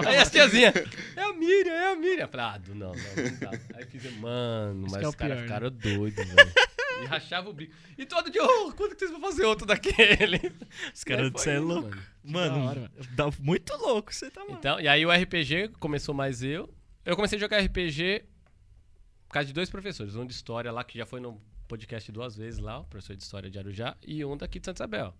Speaker 4: Aí as tiazinhas, é a Miriam, é a Miriam. Eu Falei, ah, Du, não, não, não dá. Aí fizemos, mano,
Speaker 1: Isso
Speaker 4: mas
Speaker 1: que é o
Speaker 4: os caras
Speaker 1: pior,
Speaker 4: ficaram doidos, velho. E rachava o bico. E todo dia, ô, quando que vocês vão fazer outro daquele?
Speaker 2: Os caras,
Speaker 4: Aí
Speaker 2: você
Speaker 4: foi
Speaker 2: é
Speaker 4: indo,
Speaker 2: louco.
Speaker 4: mano.
Speaker 2: Mano,
Speaker 1: da hora, mano.
Speaker 2: dá muito louco você tá, mano.
Speaker 4: Então, e aí o RPG começou mais eu. Eu comecei a jogar RPG por causa de dois professores. Um de história lá, que já foi no podcast duas vezes lá, o professor de história de Arujá, e um daqui de Santa Isabel.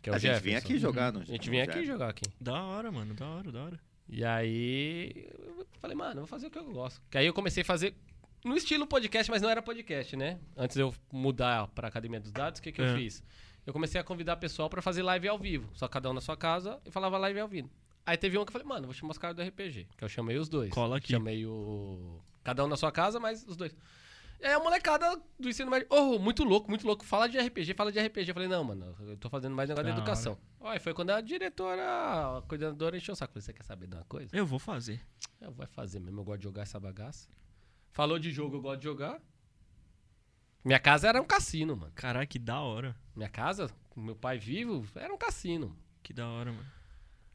Speaker 4: Que é o
Speaker 3: a gente vinha
Speaker 4: Jefferson.
Speaker 3: aqui jogar, não? É.
Speaker 4: A gente vinha aqui jogar aqui.
Speaker 2: Da hora, mano, da hora, da hora.
Speaker 4: E aí eu falei, mano, eu vou fazer o que eu gosto. Que aí eu comecei a fazer no estilo podcast, mas não era podcast, né? Antes de eu mudar pra Academia dos Dados, o que, que
Speaker 2: É.
Speaker 4: eu fiz? Eu comecei a convidar pessoal pra fazer live ao vivo. Só cada um na sua casa e falava live ao vivo. Aí teve um que eu falei, mano, vou chamar os caras do RPG. Que eu chamei os dois.
Speaker 2: Cola aqui.
Speaker 4: Chamei o. Cada um na sua casa, mas os dois. É a molecada do ensino médio. Oh, muito louco, muito louco. Fala de RPG, fala de RPG. Eu falei, não, mano, eu tô fazendo mais negócio
Speaker 1: Da
Speaker 4: de educação. Aí foi quando a diretora, a coordenadora encheu o saco. Falei, Você quer saber de uma coisa?
Speaker 2: Eu vou fazer.
Speaker 4: Eu vou É, fazer mesmo, eu gosto de jogar essa bagaça. Falou de jogo, eu gosto de jogar. Minha casa era um cassino, mano.
Speaker 2: Caraca, que da hora.
Speaker 4: Minha casa, com meu pai vivo, era um cassino.
Speaker 2: Que da hora, mano.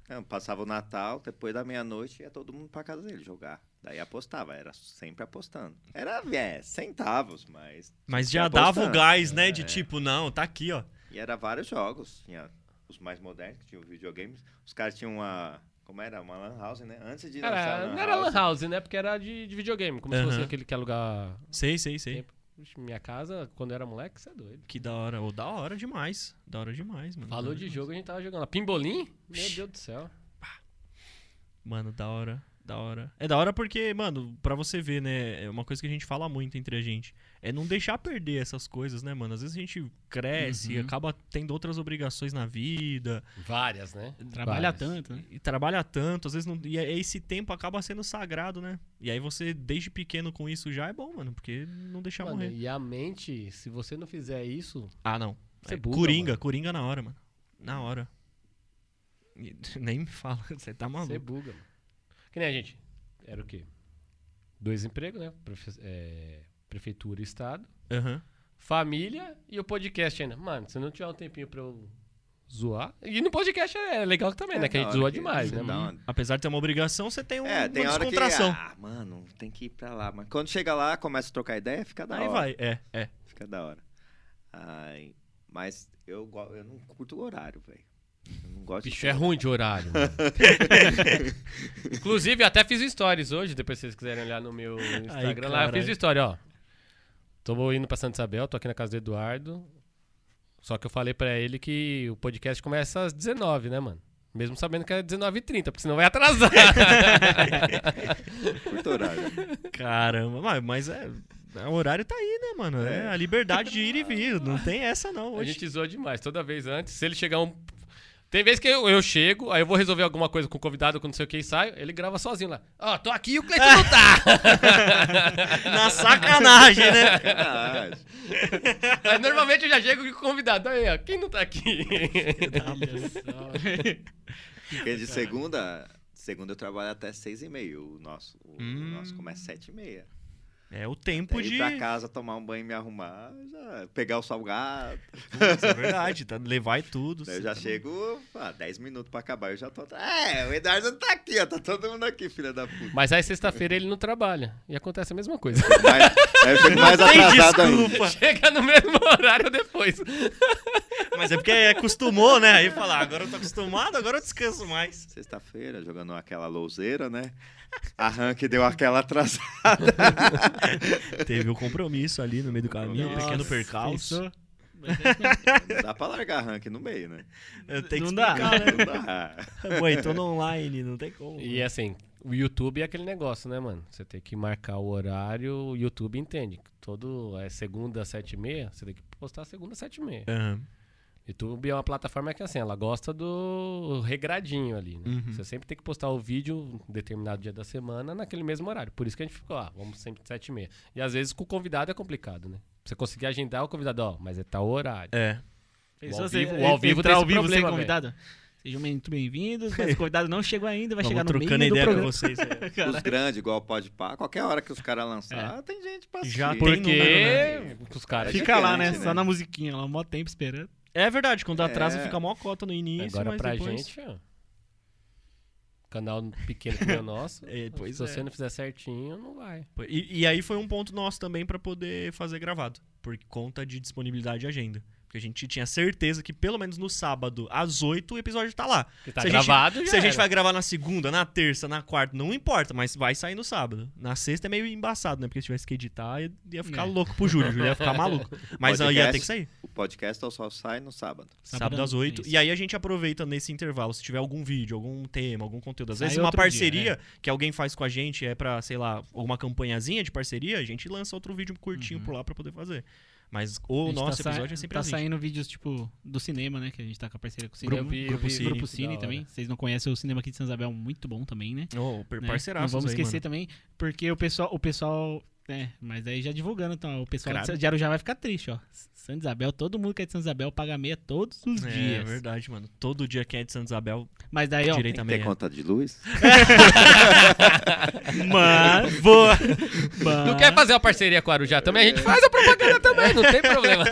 Speaker 3: Não, passava o Natal, depois da meia-noite ia todo mundo pra casa dele jogar. Daí apostava, era sempre apostando. Era é, centavos, mas.
Speaker 2: Mas
Speaker 3: Tinha
Speaker 2: já dava o
Speaker 3: apostado.
Speaker 2: gás, né? De tipo, não, tá aqui, ó.
Speaker 3: E era vários jogos. Tinha os mais modernos, que tinham videogames. Os caras tinham uma. Como era? Uma Lan House, né? Antes de lançar. a
Speaker 4: Era,
Speaker 3: lan
Speaker 4: não era lan
Speaker 3: house,
Speaker 4: house, né? Porque era de, de videogame, como se fosse
Speaker 2: Aham.
Speaker 4: aquele que alugar.
Speaker 2: Sei, sei, sei.
Speaker 4: tempo. Ixi, Minha casa, quando eu era moleque, você é doido.
Speaker 2: Que da hora. Ô, da hora demais. Da hora demais, mano. Da
Speaker 4: Falou
Speaker 2: hora
Speaker 4: de
Speaker 2: demais.
Speaker 4: jogo, a gente tava jogando. lá. Pimbolim? Meu Deus do céu.
Speaker 2: Mano, da hora, da hora. É da hora porque, mano, pra você ver, né? É uma coisa que a gente fala muito entre a gente. É não deixar perder essas coisas, né, mano? Às vezes a gente
Speaker 4: Uhum.
Speaker 2: cresce, acaba tendo outras obrigações na vida.
Speaker 4: Várias, né?
Speaker 1: Trabalha
Speaker 4: Várias.
Speaker 1: tanto, né?
Speaker 2: E trabalha tanto, às vezes não. E aí esse tempo acaba sendo sagrado, né? E aí você, desde pequeno com isso já é bom, mano, porque não deixar
Speaker 4: Mano,
Speaker 2: morrer.
Speaker 4: e a mente, se você não fizer isso,
Speaker 2: Ah, não.
Speaker 4: Você
Speaker 2: É,
Speaker 4: buga,
Speaker 2: coringa,
Speaker 4: mano.
Speaker 2: coringa na hora, mano. Na hora. E- Nem me fala, você tá
Speaker 4: Você
Speaker 2: maluco.
Speaker 4: buga, mano. Que nem a gente. Era o quê? Dois empregos, né? Prefe- é, prefeitura e Estado.
Speaker 2: Aham.
Speaker 4: Família e o podcast ainda. Mano, se não tiver um tempinho pra eu zoar. E no podcast é legal também, né? Que a gente zoa demais, né, mano?
Speaker 2: Apesar de ter uma obrigação, você tem, um,
Speaker 3: É, tem
Speaker 2: uma
Speaker 3: hora que.
Speaker 2: descontração.
Speaker 3: Ah, mano, tem que ir pra lá. Mas quando chega lá, começa a trocar ideia, fica da
Speaker 2: Aí
Speaker 3: hora.
Speaker 2: vai, é, é.
Speaker 3: Fica da hora. Ai, mas eu, go- eu não curto o horário, velho. Eu não gosto
Speaker 4: Bicho,
Speaker 3: de.
Speaker 4: é ruim de horário. mano. Inclusive, até fiz um stories hoje, depois se vocês quiserem olhar no meu Instagram lá, eu
Speaker 2: caralho.
Speaker 4: fiz um story, ó. Tô indo pra Santa Isabel, tô aqui na casa do Eduardo. Só que eu falei pra ele que o podcast começa às 19, né, mano? Mesmo sabendo que é 19h30, porque senão vai atrasar.
Speaker 3: curto horário.
Speaker 2: Caramba, mas, mas é. O horário tá aí, né, mano? É. a liberdade de ir e vir. Não tem essa, não.
Speaker 4: a
Speaker 2: Hoje.
Speaker 4: gente zoa demais, toda vez antes. Se ele chegar um. Tem vez que eu, eu chego, aí eu vou resolver alguma coisa com o convidado, com não sei o que, e saio, ele grava sozinho lá. Ó, tô aqui e o Cleiton não tá!
Speaker 2: Na sacanagem,
Speaker 3: É
Speaker 2: né?
Speaker 3: Sacanagem.
Speaker 4: Mas normalmente eu já chego com o convidado. Aí, ó, quem não tá aqui?
Speaker 3: Porque de segunda, segunda eu trabalho até seis e meia. O nosso, o
Speaker 2: Hum.
Speaker 3: nosso começa sete e meia.
Speaker 2: É o tempo
Speaker 3: Daí ir
Speaker 2: de.
Speaker 3: pra casa, tomar um banho e me arrumar, já pegar o salgado.
Speaker 2: Putz, é verdade, tá, levar e tudo.
Speaker 3: Daí eu
Speaker 2: cê
Speaker 3: já
Speaker 2: tá
Speaker 3: chego, ah, 10 minutos pra acabar, eu já tô. É, o Eduardo não tá aqui, ó. Tá todo mundo aqui, filha da puta.
Speaker 4: Mas aí sexta-feira ele não trabalha. E acontece a mesma coisa.
Speaker 3: Mas, aí eu chego mais
Speaker 2: no- Tem
Speaker 3: atrasado ainda.
Speaker 2: desculpa.
Speaker 4: Chega no mesmo horário depois.
Speaker 2: Mas é porque acostumou, né? Aí falar, agora eu tô acostumado, agora eu descanso mais.
Speaker 3: Sexta-feira, jogando aquela louzeira, né? Arranque deu aquela atrasada.
Speaker 2: Teve o compromisso ali no meio do caminho, um
Speaker 1: Nossa,
Speaker 2: pequeno percalço.
Speaker 1: pensou? Mas é isso mesmo.
Speaker 3: Não dá pra largar arranque no meio, né?
Speaker 2: Eu tenho que
Speaker 1: Não dá.
Speaker 2: explicar, né?
Speaker 3: Não dá.
Speaker 2: Bom, então no online, não tem como.
Speaker 4: E assim, o YouTube é aquele negócio, né, mano? Você tem que marcar o horário, o YouTube entende. Todo é segunda às 7h30, você tem que postar segunda às 7h30.
Speaker 2: Aham.
Speaker 4: YouTube é uma plataforma que assim, ela gosta do regradinho ali, né?
Speaker 2: Uhum.
Speaker 4: Você sempre tem que postar o vídeo um determinado dia da semana naquele mesmo horário. Por isso que a gente ficou, ah, vamos sempre de 7 e meia. E às vezes com o convidado é complicado, né? Você conseguir agendar o convidado, ó, mas é tal horário.
Speaker 2: É.
Speaker 1: Pensou
Speaker 4: O ao
Speaker 1: você
Speaker 4: vivo- o ao vivo
Speaker 1: entrar
Speaker 4: tem
Speaker 1: ao
Speaker 4: esse
Speaker 1: vivo sem
Speaker 4: problema,
Speaker 1: convidado? Sejam muito bem-vindos, mas o convidado não chegou ainda, vai
Speaker 2: Vamos
Speaker 1: chegar no meio
Speaker 2: trocando
Speaker 1: do
Speaker 2: ideia com
Speaker 1: programa.
Speaker 2: vocês. é.
Speaker 3: Os grandes, igual pode pá, qualquer hora que os caras lançar, tem gente pra
Speaker 2: Já
Speaker 3: assistir.
Speaker 2: tem
Speaker 4: Porque
Speaker 2: número, né?
Speaker 4: os caras.
Speaker 3: Fica
Speaker 1: Fica lá, né?
Speaker 3: Gigante, né?
Speaker 1: Só na musiquinha, lá, mó tempo esperando.
Speaker 2: É verdade, quando atrasa
Speaker 3: É.
Speaker 2: fica mó cota no início,
Speaker 4: Agora
Speaker 2: mas
Speaker 4: pra
Speaker 2: depois...
Speaker 4: gente, ó, canal pequeno como é o nosso.
Speaker 2: É, pois
Speaker 4: se
Speaker 2: é.
Speaker 4: você não fizer certinho, não vai.
Speaker 2: E, e aí foi um ponto nosso também pra poder fazer gravado, por conta de disponibilidade e agenda. Porque a gente tinha certeza que pelo menos no sábado, às 8, o episódio tá lá.
Speaker 4: Porque tá
Speaker 2: Se a gente-
Speaker 4: gravado, já
Speaker 2: Se a gente
Speaker 4: era.
Speaker 2: vai gravar na segunda, na terça, na quarta, não importa, mas vai sair no sábado. Na sexta é meio embaçado, né? Porque se tivesse que editar, ia- ia ficar
Speaker 1: É.
Speaker 2: louco pro Júlio. O Júlio ia ficar maluco. Mas aí ia ter que sair.
Speaker 3: O podcast só sai no sábado.
Speaker 2: Sábado,
Speaker 1: Sábado,
Speaker 2: às 8.
Speaker 1: isso.
Speaker 2: E aí a gente aproveita nesse intervalo, se tiver algum vídeo, algum tema, algum conteúdo. Às
Speaker 1: Sai
Speaker 2: vezes uma
Speaker 1: outro dia, é.
Speaker 2: parceria que alguém faz com a gente é pra, sei lá, alguma campanhazinha de parceria, a gente lança outro vídeo curtinho por lá pra poder fazer. Mas o
Speaker 1: Uhum. A gente
Speaker 2: nosso
Speaker 1: tá sa-
Speaker 2: episódio é sempre
Speaker 1: Tá
Speaker 2: assim.
Speaker 1: saindo vídeos, tipo, do cinema, né? Que a gente tá com a parceria com o cinema.
Speaker 4: Grupo-
Speaker 2: Grupo
Speaker 1: Grupo
Speaker 2: Cine.
Speaker 1: Grupo
Speaker 4: Que da
Speaker 1: Cine
Speaker 4: hora.
Speaker 1: também. Vocês não conhecem o cinema aqui de São Isabel, muito bom também, né?
Speaker 2: Ô,
Speaker 1: né?
Speaker 2: per-
Speaker 1: Não
Speaker 2: parceiraços
Speaker 1: vamos
Speaker 2: aí,
Speaker 1: esquecer
Speaker 2: mano.
Speaker 1: também, porque o pessoal, o pessoal, né, mas aí já divulgando, então, o pessoal
Speaker 2: Claro.
Speaker 1: de Arujá vai ficar triste, ó. Santa Isabel, todo mundo que é de Santa Isabel paga meia todos os
Speaker 2: É
Speaker 1: dias.
Speaker 2: verdade, mano. Todo dia quem é de Santa Isabel,
Speaker 1: Mas daí, ó,
Speaker 2: direita à
Speaker 3: Tem
Speaker 2: meia.
Speaker 3: conta de luz?
Speaker 1: mas... Boa!
Speaker 4: Não
Speaker 2: Ah.
Speaker 4: quer fazer uma parceria com o Arujá também? A gente faz a propaganda também, não tem problema.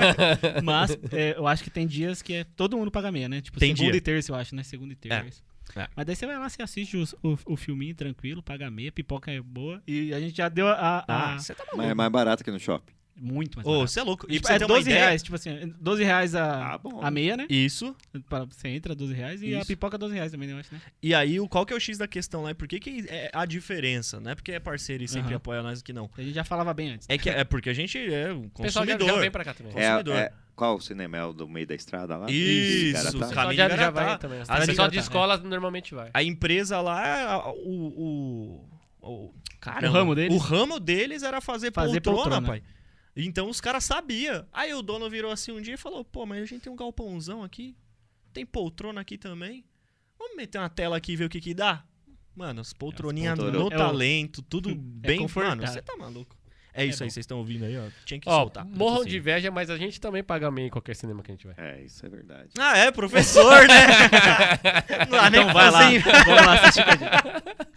Speaker 1: Mas é, eu acho que tem dias que é todo mundo paga meia, né? Tipo,
Speaker 2: Tem
Speaker 1: segunda
Speaker 2: dia.
Speaker 1: e terça, eu acho, né? Segunda e terça.
Speaker 2: É.
Speaker 1: Mas daí você vai lá, você assiste os- o, o filminho tranquilo, paga meia, pipoca é boa. E a gente já deu a. a-
Speaker 2: Ah,
Speaker 1: a-
Speaker 2: você tá
Speaker 3: Mas
Speaker 2: maluco.
Speaker 3: é mais barato que no shopping.
Speaker 1: muito mais.
Speaker 2: Ô,
Speaker 1: barato.
Speaker 2: você é louco. E
Speaker 1: Tipo,
Speaker 2: pra você
Speaker 1: é
Speaker 2: ter uma
Speaker 1: 12
Speaker 2: ideia...
Speaker 1: reais, tipo assim, 12 reais a,
Speaker 3: Ah, bom.
Speaker 1: a meia, né?
Speaker 2: Isso.
Speaker 1: Pra- Você entra 12 reais e a
Speaker 2: Isso.
Speaker 1: pipoca 12 reais também, né? Eu acho, né?
Speaker 2: E aí, o- qual que é o X da questão lá? E por que, que é a diferença? Não é porque é parceiro e sempre
Speaker 1: Aham.
Speaker 2: apoia nós aqui, não.
Speaker 1: A gente já falava bem antes.
Speaker 2: É que é porque a gente é um
Speaker 4: O pessoal já,
Speaker 2: consumidor.
Speaker 4: já vem pra cá também.
Speaker 2: É,
Speaker 4: O
Speaker 2: Consumidor.
Speaker 3: qual o cinema? É o do meio da estrada lá? tá-
Speaker 2: Isso,
Speaker 3: Garatá?
Speaker 2: o
Speaker 4: pessoal
Speaker 2: caminho
Speaker 4: já, já
Speaker 2: Garatá.
Speaker 4: vai também.
Speaker 2: As- tá.
Speaker 4: O pessoal tá.
Speaker 1: Garatá,
Speaker 4: de escola normalmente vai.
Speaker 2: A empresa lá, a- o. o, o caramba,
Speaker 1: O ramo deles?
Speaker 2: o ramo deles era fazer,
Speaker 1: Fazer
Speaker 2: poltrona,
Speaker 1: poltrona.
Speaker 2: pai. Então os caras sabiam. Aí o dono virou assim um dia e falou: pô, mas a gente tem um galpãozão aqui, tem poltrona aqui também. Vamos meter uma tela aqui e ver o que que dá? Mano, as poltroninhas
Speaker 3: poltronas.
Speaker 2: no
Speaker 1: É o-
Speaker 2: talento, tudo bem. Mano,
Speaker 1: confortável.
Speaker 2: você tá maluco. É isso aí, vocês estão ouvindo aí, ó. Tinha que
Speaker 4: Ó,
Speaker 2: soltar.
Speaker 4: morram de inveja, mas a gente também paga meia em qualquer cinema que a gente vai.
Speaker 3: É, isso é verdade.
Speaker 2: Ah, é, professor, né? Não dá nem
Speaker 1: Então vai
Speaker 2: pra
Speaker 1: lá,
Speaker 2: fazer
Speaker 1: vamos lá assistir com a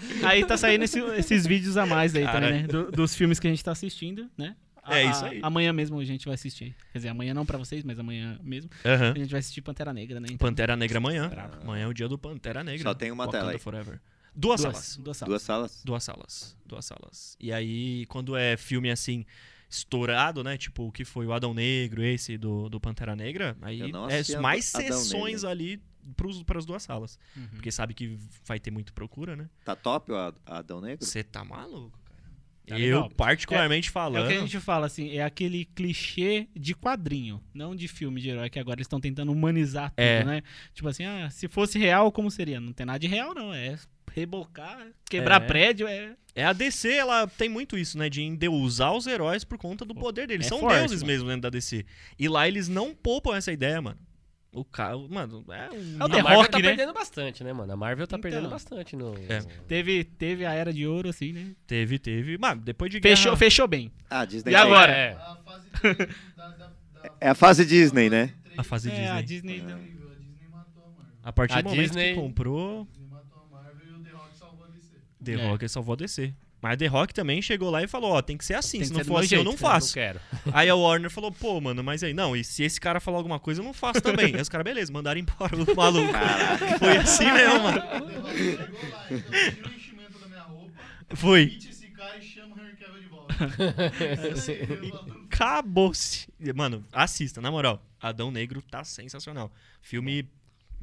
Speaker 1: gente. Aí tá saindo esse- esses vídeos a mais aí
Speaker 2: Cara.
Speaker 1: também, né? Do- dos filmes que a gente tá assistindo, né? A-
Speaker 2: É
Speaker 1: a-
Speaker 2: isso aí.
Speaker 1: Amanhã mesmo a gente vai assistir. Quer dizer, amanhã não pra vocês, mas amanhã mesmo.
Speaker 2: Aham.
Speaker 1: A gente vai assistir Pantera Negra, né? Então,
Speaker 2: Pantera Negra amanhã. Amanhã é o dia do Pantera Negra.
Speaker 3: Só tem uma
Speaker 2: Wakanda
Speaker 3: tela aí.
Speaker 2: Forever.
Speaker 1: duas,
Speaker 2: Duas, salas.
Speaker 1: duas salas.
Speaker 3: Duas salas?
Speaker 2: Duas salas. Duas salas. E aí, quando é filme assim, estourado, né? Tipo, o que foi o Adão Negro, esse do, do Pantera Negra, aí
Speaker 3: Eu não assisti
Speaker 2: é mais
Speaker 3: Adão
Speaker 2: sessões
Speaker 3: Negro.
Speaker 2: ali pros, pras duas salas.
Speaker 1: Uhum.
Speaker 2: Porque sabe que vai ter muito procura, né?
Speaker 3: Tá top o Ad- Adão Negro?
Speaker 2: Você tá maluco, cara.
Speaker 1: Tá
Speaker 2: Eu,
Speaker 1: legal.
Speaker 2: particularmente
Speaker 1: É o
Speaker 2: falando.
Speaker 1: que a gente fala, assim, é aquele clichê de quadrinho, não de filme de herói, que agora eles estão tentando humanizar tudo,
Speaker 2: É.
Speaker 1: né? Tipo assim, ah, se fosse real, como seria? Não tem nada de real, não. É rebocar, quebrar
Speaker 2: É.
Speaker 1: prédio, é.
Speaker 2: É, a DC, ela tem muito isso, né? De endeusar os heróis por conta do poder deles.
Speaker 1: é
Speaker 2: São
Speaker 1: forte,
Speaker 2: deuses
Speaker 1: mano.
Speaker 2: mesmo dentro da DC. E lá eles não poupam essa ideia, mano. O cara, mano, é um...
Speaker 1: É o
Speaker 4: a
Speaker 1: The
Speaker 4: Marvel
Speaker 1: Rock,
Speaker 4: tá
Speaker 1: né?
Speaker 4: perdendo bastante, né, mano? A Marvel tá
Speaker 1: Então.
Speaker 4: perdendo bastante no.
Speaker 2: É.
Speaker 1: Teve, teve a era de ouro, assim, né?
Speaker 2: Teve, teve. Mano, depois de
Speaker 1: Fechou,
Speaker 2: guerra...
Speaker 1: fechou bem.
Speaker 3: Ah, Disney.
Speaker 1: E
Speaker 3: tem.
Speaker 1: agora?
Speaker 4: É.
Speaker 5: A fase três da, da, da
Speaker 3: É a fase Disney, né?
Speaker 2: a fase
Speaker 1: É, a
Speaker 2: Disney.
Speaker 1: Disney.
Speaker 5: É
Speaker 1: deu-
Speaker 5: incrível, a Disney matou a Marvel.
Speaker 2: A partir
Speaker 4: A
Speaker 2: do momento
Speaker 4: Disney-
Speaker 2: que comprou,
Speaker 5: A Disney matou a Marvel e o The Rock salvou a DC.
Speaker 2: The
Speaker 1: É.
Speaker 2: Rock salvou a DC. Mas The Rock também chegou lá e falou, ó, tem que ser assim,
Speaker 4: Tem
Speaker 2: se
Speaker 4: que
Speaker 2: não
Speaker 4: ser do
Speaker 2: for
Speaker 4: meu
Speaker 2: assim eu
Speaker 4: jeito,
Speaker 2: não
Speaker 4: né?
Speaker 2: faço.
Speaker 4: quero.
Speaker 2: Aí a Warner falou, pô, mano, mas aí, não, e se esse cara falar alguma coisa, eu não faço também. Aí os caras, beleza, mandaram embora o maluco. Foi assim mesmo, mano.
Speaker 6: Chegou lá, então tira o enchimento da minha roupa,
Speaker 2: Foi.
Speaker 6: pinte esse cara e chama o Henry Cavill de volta. Isso aí, eu tô-
Speaker 2: Acabou-se. Mano, assista, na moral. Adão Negro tá sensacional. Filme.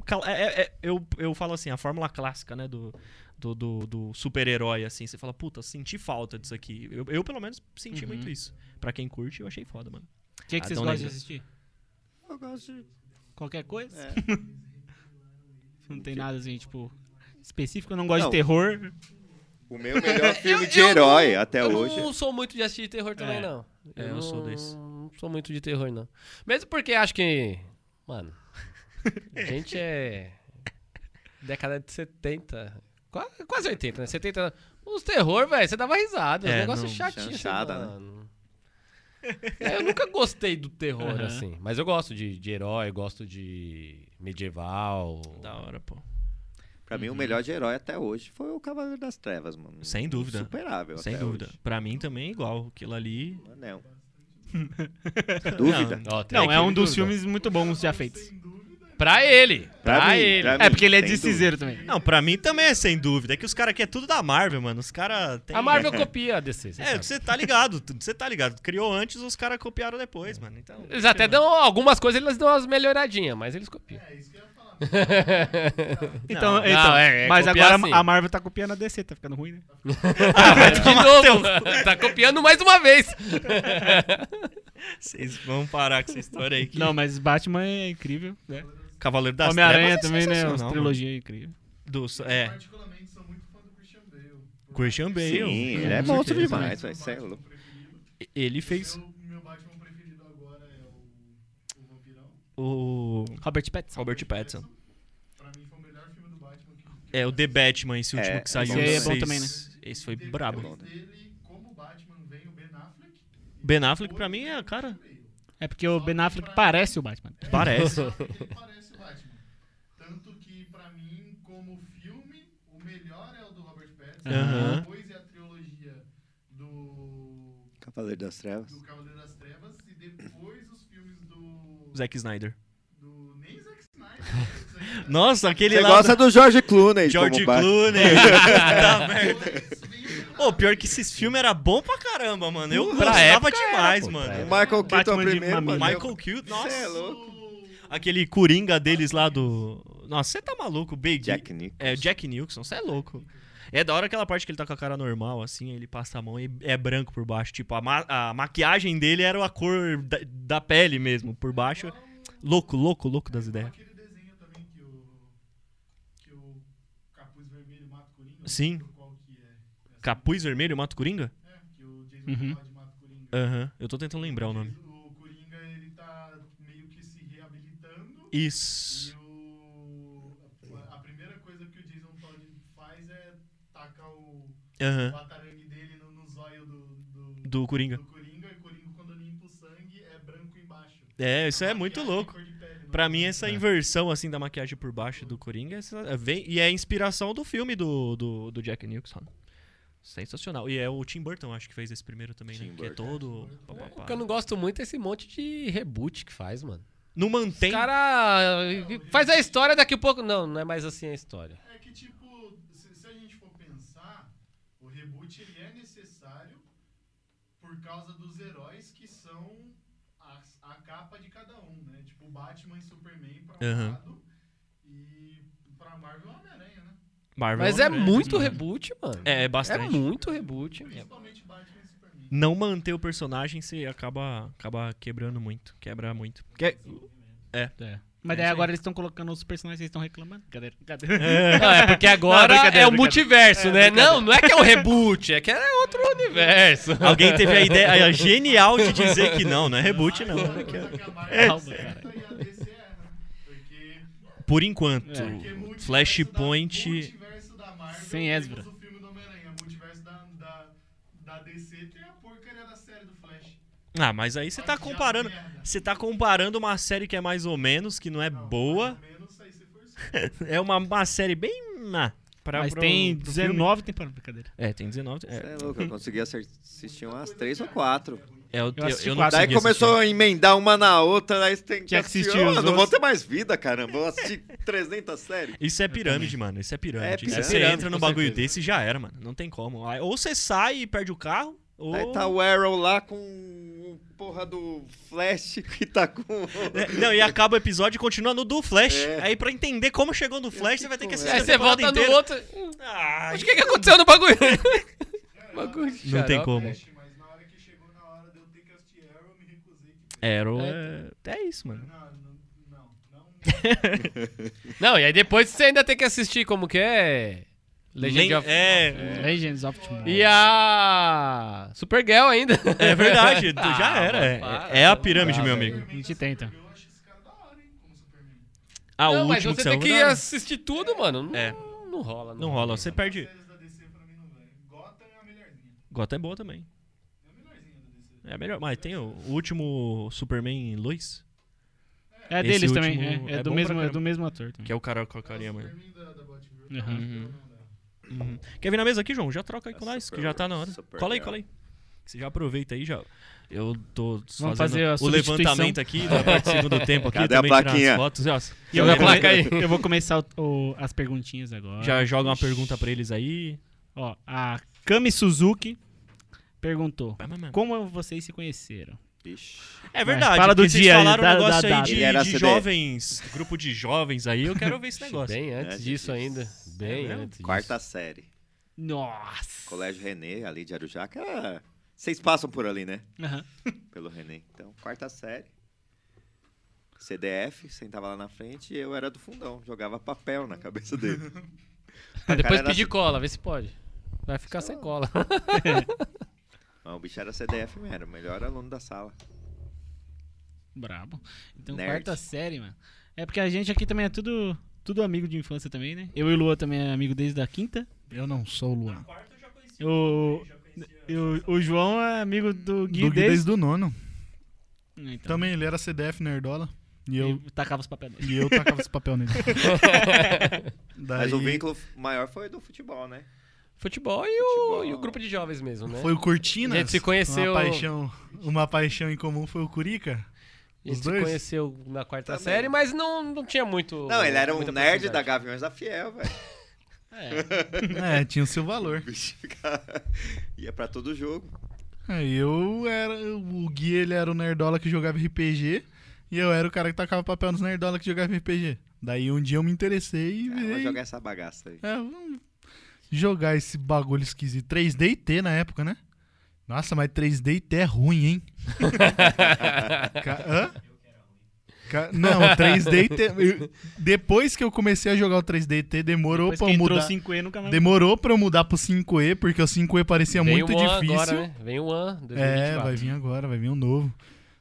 Speaker 2: cal- é- é- é- eu, eu falo assim, a fórmula clássica, né? Do, do, do- do super-herói, assim. Você fala, puta, senti falta disso aqui. Eu, eu, pelo menos, senti
Speaker 1: Uhum.
Speaker 2: muito isso. Pra quem curte, eu achei foda, mano.
Speaker 1: O que, que vocês
Speaker 2: Adão
Speaker 1: gostam de
Speaker 2: Negro.
Speaker 1: assistir?
Speaker 3: Eu gosto de.
Speaker 1: Qualquer coisa?
Speaker 3: É.
Speaker 1: Não tem nada assim, tipo, específico. Eu não gosto
Speaker 3: Não.
Speaker 1: de terror.
Speaker 3: O meu melhor filme
Speaker 4: Eu-
Speaker 3: de
Speaker 4: eu
Speaker 3: herói
Speaker 4: não-
Speaker 3: até hoje.
Speaker 4: Eu não sou muito de assistir terror também,
Speaker 1: É.
Speaker 4: não.
Speaker 2: É, eu sou desse.
Speaker 4: Não sou muito de terror, não. Mesmo porque acho que. Mano. A gente é. Década de 70. qua- Quase 80, né? 70. Os terror, velho, você dava risada.
Speaker 2: É,
Speaker 4: os negócios
Speaker 2: não,
Speaker 4: chatinhos. assim,
Speaker 3: chanchada, né?
Speaker 4: mano. É, eu nunca gostei do terror,
Speaker 1: Aham.
Speaker 4: assim. Mas eu gosto de, de herói, gosto de medieval.
Speaker 2: Da hora, pô.
Speaker 3: Pra mim, o melhor de herói até hoje foi o Cavaleiro das Trevas, mano.
Speaker 2: Sem dúvida.
Speaker 3: Superável.
Speaker 2: Sem
Speaker 3: até
Speaker 2: dúvida.
Speaker 3: hoje.
Speaker 2: Pra mim também é igual. Aquilo ali.
Speaker 3: Mano, é um- dúvida.
Speaker 4: Ó, tem
Speaker 1: Não,
Speaker 4: aqui
Speaker 1: é um
Speaker 4: de
Speaker 1: dos
Speaker 4: tudo.
Speaker 1: filmes muito bons já feitos.
Speaker 4: Pra ele. Pra,
Speaker 3: Pra mim,
Speaker 4: ele.
Speaker 3: pra mim.
Speaker 1: É, porque ele é
Speaker 3: sem dúvida.
Speaker 1: deciseiro também.
Speaker 2: Não, pra mim também é sem dúvida. É que os caras aqui é tudo da Marvel, mano. Os caras tem.
Speaker 4: A Marvel copia a DC. você
Speaker 2: É,
Speaker 4: sabe.
Speaker 2: você tá ligado. Você tá ligado. Criou antes, os caras copiaram depois, mano. Então.
Speaker 4: Eles até dão algumas coisas, eles dão umas melhoradinhas, mas eles copiam.
Speaker 6: É isso que eu ia falar.
Speaker 1: Então,
Speaker 4: Não,
Speaker 1: então
Speaker 4: é- é
Speaker 1: mas
Speaker 4: copiar
Speaker 1: agora
Speaker 4: assim.
Speaker 1: a Marvel tá copiando a DC, tá ficando ruim, né?
Speaker 4: de novo, tá copiando mais uma vez.
Speaker 2: Vocês vão parar com essa história aí. Que...
Speaker 1: Não, mas Batman é incrível, né?
Speaker 2: Cavaleiro das
Speaker 1: Homem-Aranha
Speaker 2: Trevas é
Speaker 1: também, né? Os
Speaker 2: sensacional,
Speaker 1: trilogia é incrível.
Speaker 2: mano. Do-
Speaker 6: Eu,
Speaker 2: é,
Speaker 6: particularmente, sou muito fã do Christian Bale.
Speaker 2: Christian Bale.
Speaker 3: Sim, ele é
Speaker 2: Com
Speaker 3: monstro
Speaker 2: certeza.
Speaker 3: demais, velho. Cê é louco.
Speaker 2: Ele fez
Speaker 6: Meu, meu Batman preferido agora é o, o Vampirão.
Speaker 2: o
Speaker 1: Robert Pattinson.
Speaker 2: Robert Pattinson.
Speaker 6: Pra mim foi o melhor filme do Batman que
Speaker 2: É o The Batman, esse
Speaker 3: É,
Speaker 2: último que saiu.
Speaker 3: esse aí é
Speaker 1: bom
Speaker 2: vocês-
Speaker 1: também, né?
Speaker 2: Esse foi
Speaker 6: Depois
Speaker 2: brabo.
Speaker 6: dele, como Batman, vem o Ben Affleck.
Speaker 2: Ben Affleck pra mim é, cara,
Speaker 1: É porque o Ben Affleck parece o Batman.
Speaker 2: parece.
Speaker 6: Ele parece o Batman. Tanto que, pra mim, como filme, o melhor é o do Robert Pattinson.
Speaker 2: Aham.
Speaker 6: Depois é a trilogia do,
Speaker 3: Cavaleiro das Trevas.
Speaker 6: do Cavaleiro das Trevas. E depois os filmes do...
Speaker 2: Zack Snyder.
Speaker 6: do nem Zack Snyder. isso aí, cara.
Speaker 2: Nossa, aquele
Speaker 3: Você
Speaker 2: lá
Speaker 3: gosta do George Clooney,
Speaker 2: George
Speaker 3: como Batman.
Speaker 2: Clooney. Tá merda.
Speaker 6: Isso vem o Ben
Speaker 2: Ô, pior que esses filmes era bom pra caramba, mano. Eu
Speaker 4: Pra
Speaker 2: gostava
Speaker 4: época era,
Speaker 2: demais,
Speaker 4: pô,
Speaker 2: mano.
Speaker 4: pra
Speaker 3: O Michael
Speaker 1: Batman
Speaker 3: Keaton
Speaker 1: de
Speaker 3: primeiro,
Speaker 1: mamilo.
Speaker 3: mano.
Speaker 2: Michael Cute, nossa.
Speaker 3: Cê é louco.
Speaker 2: Aquele Coringa deles lá do. Nossa, você tá maluco, Big.
Speaker 3: Jack Nicholson.
Speaker 2: É, Jack Nicholson, você é louco. É da hora aquela parte que ele tá com a cara normal, assim, ele passa a mão e é branco por baixo. Tipo, a, ma- a maquiagem dele era a cor da, da pele mesmo, por baixo. Louco, louco, louco das ideias.
Speaker 6: Aquele desenho também que o. Que o Capuz Vermelho mata o Coringa.
Speaker 2: Sim.
Speaker 6: Qual que é?
Speaker 2: Capuz vermelho, mata o Coringa?
Speaker 6: É, que o Jason
Speaker 1: Uhum.
Speaker 6: Todd mata o Coringa.
Speaker 2: Aham, É, eu tô tentando lembrar o nome.
Speaker 6: O Coringa ele tá meio que se reabilitando.
Speaker 2: Isso.
Speaker 6: E o. a- A primeira coisa que o Jason Todd faz é tacar o
Speaker 2: Aham,
Speaker 6: batarangue dele no, no zóio do. do...
Speaker 2: É. do Coringa.
Speaker 6: do Coringa, e o Coringa quando limpa o sangue é branco embaixo.
Speaker 2: É, isso
Speaker 6: A
Speaker 2: é muito
Speaker 6: maquiagem é
Speaker 2: louco.
Speaker 6: cor de pele, não
Speaker 2: Pra
Speaker 6: é?
Speaker 2: mim, essa inversão, assim, da maquiagem por baixo do Coringa essa- vem, e é a inspiração do filme do, do, do Jack Nicholson. Sensacional. E é o Tim Burton, acho que fez esse primeiro também, né?
Speaker 3: Tim
Speaker 2: Que é
Speaker 3: Burton.
Speaker 2: todo... pá, pá,
Speaker 4: O
Speaker 2: pá.
Speaker 4: que eu não gosto muito é esse monte de reboot que faz, mano.
Speaker 2: Não
Speaker 4: O
Speaker 2: mantém...
Speaker 4: cara eh, faz a história daqui a pouco. Não, não é mais assim a história.
Speaker 6: É que, tipo, se, se a gente for pensar, o reboot ele é necessário por causa dos heróis que são as- a, capa de cada um, né? Tipo, Batman e Superman pra um
Speaker 2: Aham.
Speaker 6: lado e pra Marvel Homem-Aranha, né?
Speaker 2: Marvel
Speaker 4: Mas é
Speaker 2: Homem-Aranha.
Speaker 4: muito reboot, mano.
Speaker 2: É, é
Speaker 4: É
Speaker 2: bastante.
Speaker 4: muito reboot.
Speaker 6: Principalmente Batman e Superman.
Speaker 2: Não manter o personagem, você acaba, acaba quebrando muito. Quebra muito. Que-
Speaker 1: É. Mas
Speaker 2: É
Speaker 1: daí
Speaker 2: isso
Speaker 1: agora eles estão colocando os personagens, vocês estão reclamando. Cadê? Cadê?
Speaker 4: Não, é porque agora
Speaker 1: brincadeira,
Speaker 4: é
Speaker 1: brincadeira.
Speaker 4: o multiverso, né? Não, não é que é um reboot, é que é outro universo.
Speaker 2: Alguém teve a ideia é genial de dizer que não, não é reboot, não.
Speaker 6: Mas coisa que a Marvel
Speaker 1: Calma,
Speaker 6: acerta e a DC erra. né? Porque,
Speaker 2: Por enquanto,
Speaker 1: É.
Speaker 6: porque multiverso Da,
Speaker 2: Flashpoint...
Speaker 6: multiverso da Marvel
Speaker 1: Sem
Speaker 6: temos
Speaker 1: Ezra.
Speaker 6: o filme do Homem-Aranha. Multiverso da, da, da DC tem a porcaria da série do Flash.
Speaker 2: Ah, mas aí você tá comparando... Você tá comparando uma série que é mais ou menos, que não é boa.
Speaker 6: Menos aí você forçou.
Speaker 2: É uma, uma série bem. ah, pra-
Speaker 1: Mas
Speaker 2: pro-
Speaker 1: tem
Speaker 2: pro
Speaker 1: 19 temporadas. Brincadeira.
Speaker 2: filme. É, tem 19.
Speaker 3: Você
Speaker 2: É,
Speaker 3: é louco, eu consegui assistir assistir um umas três ou quatro.
Speaker 2: é, eu, eu,
Speaker 1: assisti
Speaker 2: eu não
Speaker 1: quatro.
Speaker 2: consegui
Speaker 3: Daí começou
Speaker 2: assistir.
Speaker 3: a emendar uma na outra, aí você tem que
Speaker 1: Tinha que
Speaker 3: assistir.
Speaker 1: assistir
Speaker 3: "Ah,
Speaker 1: os
Speaker 3: não vou
Speaker 1: outros."
Speaker 3: ter mais vida, caramba. Eu assisti 300 séries.
Speaker 2: Isso é pirâmide, mano. Isso é pirâmide.
Speaker 3: É
Speaker 2: Isso aí Você
Speaker 3: pirâmide,
Speaker 2: entra no
Speaker 4: com
Speaker 2: bagulho
Speaker 4: certeza.
Speaker 2: desse e já era, mano. Não tem como. Aí, Ou você sai e perde o carro, ou.
Speaker 3: Aí tá o Arrow lá com o porra do Flash que tá com.
Speaker 2: É, Não, e acaba o episódio e continua no do Flash.
Speaker 3: É.
Speaker 2: Aí pra entender como chegou no Flash, você vai ter que assistir
Speaker 4: Aí
Speaker 2: a
Speaker 4: É, você
Speaker 2: temporada
Speaker 4: volta no
Speaker 2: inteira.
Speaker 4: outro.
Speaker 2: Ah,
Speaker 4: Mas o que, que aconteceu no bagulho? bagulho de
Speaker 2: Não tem
Speaker 4: xarope. né?
Speaker 2: como.
Speaker 6: Mas na hora que chegou na hora de eu ter que assistir Arrow, eu me recusei. Que...
Speaker 2: Arrow é... é isso, mano.
Speaker 6: Não, não, não. não
Speaker 4: Não, e aí depois você ainda tem que assistir como que é. Legend
Speaker 2: Lem-
Speaker 4: of...
Speaker 2: É,
Speaker 1: Legends of Tomorrow.
Speaker 4: E a. Supergirl ainda.
Speaker 2: é verdade,
Speaker 4: Ah,
Speaker 2: já era.
Speaker 4: mano,
Speaker 2: é-
Speaker 4: para,
Speaker 2: É, a
Speaker 4: não
Speaker 2: pirâmide,
Speaker 4: dá,
Speaker 2: meu
Speaker 4: velho.
Speaker 2: amigo.
Speaker 1: A gente tenta.
Speaker 6: Eu acho esse cara da hora, hein? Como Superman.
Speaker 2: Ah,
Speaker 4: não,
Speaker 2: o
Speaker 4: mas
Speaker 2: último que
Speaker 4: você tem
Speaker 2: saiu.
Speaker 4: que
Speaker 2: não,
Speaker 4: assistir tudo, mano. Não,
Speaker 2: É.
Speaker 4: não rola. né?
Speaker 2: não rola, você
Speaker 6: As
Speaker 2: perde.
Speaker 6: séries da DC pra mim não vem. Gotham é a melhorzinha.
Speaker 2: Gota é boa também.
Speaker 6: É a melhorzinha da DC.
Speaker 2: É a melhor. Mas tem o, o último Superman Lois,
Speaker 1: É
Speaker 2: Esse
Speaker 1: deles
Speaker 2: último
Speaker 1: também. É, é
Speaker 2: é
Speaker 1: do
Speaker 2: bom
Speaker 1: mesmo,
Speaker 2: pra
Speaker 1: é do mesmo ator.
Speaker 2: que
Speaker 1: Também.
Speaker 2: é o cara com a carinha, mano.
Speaker 6: Superman da, da Batgirl.
Speaker 1: Aham.
Speaker 6: Batgirl não dá.
Speaker 2: Uhum. Quer vir na mesa aqui, João? Já troca aí com
Speaker 3: É
Speaker 2: nós, que
Speaker 3: super-
Speaker 2: já tá na hora.
Speaker 3: super
Speaker 2: Cola aí,
Speaker 3: legal.
Speaker 2: cola aí. Você já aproveita aí, já. Eu tô fazendo
Speaker 1: Vamos fazer a
Speaker 2: o
Speaker 1: substituição.
Speaker 2: levantamento aqui da parte do segundo tempo aqui.
Speaker 3: Cadê a
Speaker 2: também tirar
Speaker 3: plaquinha?
Speaker 2: As fotos. Nossa,
Speaker 1: E eu,
Speaker 4: Joga
Speaker 1: vou
Speaker 4: a placa aí.
Speaker 1: come- eu vou começar o- o- as perguntinhas agora.
Speaker 2: Já joga uma pergunta pra eles aí.
Speaker 1: Ó, a Kami Suzuki perguntou:
Speaker 2: Vai, vai, vai.
Speaker 1: Como vocês se conheceram?
Speaker 3: Ixi.
Speaker 2: É verdade.
Speaker 1: fala do
Speaker 2: porque vocês
Speaker 1: dia aí,
Speaker 2: falaram
Speaker 1: da-
Speaker 2: um negócio
Speaker 1: da- da-
Speaker 2: aí de,
Speaker 3: Ele era
Speaker 2: de
Speaker 3: CD.
Speaker 2: jovens, grupo de jovens aí. Eu quero ver esse negócio.
Speaker 4: Bem antes
Speaker 3: É,
Speaker 4: disso
Speaker 3: difícil.
Speaker 4: ainda. Bem
Speaker 2: É mesmo?
Speaker 4: antes.
Speaker 3: Quarta série.
Speaker 1: Nossa!
Speaker 3: Colégio René, ali de Arujá, que era- Vocês passam por ali, né?
Speaker 1: Aham.
Speaker 3: Pelo René. Então, quarta série. CDF, sentava lá na frente e eu era do fundão. Jogava papel na cabeça dele.
Speaker 4: Mas Ah, depois
Speaker 3: Cara, era-
Speaker 4: pedir cola, vê se pode. Vai ficar sem cola.
Speaker 3: Mas o bicho era CDF mesmo, era o melhor aluno da sala.
Speaker 1: Brabo. Então,
Speaker 3: Nerd.
Speaker 1: quarta série, mano. É porque a gente aqui também é tudo, tudo amigo de infância também, né? Eu e o Lua também é amigo desde a quinta. Eu não sou o Luan. O, o, o João é amigo do Gui,
Speaker 6: Do Gui
Speaker 1: desde...
Speaker 6: desde o nono.
Speaker 1: Então,
Speaker 6: Também ele era CDF nerdola. E eu,
Speaker 1: eu tacava os papéis dele.
Speaker 6: e eu tacava esse papel nele. Daí,
Speaker 3: Mas o vínculo maior foi do futebol, né?
Speaker 4: Futebol e o,
Speaker 3: Futebol.
Speaker 4: e o grupo de jovens mesmo, né?
Speaker 6: Foi o Cortinas.
Speaker 4: A gente se conheceu-
Speaker 6: Uma paixão, uma paixão em comum foi o Curica.
Speaker 4: a gente
Speaker 6: os
Speaker 4: se
Speaker 6: dois?
Speaker 4: conheceu na quarta
Speaker 3: Também.
Speaker 4: série, mas não, não tinha muito.
Speaker 3: Não, ele era um
Speaker 4: muita
Speaker 3: nerd da
Speaker 4: proximidade.
Speaker 3: Gaviões da Fiel, velho.
Speaker 1: É,
Speaker 6: É, tinha o seu valor.
Speaker 3: bicho cara, ia pra todo jogo.
Speaker 6: Aí eu era. O Gui, ele era o nerdola que jogava RPG. E eu era o cara que tacava papel nos nerdola que jogava RPG. Daí um dia eu me interessei e
Speaker 3: Ah, vou
Speaker 6: virei.
Speaker 3: jogar essa bagaça aí.
Speaker 6: É, vamos jogar esse bagulho esquisito. 3D e T na época, né? Nossa, mas 3D e T é ruim, hein? Ca- Hã? Ca- Não, 3D e T. eu- Depois que eu comecei a jogar o 3D e T, demorou
Speaker 1: depois
Speaker 6: pra
Speaker 1: que
Speaker 6: eu
Speaker 1: entrou o né?
Speaker 6: mudar.
Speaker 1: 5E, nunca mais...
Speaker 6: Demorou pra eu mudar pro 5E, porque o 5E parecia
Speaker 4: Vem
Speaker 6: muito
Speaker 4: o One
Speaker 6: difícil.
Speaker 4: Agora, né? Vem o One 2024.
Speaker 6: É, vai vir agora, vai vir um novo.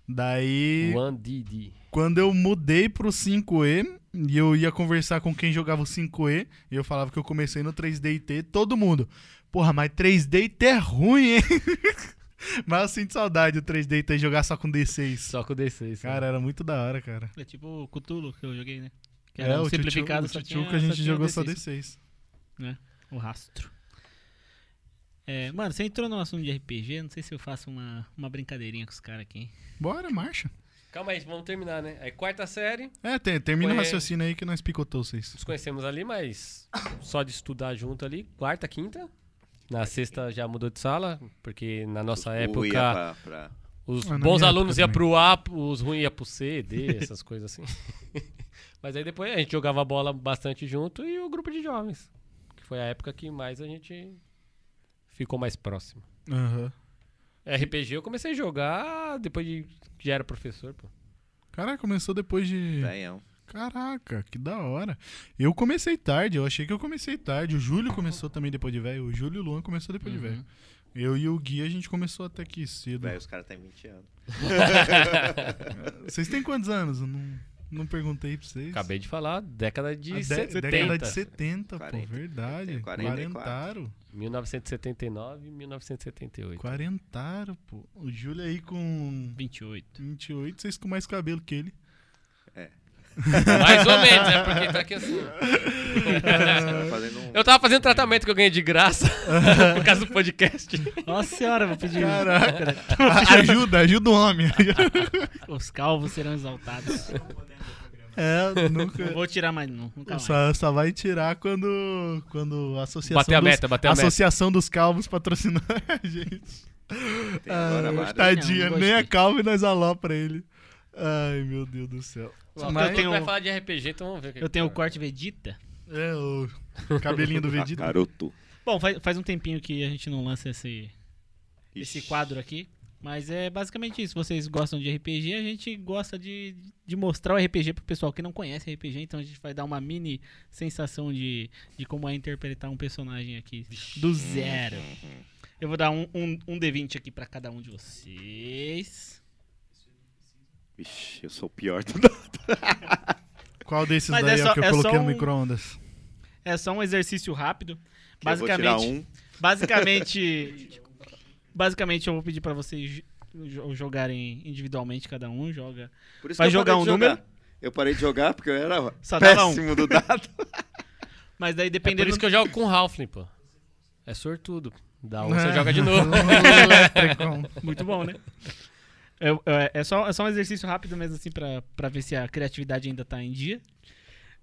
Speaker 6: Daí,
Speaker 4: One DD.
Speaker 6: quando eu mudei pro 5E, e eu ia conversar com quem jogava o 5E, e eu falava que eu comecei no 3D e T, todo mundo. Porra, mas 3D e T é ruim, hein? mas eu sinto saudade do 3D e T jogar só com D6.
Speaker 4: Só com o D6. né?
Speaker 6: Cara, era muito da hora, cara. É,
Speaker 1: É tipo o Cthulhu que eu joguei, né? Que era um
Speaker 6: o Tchutchu-
Speaker 1: simplificado,
Speaker 6: o
Speaker 1: só
Speaker 6: Tchutchu
Speaker 1: tinha,
Speaker 6: que a gente
Speaker 1: só tinha
Speaker 6: jogou
Speaker 1: o
Speaker 6: só
Speaker 1: D6.
Speaker 6: D6.
Speaker 1: O rastro. É, mano, você entrou no assunto de RPG, não sei se eu faço uma, uma brincadeirinha com os caras aqui. hein?
Speaker 6: Bora, marcha.
Speaker 4: Calma aí, vamos terminar, né? Aí quarta série,
Speaker 6: É, te- termina o
Speaker 4: Foi-
Speaker 6: raciocínio aí que nós picotou vocês.
Speaker 4: nos conhecemos ali, mas só de estudar junto ali, quarta, quinta. Na sexta já mudou de sala, porque na nossa
Speaker 3: Os burros
Speaker 4: época
Speaker 3: ia pra- pra-
Speaker 4: os
Speaker 6: Ah, na
Speaker 4: bons
Speaker 6: minha
Speaker 4: alunos
Speaker 6: época
Speaker 4: iam pro A, os ruins iam pro C, D, essas coisas assim. mas aí depois a gente jogava bola bastante junto e o grupo de jovens, que foi a época que mais a gente ficou mais próximo.
Speaker 6: Aham.
Speaker 4: RPG eu comecei a jogar depois de que já era professor, pô.
Speaker 6: Cara, começou depois de...
Speaker 3: Velhão.
Speaker 6: Caraca, que da hora. Eu comecei tarde, eu achei que eu comecei tarde. O Júlio começou também depois de velho. O Júlio e o Luan começou depois de
Speaker 4: Uhum.
Speaker 6: velho. Eu e o Gui, a gente começou até que cedo.
Speaker 3: Velho, os caras têm 20 anos.
Speaker 6: Vocês têm quantos anos? Eu não, não perguntei pra vocês.
Speaker 4: Acabei de falar, década de
Speaker 6: A de-
Speaker 4: 70.
Speaker 6: Década de 70, pô,
Speaker 3: 40,
Speaker 6: verdade.
Speaker 3: tem 44.
Speaker 6: Quarentaram.
Speaker 4: 1979 e 1978.
Speaker 6: Quarentaram, pô. O Júlio aí com
Speaker 1: 28.
Speaker 6: 28, vocês com mais cabelo que ele.
Speaker 3: É.
Speaker 4: Mais ou menos, é porque tá aqui assim.
Speaker 3: Você vai fazendo um...
Speaker 4: Eu tava fazendo tratamento que eu ganhei de graça por causa do podcast.
Speaker 1: Nossa senhora, vou pedir.
Speaker 6: A- ajuda, ajuda o homem.
Speaker 1: Os calvos serão exaltados.
Speaker 6: É,
Speaker 1: Não
Speaker 6: nunca.
Speaker 1: vou tirar mais, não. é. Nunca mais.
Speaker 6: Só, só vai tirar quando, quando a associação,
Speaker 4: Bater a
Speaker 6: dos,
Speaker 4: meta, bater a meta.
Speaker 6: associação dos calvos patrocinar a gente.
Speaker 3: Tem agora
Speaker 6: Ah,
Speaker 3: várias-
Speaker 6: tadinha,
Speaker 1: Não, não
Speaker 6: nem é
Speaker 1: gostei.
Speaker 6: calvo e nós alopra ele. Ai, meu Deus do céu.
Speaker 4: Mas...
Speaker 1: Mas-
Speaker 4: Eu
Speaker 1: Eu tenho-
Speaker 4: vai falar de RPG, então vamos ver. o que
Speaker 1: Eu tenho o
Speaker 4: que-
Speaker 1: corte Vegeta.
Speaker 6: É, o cabelinho do
Speaker 3: Ah,
Speaker 6: Vegeta.
Speaker 3: garoto.
Speaker 1: Bom, faz, faz um tempinho que a gente não lança esse, esse quadro aqui. Mas é basicamente isso. Vocês gostam de RPG, a gente gosta de, de mostrar o RPG pro pessoal que não conhece RPG, então a gente vai dar uma mini sensação de, de como é interpretar um personagem aqui do zero. Eu vou dar um, um, um D20 aqui pra cada um de vocês.
Speaker 3: Ixi, eu sou o pior do nada.
Speaker 6: Qual desses
Speaker 1: Mas
Speaker 6: daí é,
Speaker 1: é só-
Speaker 6: o que eu
Speaker 1: é só
Speaker 6: coloquei no
Speaker 1: um-
Speaker 6: micro-ondas?
Speaker 1: É só um exercício rápido.
Speaker 3: Eu vou tirar
Speaker 1: Basicamente,
Speaker 3: um.
Speaker 1: Basicamente, basicamente eu vou pedir pra vocês jo- jo- jogarem individualmente cada um joga.
Speaker 3: Por isso
Speaker 1: Vai
Speaker 3: que eu
Speaker 1: jogar
Speaker 3: parei de
Speaker 1: um número?
Speaker 3: Eu parei de jogar porque eu era
Speaker 1: Só dava um.
Speaker 3: péssimo do dado.
Speaker 1: Mas daí
Speaker 4: É por
Speaker 1: dependendo
Speaker 4: isso que eu jogo com o Halfling, pô. É sortudo. Dá um, você
Speaker 6: É.
Speaker 4: joga de novo.
Speaker 6: Electricon.
Speaker 1: muito bom, né? É, é- é só, é só um exercício rápido mesmo assim pra pra ver se a criatividade ainda tá em dia.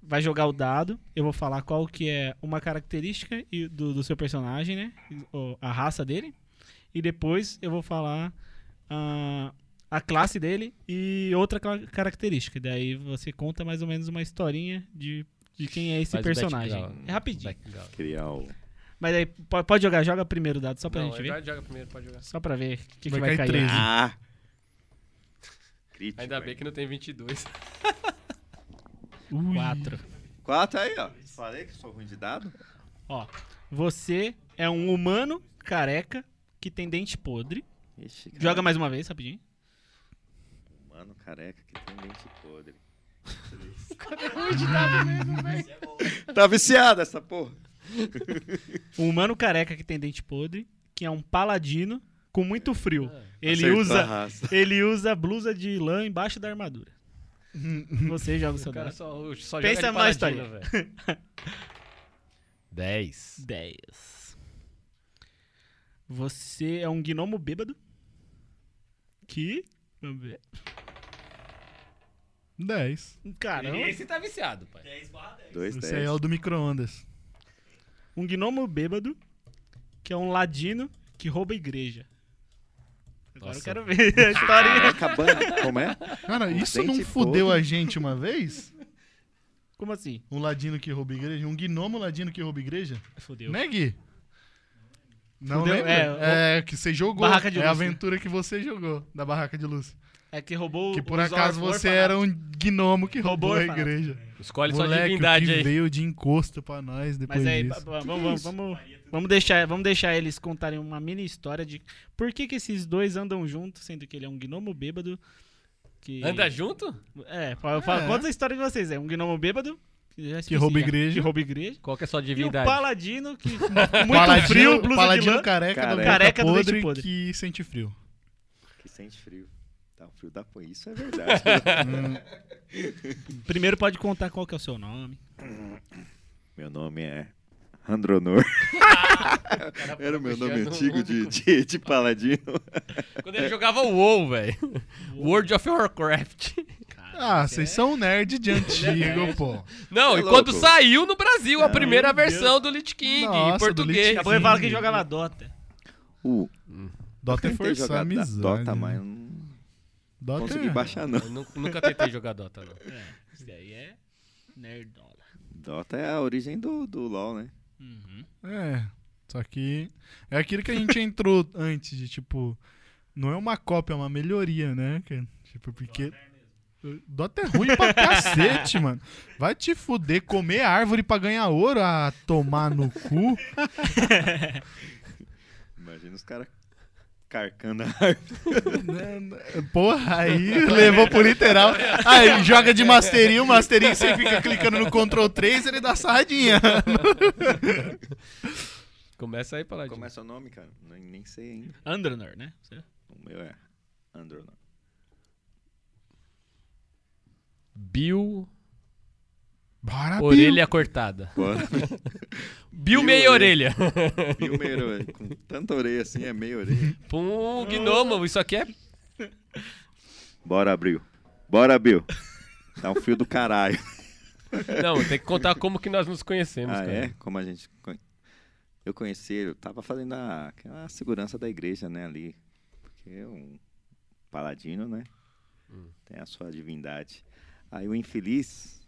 Speaker 1: Vai jogar o dado, eu vou falar qual que é uma característica e- do, do seu personagem, né? O- A raça dele. E depois eu vou falar ah, a classe dele e outra cla- característica. Daí você conta mais ou menos uma historinha de, de quem é esse
Speaker 4: Faz o
Speaker 1: personagem.
Speaker 4: background.
Speaker 1: É rapidinho.
Speaker 4: Legal.
Speaker 3: Criar o...
Speaker 1: Mas aí po- pode jogar, joga primeiro o dado, só pra
Speaker 4: Não,
Speaker 1: gente ver.
Speaker 4: Eduardo joga primeiro, pode jogar.
Speaker 1: Só pra ver o que, que
Speaker 6: Vai
Speaker 1: vai
Speaker 6: cair
Speaker 1: cair.
Speaker 6: três.
Speaker 3: Ah! Crítico.
Speaker 4: Ainda bem
Speaker 3: hein?
Speaker 4: que não tem 22.
Speaker 1: Quatro.
Speaker 3: Quatro aí, ó. Falei que sou ruim de dado.
Speaker 1: Ó, você é um humano careca que tem dente podre.
Speaker 3: Ixi, cara,
Speaker 1: Joga mais uma vez, rapidinho.
Speaker 3: Mano, careca, que tem dente podre. Tá viciada essa porra.
Speaker 1: Um humano careca que tem dente podre, que é um paladino com muito frio. Ele
Speaker 3: Acertou a
Speaker 1: usa,
Speaker 3: raça.
Speaker 1: ele usa blusa de lã embaixo da armadura. Você joga o seu
Speaker 4: O cara
Speaker 1: dado.
Speaker 4: só, só
Speaker 1: Pensa
Speaker 4: joga de
Speaker 1: mais,
Speaker 4: paladino, velho. 10.
Speaker 1: 10. Você é um gnomo bêbado que... Vamos ver.
Speaker 6: 10.
Speaker 1: Caramba.
Speaker 4: Esse tá viciado, pai.
Speaker 3: Dois,
Speaker 6: Esse aí é
Speaker 3: dez.
Speaker 6: o do micro-ondas.
Speaker 1: Um gnomo bêbado, que é um ladino que rouba a igreja. Agora
Speaker 4: Nossa.
Speaker 1: eu quero ver a historinha.
Speaker 3: Tá Acabando. Como é?
Speaker 6: Cara,
Speaker 3: O
Speaker 6: isso não
Speaker 3: dente
Speaker 6: fudeu
Speaker 3: podre.
Speaker 6: a gente uma vez?
Speaker 1: Como assim?
Speaker 6: Um ladino que rouba igreja? Um gnomo ladino que rouba igreja?
Speaker 1: Fudeu.
Speaker 6: Né, Gui? Não
Speaker 1: Fudeu,
Speaker 6: lembra?
Speaker 1: é,
Speaker 6: É, que você jogou.
Speaker 1: Barraca de
Speaker 6: é a
Speaker 1: luz, né?
Speaker 6: aventura que você jogou, da barraca de luz.
Speaker 1: É que roubou
Speaker 6: Que por
Speaker 1: os
Speaker 6: acaso
Speaker 1: orfanatos.
Speaker 6: você era um gnomo que
Speaker 1: Roubou
Speaker 6: roubou a
Speaker 1: orfanato.
Speaker 6: igreja.
Speaker 4: Escolhe só
Speaker 6: Moleque, o
Speaker 4: divindade
Speaker 6: que
Speaker 4: aí.
Speaker 6: veio de encosto pra nós depois
Speaker 1: Mas aí,
Speaker 6: um tipo disso.
Speaker 1: va- va- vamos, vamos, vamos, deixar, vamos deixar eles contarem uma mini história de por que, que esses dois andam juntos, sendo que ele é um gnomo bêbado. Que...
Speaker 4: Anda junto?
Speaker 1: É, fala, fala-
Speaker 6: É.
Speaker 1: conta a história de vocês. É um gnomo bêbado que, já esqueci,
Speaker 6: rouba
Speaker 1: já.
Speaker 6: igreja.
Speaker 1: Que rouba igreja.
Speaker 4: Qual que é a
Speaker 1: E
Speaker 4: sua
Speaker 1: o
Speaker 4: divindade?
Speaker 1: paladino que muito
Speaker 6: paladino,
Speaker 1: frio, blusa
Speaker 6: paladino
Speaker 1: de lã.
Speaker 6: careca, da boca
Speaker 1: Careca do dente
Speaker 6: podre,
Speaker 1: podre.
Speaker 6: que sente frio.
Speaker 3: Que sente frio. Tá, o frio da põe. Isso é verdade.
Speaker 1: Primeiro pode contar qual que é o seu nome.
Speaker 3: Meu nome é Andronor. Era o meu nome antigo de, de, de paladino.
Speaker 4: Quando ele jogava o WoW, velho. World of Warcraft.
Speaker 6: Ah, vocês são nerd de antigo, pô.
Speaker 4: Não,
Speaker 3: É
Speaker 4: e quando
Speaker 3: louco.
Speaker 4: saiu no Brasil a primeira versão do Lich King em
Speaker 6: Nossa, do Lich
Speaker 4: português.
Speaker 6: King.
Speaker 1: Depois fala que jogava Dota.
Speaker 3: Uh,
Speaker 6: Dota é
Speaker 3: tentei
Speaker 6: forçar a
Speaker 3: jogar da-
Speaker 6: amizade.
Speaker 3: Dota,
Speaker 6: né?
Speaker 3: mas eu não
Speaker 6: Dota
Speaker 3: consegui
Speaker 6: é-
Speaker 3: baixar, não.
Speaker 4: Eu nu- nunca tentei jogar Dota, não.
Speaker 1: É, isso daí é nerdola.
Speaker 3: Dota é a origem do, do LoL, né?
Speaker 6: É, só que é aquilo que a gente entrou antes de, tipo, não é uma cópia, é uma melhoria, né, cara? Tipo, porque... Dota é ruim pra cacete, mano. Vai te fuder, comer árvore pra ganhar ouro, a tomar no cu.
Speaker 3: Imagina os caras carcando a árvore.
Speaker 6: Porra, aí levou pro literal. Aí joga de masterinho, masterinho, você fica clicando no Ctrl 3, ele dá sarradinha.
Speaker 4: Começa aí, Paladino.
Speaker 3: Como é seu nome, cara? Nem, nem sei ainda.
Speaker 1: Andronor, né?
Speaker 3: O meu é Andronor.
Speaker 4: Bill
Speaker 6: Bora, Ah, Bill.
Speaker 4: Orelha cortada.
Speaker 3: Bora.
Speaker 4: Bill
Speaker 3: Bill
Speaker 4: meia orelha.
Speaker 3: orelha. Viu, meia orelha? Com tanta orelha assim, é meia orelha.
Speaker 4: Pum, gnomo, isso aqui é.
Speaker 3: Bora, Abril. Bora, Bill. Tá um frio do caralho.
Speaker 4: Não, tem que contar como que nós nos conhecemos,
Speaker 3: ah,
Speaker 4: cara.
Speaker 3: é? Como a gente. con- Eu conheci ele, eu tava fazendo a, aquela segurança da igreja, né, ali. Porque um paladino, né? Tem a sua divindade. Aí o infeliz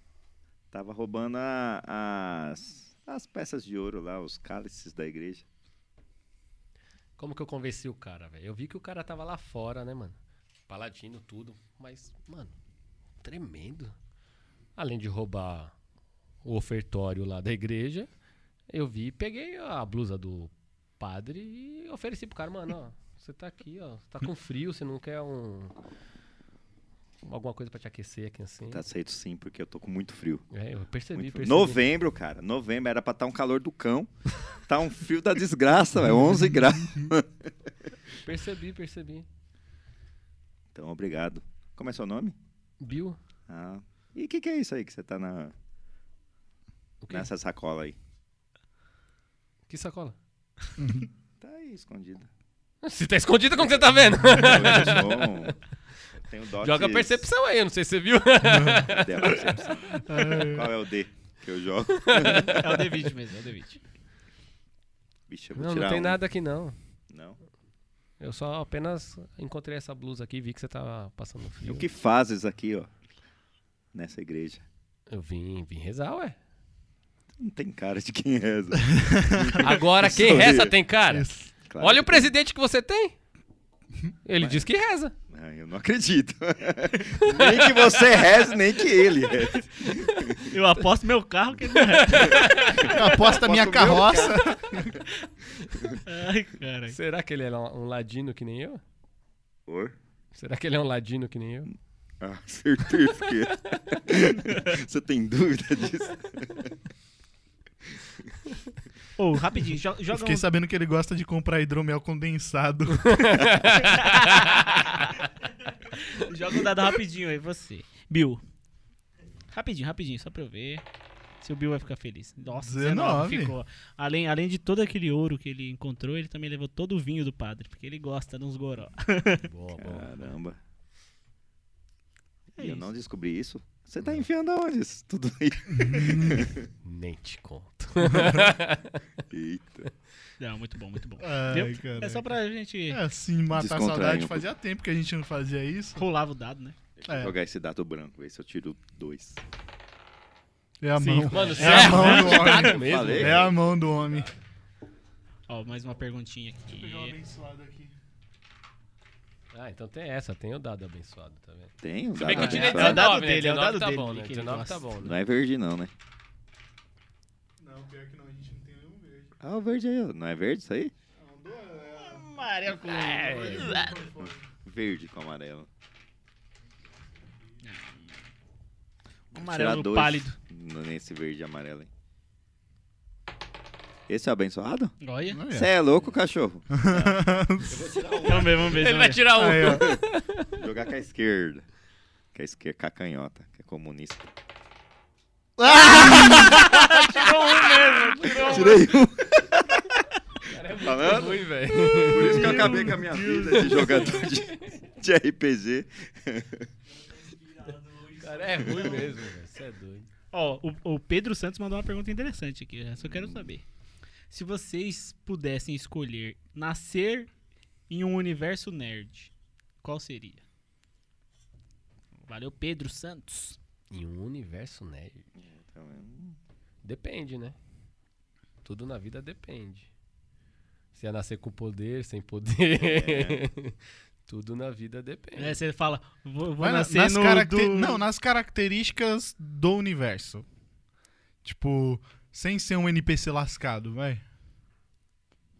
Speaker 3: tava roubando a- as, as peças de ouro lá, os cálices da igreja.
Speaker 4: Como que eu convenci o cara, velho? Eu vi que o cara tava lá fora, né, mano? Paladino, tudo. Mas, mano, tremendo. Além de roubar o ofertório lá da igreja, eu vi e peguei a blusa do padre e ofereci pro cara, mano, ó, você tá aqui, ó, você tá com frio, você não quer um. Alguma coisa pra te aquecer aqui assim.
Speaker 3: Tá aceito sim, porque eu tô com muito frio.
Speaker 4: É, eu percebi,
Speaker 3: Muito frio.
Speaker 4: percebi.
Speaker 3: Novembro, cara. Novembro era pra estar um calor do cão. Tá um frio da desgraça, velho. 11 graus.
Speaker 4: Percebi, percebi.
Speaker 3: Então, obrigado. Como é seu nome?
Speaker 4: Bill?
Speaker 3: Ah. E o que, que é isso aí que você tá na,
Speaker 4: O quê?
Speaker 3: nessa sacola aí?
Speaker 4: Que sacola?
Speaker 3: Tá aí escondida.
Speaker 4: Você tá escondido como você tá vendo?
Speaker 3: Eu sou um- eu tenho dotes-
Speaker 4: Joga a percepção aí, eu não sei se você viu.
Speaker 3: Cadê a percepção? Qual é o D que eu jogo?
Speaker 1: É o D20 mesmo, é o D20.
Speaker 3: Bicho, eu vou
Speaker 4: Não,
Speaker 3: tirar
Speaker 4: não tem
Speaker 3: um.
Speaker 4: nada aqui não.
Speaker 3: Não.
Speaker 4: Eu só apenas encontrei essa blusa aqui e vi que você tava passando
Speaker 3: E
Speaker 4: frio.
Speaker 3: o que fazes aqui, ó? Nessa igreja?
Speaker 4: Eu vim, vim rezar, ué.
Speaker 3: Não tem cara de quem é, reza.
Speaker 4: Agora
Speaker 3: Eu
Speaker 4: quem
Speaker 3: sabia.
Speaker 4: reza tem cara.
Speaker 3: Claro
Speaker 4: Olha o
Speaker 3: que-
Speaker 4: presidente que você tem. Ele diz que reza.
Speaker 3: Ah, eu não acredito. nem que você reze, nem que ele reze.
Speaker 1: Eu aposto meu carro que ele não é.
Speaker 6: Eu aposto a minha
Speaker 3: Aposto o meu
Speaker 6: carroça.
Speaker 1: Ai, cara.
Speaker 4: Será que ele é um um ladino que nem eu?
Speaker 3: Oi?
Speaker 4: Será que ele é um ladino que nem eu?
Speaker 3: Ah, certeza que Você tem dúvida disso?
Speaker 1: Tá Ô, rapidinho, jo-
Speaker 6: Eu
Speaker 1: joga
Speaker 6: fiquei
Speaker 1: um...
Speaker 6: sabendo que ele gosta de comprar hidromel condensado.
Speaker 1: Joga um dado rapidinho aí, você. Bill. Rapidinho, rapidinho, só pra eu ver se o Bill vai ficar feliz. Nossa, 19.
Speaker 6: 19.
Speaker 1: ficou. Além, além de todo aquele ouro que ele encontrou, ele também levou todo o vinho do padre, porque ele gosta de uns goró.
Speaker 4: Boa, boa.
Speaker 3: Caramba.
Speaker 1: É
Speaker 3: E eu
Speaker 1: isso.
Speaker 3: não descobri isso? Você tá enfiando aonde isso tudo aí?
Speaker 4: Nem te conto.
Speaker 3: Eita.
Speaker 1: Não, muito bom, muito bom.
Speaker 6: Ai,
Speaker 1: Viu?
Speaker 6: caraca.
Speaker 1: É só pra gente
Speaker 6: É, assim, matar a
Speaker 3: Descontrai
Speaker 6: saudade.
Speaker 3: um pouco.
Speaker 6: Fazia tempo que a gente não fazia isso.
Speaker 1: rolar o dado, né?
Speaker 3: Deixa eu
Speaker 6: É.
Speaker 3: jogar esse dado branco, ver se eu tiro dois.
Speaker 6: É a mão.
Speaker 4: Mano, você
Speaker 6: é a mão do homem.
Speaker 4: dado mesmo.
Speaker 3: Falei.
Speaker 6: É a mão do homem.
Speaker 1: Ó, mais uma perguntinha aqui.
Speaker 5: um
Speaker 6: abençoado aqui.
Speaker 4: Ah, então tem essa, tem o dado abençoado, tá vendo?
Speaker 3: Tem um
Speaker 4: Se bem que eu
Speaker 3: dado
Speaker 1: É
Speaker 4: tirei
Speaker 1: o
Speaker 3: abençoado?
Speaker 1: dado
Speaker 4: 19, né?
Speaker 1: dele, é o dado
Speaker 4: 19 tá
Speaker 1: dele
Speaker 4: bom, né?
Speaker 1: que ele
Speaker 4: 19
Speaker 1: gosta.
Speaker 4: tá bom,
Speaker 3: Não
Speaker 4: né?
Speaker 3: é verde não, né?
Speaker 5: Não, pior que não, a gente não tem nenhum verde.
Speaker 3: Ah, o verde aí. ó. Não é verde isso aí?
Speaker 5: Não, do, é,
Speaker 1: Maria com...
Speaker 6: né?
Speaker 3: Verde com amarelo.
Speaker 1: Amarelo
Speaker 3: Tirar dois
Speaker 1: pálido.
Speaker 3: n- Nesse verde e amarelo, hein? Esse é o abençoado?
Speaker 1: Olha.
Speaker 3: Você é louco, cachorro?
Speaker 1: Vamos ver, vamos ver.
Speaker 4: Ele
Speaker 1: vamos
Speaker 4: vai
Speaker 1: ver.
Speaker 4: tirar um.
Speaker 6: Aí, ó.
Speaker 3: Jogar com a esquerda. Que a esquerda, com a canhota, que é comunista. Tirei um. Falando?
Speaker 4: Ruim, velho.
Speaker 3: Por isso que eu acabei com a minha vida de jogador de, de RPG.
Speaker 4: Cara, é ruim mesmo, velho. Você é doido.
Speaker 1: Ó, o, o Pedro Santos mandou uma pergunta interessante aqui. Eu só quero saber. Se vocês pudessem escolher nascer em um universo nerd, qual seria? Valeu, Pedro Santos.
Speaker 4: Em um universo nerd. Depende, né? Tudo na vida depende. Se ia nascer com poder, sem poder.
Speaker 6: É.
Speaker 4: Tudo na vida depende.
Speaker 1: Aí É, você fala, vou, vou
Speaker 6: Vai na-
Speaker 1: nascer
Speaker 6: nas
Speaker 1: no...
Speaker 6: caracter-
Speaker 1: do...
Speaker 6: Não, nas características do universo. Tipo, sem ser um NPC lascado, vai.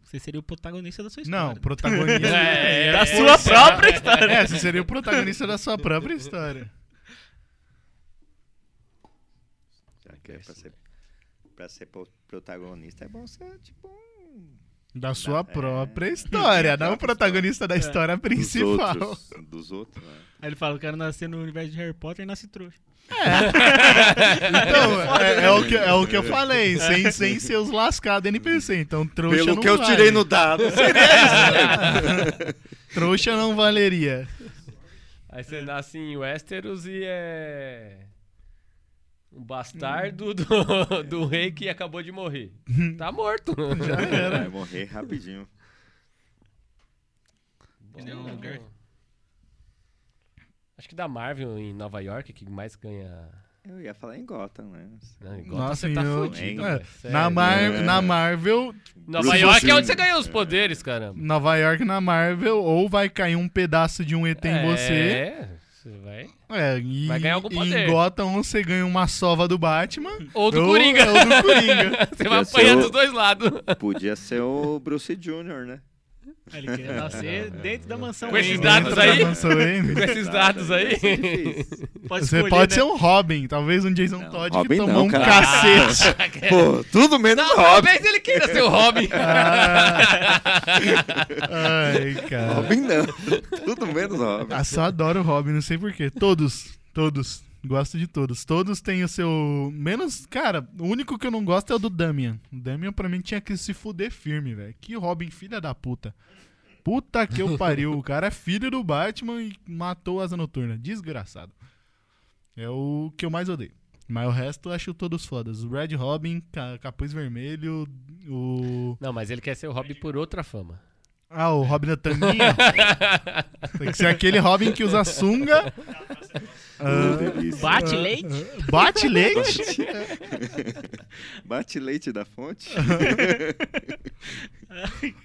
Speaker 1: Você seria o protagonista da sua história.
Speaker 6: Não, protagonista.
Speaker 4: É,
Speaker 1: da
Speaker 4: é,
Speaker 1: sua
Speaker 4: é.
Speaker 1: própria história.
Speaker 6: É, você seria o protagonista da sua própria história.
Speaker 3: Já que é pra ser, pra ser pro- protagonista é bom ser tipo um.
Speaker 6: Da sua
Speaker 3: Da- é.
Speaker 6: própria história, não o protagonista da história
Speaker 3: Dos
Speaker 6: principal.
Speaker 3: outros. Dos outros, né?
Speaker 1: Aí ele fala, eu quero nascer no universo de Harry Potter e nasce trouxa.
Speaker 6: Então, é, é o que, é o que eu falei, sem, sem ser os lascados NPC. Então, trouxa
Speaker 3: Pelo
Speaker 6: não
Speaker 3: que eu
Speaker 6: vale.
Speaker 3: tirei no dado.
Speaker 6: Trouxa não valeria.
Speaker 4: Aí
Speaker 6: É.
Speaker 4: você nasce em Westeros e é. Um bastardo
Speaker 6: Hum.
Speaker 4: do,
Speaker 6: É.
Speaker 4: do rei que acabou de morrer. Tá morto.
Speaker 3: Vai morrer rapidinho.
Speaker 1: Ele é um lugar-
Speaker 4: Acho que da Marvel em Nova York, é que mais ganha.
Speaker 3: Eu ia falar em Gotham, né?
Speaker 4: Não, igual
Speaker 6: Nossa,
Speaker 4: você tá
Speaker 6: eu-
Speaker 4: fudido.
Speaker 6: é,
Speaker 4: velho, sério.
Speaker 6: na, Mar-
Speaker 3: É.
Speaker 6: na Marvel,
Speaker 4: Nova
Speaker 3: Bruce
Speaker 4: York é onde
Speaker 3: Wayne.
Speaker 4: você ganhou os poderes, caramba.
Speaker 6: Nova York na Marvel, ou vai cair um pedaço de um ET em você.
Speaker 4: É, você vai.
Speaker 6: É, e,
Speaker 4: Vai ganhar algum
Speaker 6: e
Speaker 4: poder.
Speaker 6: em Gotham ou você ganha uma sova do Batman.
Speaker 4: Ou do
Speaker 6: ou-
Speaker 4: Coringa.
Speaker 6: Ou do Coringa.
Speaker 4: Você vai
Speaker 3: Eu sou-
Speaker 4: apanhar dos dois lados.
Speaker 3: Podia ser o Bruce Jr., né?
Speaker 1: Ele queria nascer dentro da mansão.
Speaker 4: Com esses
Speaker 1: Wayne.
Speaker 4: dados
Speaker 6: Dentro da
Speaker 4: aí?
Speaker 6: Mansão Wayne.
Speaker 4: Com esses dados aí.
Speaker 1: Pode
Speaker 6: Você
Speaker 1: escolher,
Speaker 6: pode
Speaker 1: né?
Speaker 6: ser um Robin, talvez um Jason
Speaker 3: Não,
Speaker 6: Todd
Speaker 3: Robin
Speaker 6: que
Speaker 3: não,
Speaker 6: tomou um
Speaker 3: cara.
Speaker 6: cacete.
Speaker 3: Pô, tudo menos
Speaker 4: Não,
Speaker 3: Robin.
Speaker 4: talvez ele queira ser o Robin.
Speaker 6: Ai, cara.
Speaker 3: Robin não. Tudo menos Robin.
Speaker 6: Ah, só adoro o Robin, não sei porquê. Todos, todos. Gosto de todos. Todos têm o seu. Menos. Cara, o único que eu não gosto é o do Damian. O Damian, pra mim, tinha que se fuder firme, velho. Que Robin, filha da puta. Puta que eu pariu. O cara é filho do Batman e matou Asa Noturna. Desgraçado. É o que eu mais odeio. Mas o resto eu acho todos fodas. O Red Robin, ca- Capuz Vermelho, o.
Speaker 4: Não, mas ele quer ser o Robin por outra fama.
Speaker 6: Ah, o Robin da Tanguinha. Tem que ser aquele Robin que usa sunga.
Speaker 3: Ah,
Speaker 6: Ah,
Speaker 3: delícia.
Speaker 1: Bate leite?
Speaker 6: bate leite.
Speaker 3: Bate leite da fonte.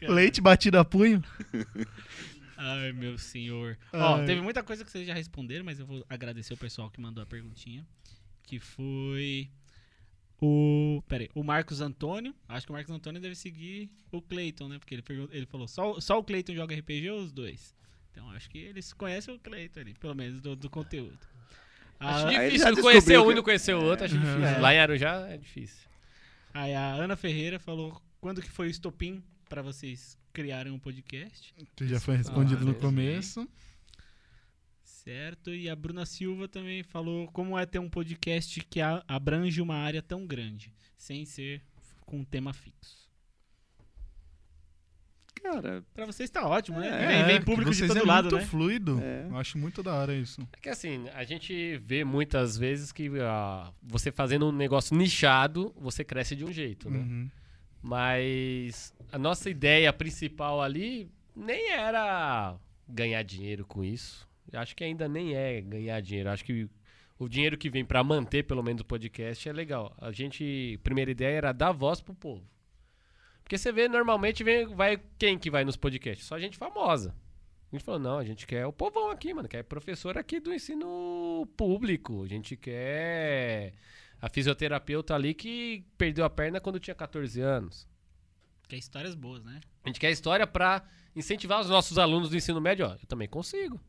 Speaker 6: leite batido a punho.
Speaker 1: Ai, meu senhor. Ó,
Speaker 6: Ai.
Speaker 1: teve muita coisa que vocês já responderam, mas eu vou agradecer o pessoal que mandou a perguntinha. Que foi o. Pera aí, o Marcos Antônio. Acho que o Marcos Antônio deve seguir o Cleiton, né? Porque ele, pergun- ele falou: só, o- só o Cleiton joga RPG ou os dois? Então acho que eles conhecem o Cleiton ali, pelo menos do, do conteúdo.
Speaker 4: Acho
Speaker 1: A,
Speaker 3: Ah, ele
Speaker 4: difícil
Speaker 3: já
Speaker 4: conhecer
Speaker 3: descobriu
Speaker 4: um e
Speaker 3: que- Uhum.
Speaker 4: não conhecer o outro, acho difícil.
Speaker 1: É.
Speaker 4: Lá em Arujá é difícil.
Speaker 1: aí a Ana Ferreira falou: quando que foi o estopim pra vocês criarem um podcast?
Speaker 6: Que já foi respondido
Speaker 1: Ah,
Speaker 6: no
Speaker 1: Deus
Speaker 6: começo.
Speaker 1: Certo, e a Bruna Silva também falou como é ter um podcast que a- abrange uma área tão grande, sem ser com um tema fixo.
Speaker 3: Cara,
Speaker 1: Pra vocês tá ótimo, né?
Speaker 3: É,
Speaker 1: vem, vem
Speaker 6: que
Speaker 1: público de
Speaker 6: vocês
Speaker 1: todo
Speaker 6: é
Speaker 1: lado,
Speaker 6: muito
Speaker 1: né?
Speaker 6: fluido.
Speaker 3: É.
Speaker 6: Eu acho muito da hora isso.
Speaker 4: É que assim, a gente vê muitas vezes que ah, você fazendo um negócio nichado, você cresce de um jeito, né?
Speaker 6: Uhum.
Speaker 4: Mas a nossa ideia principal ali nem era ganhar dinheiro com isso. Eu acho que ainda nem é ganhar dinheiro. Eu acho que o dinheiro que vem pra manter, pelo menos, o podcast é legal. A gente, primeira ideia era dar voz pro povo. Porque você vê, normalmente, vem, vai quem que vai nos podcasts? Só gente famosa. A gente falou, não, a gente quer o povão aqui, mano. Quer professor aqui do ensino público. A gente quer a fisioterapeuta ali que perdeu a perna quando tinha 14 anos.
Speaker 1: Que é histórias boas, né?
Speaker 4: A gente quer história pra incentivar os nossos alunos do ensino médio, ó. Eu também consigo.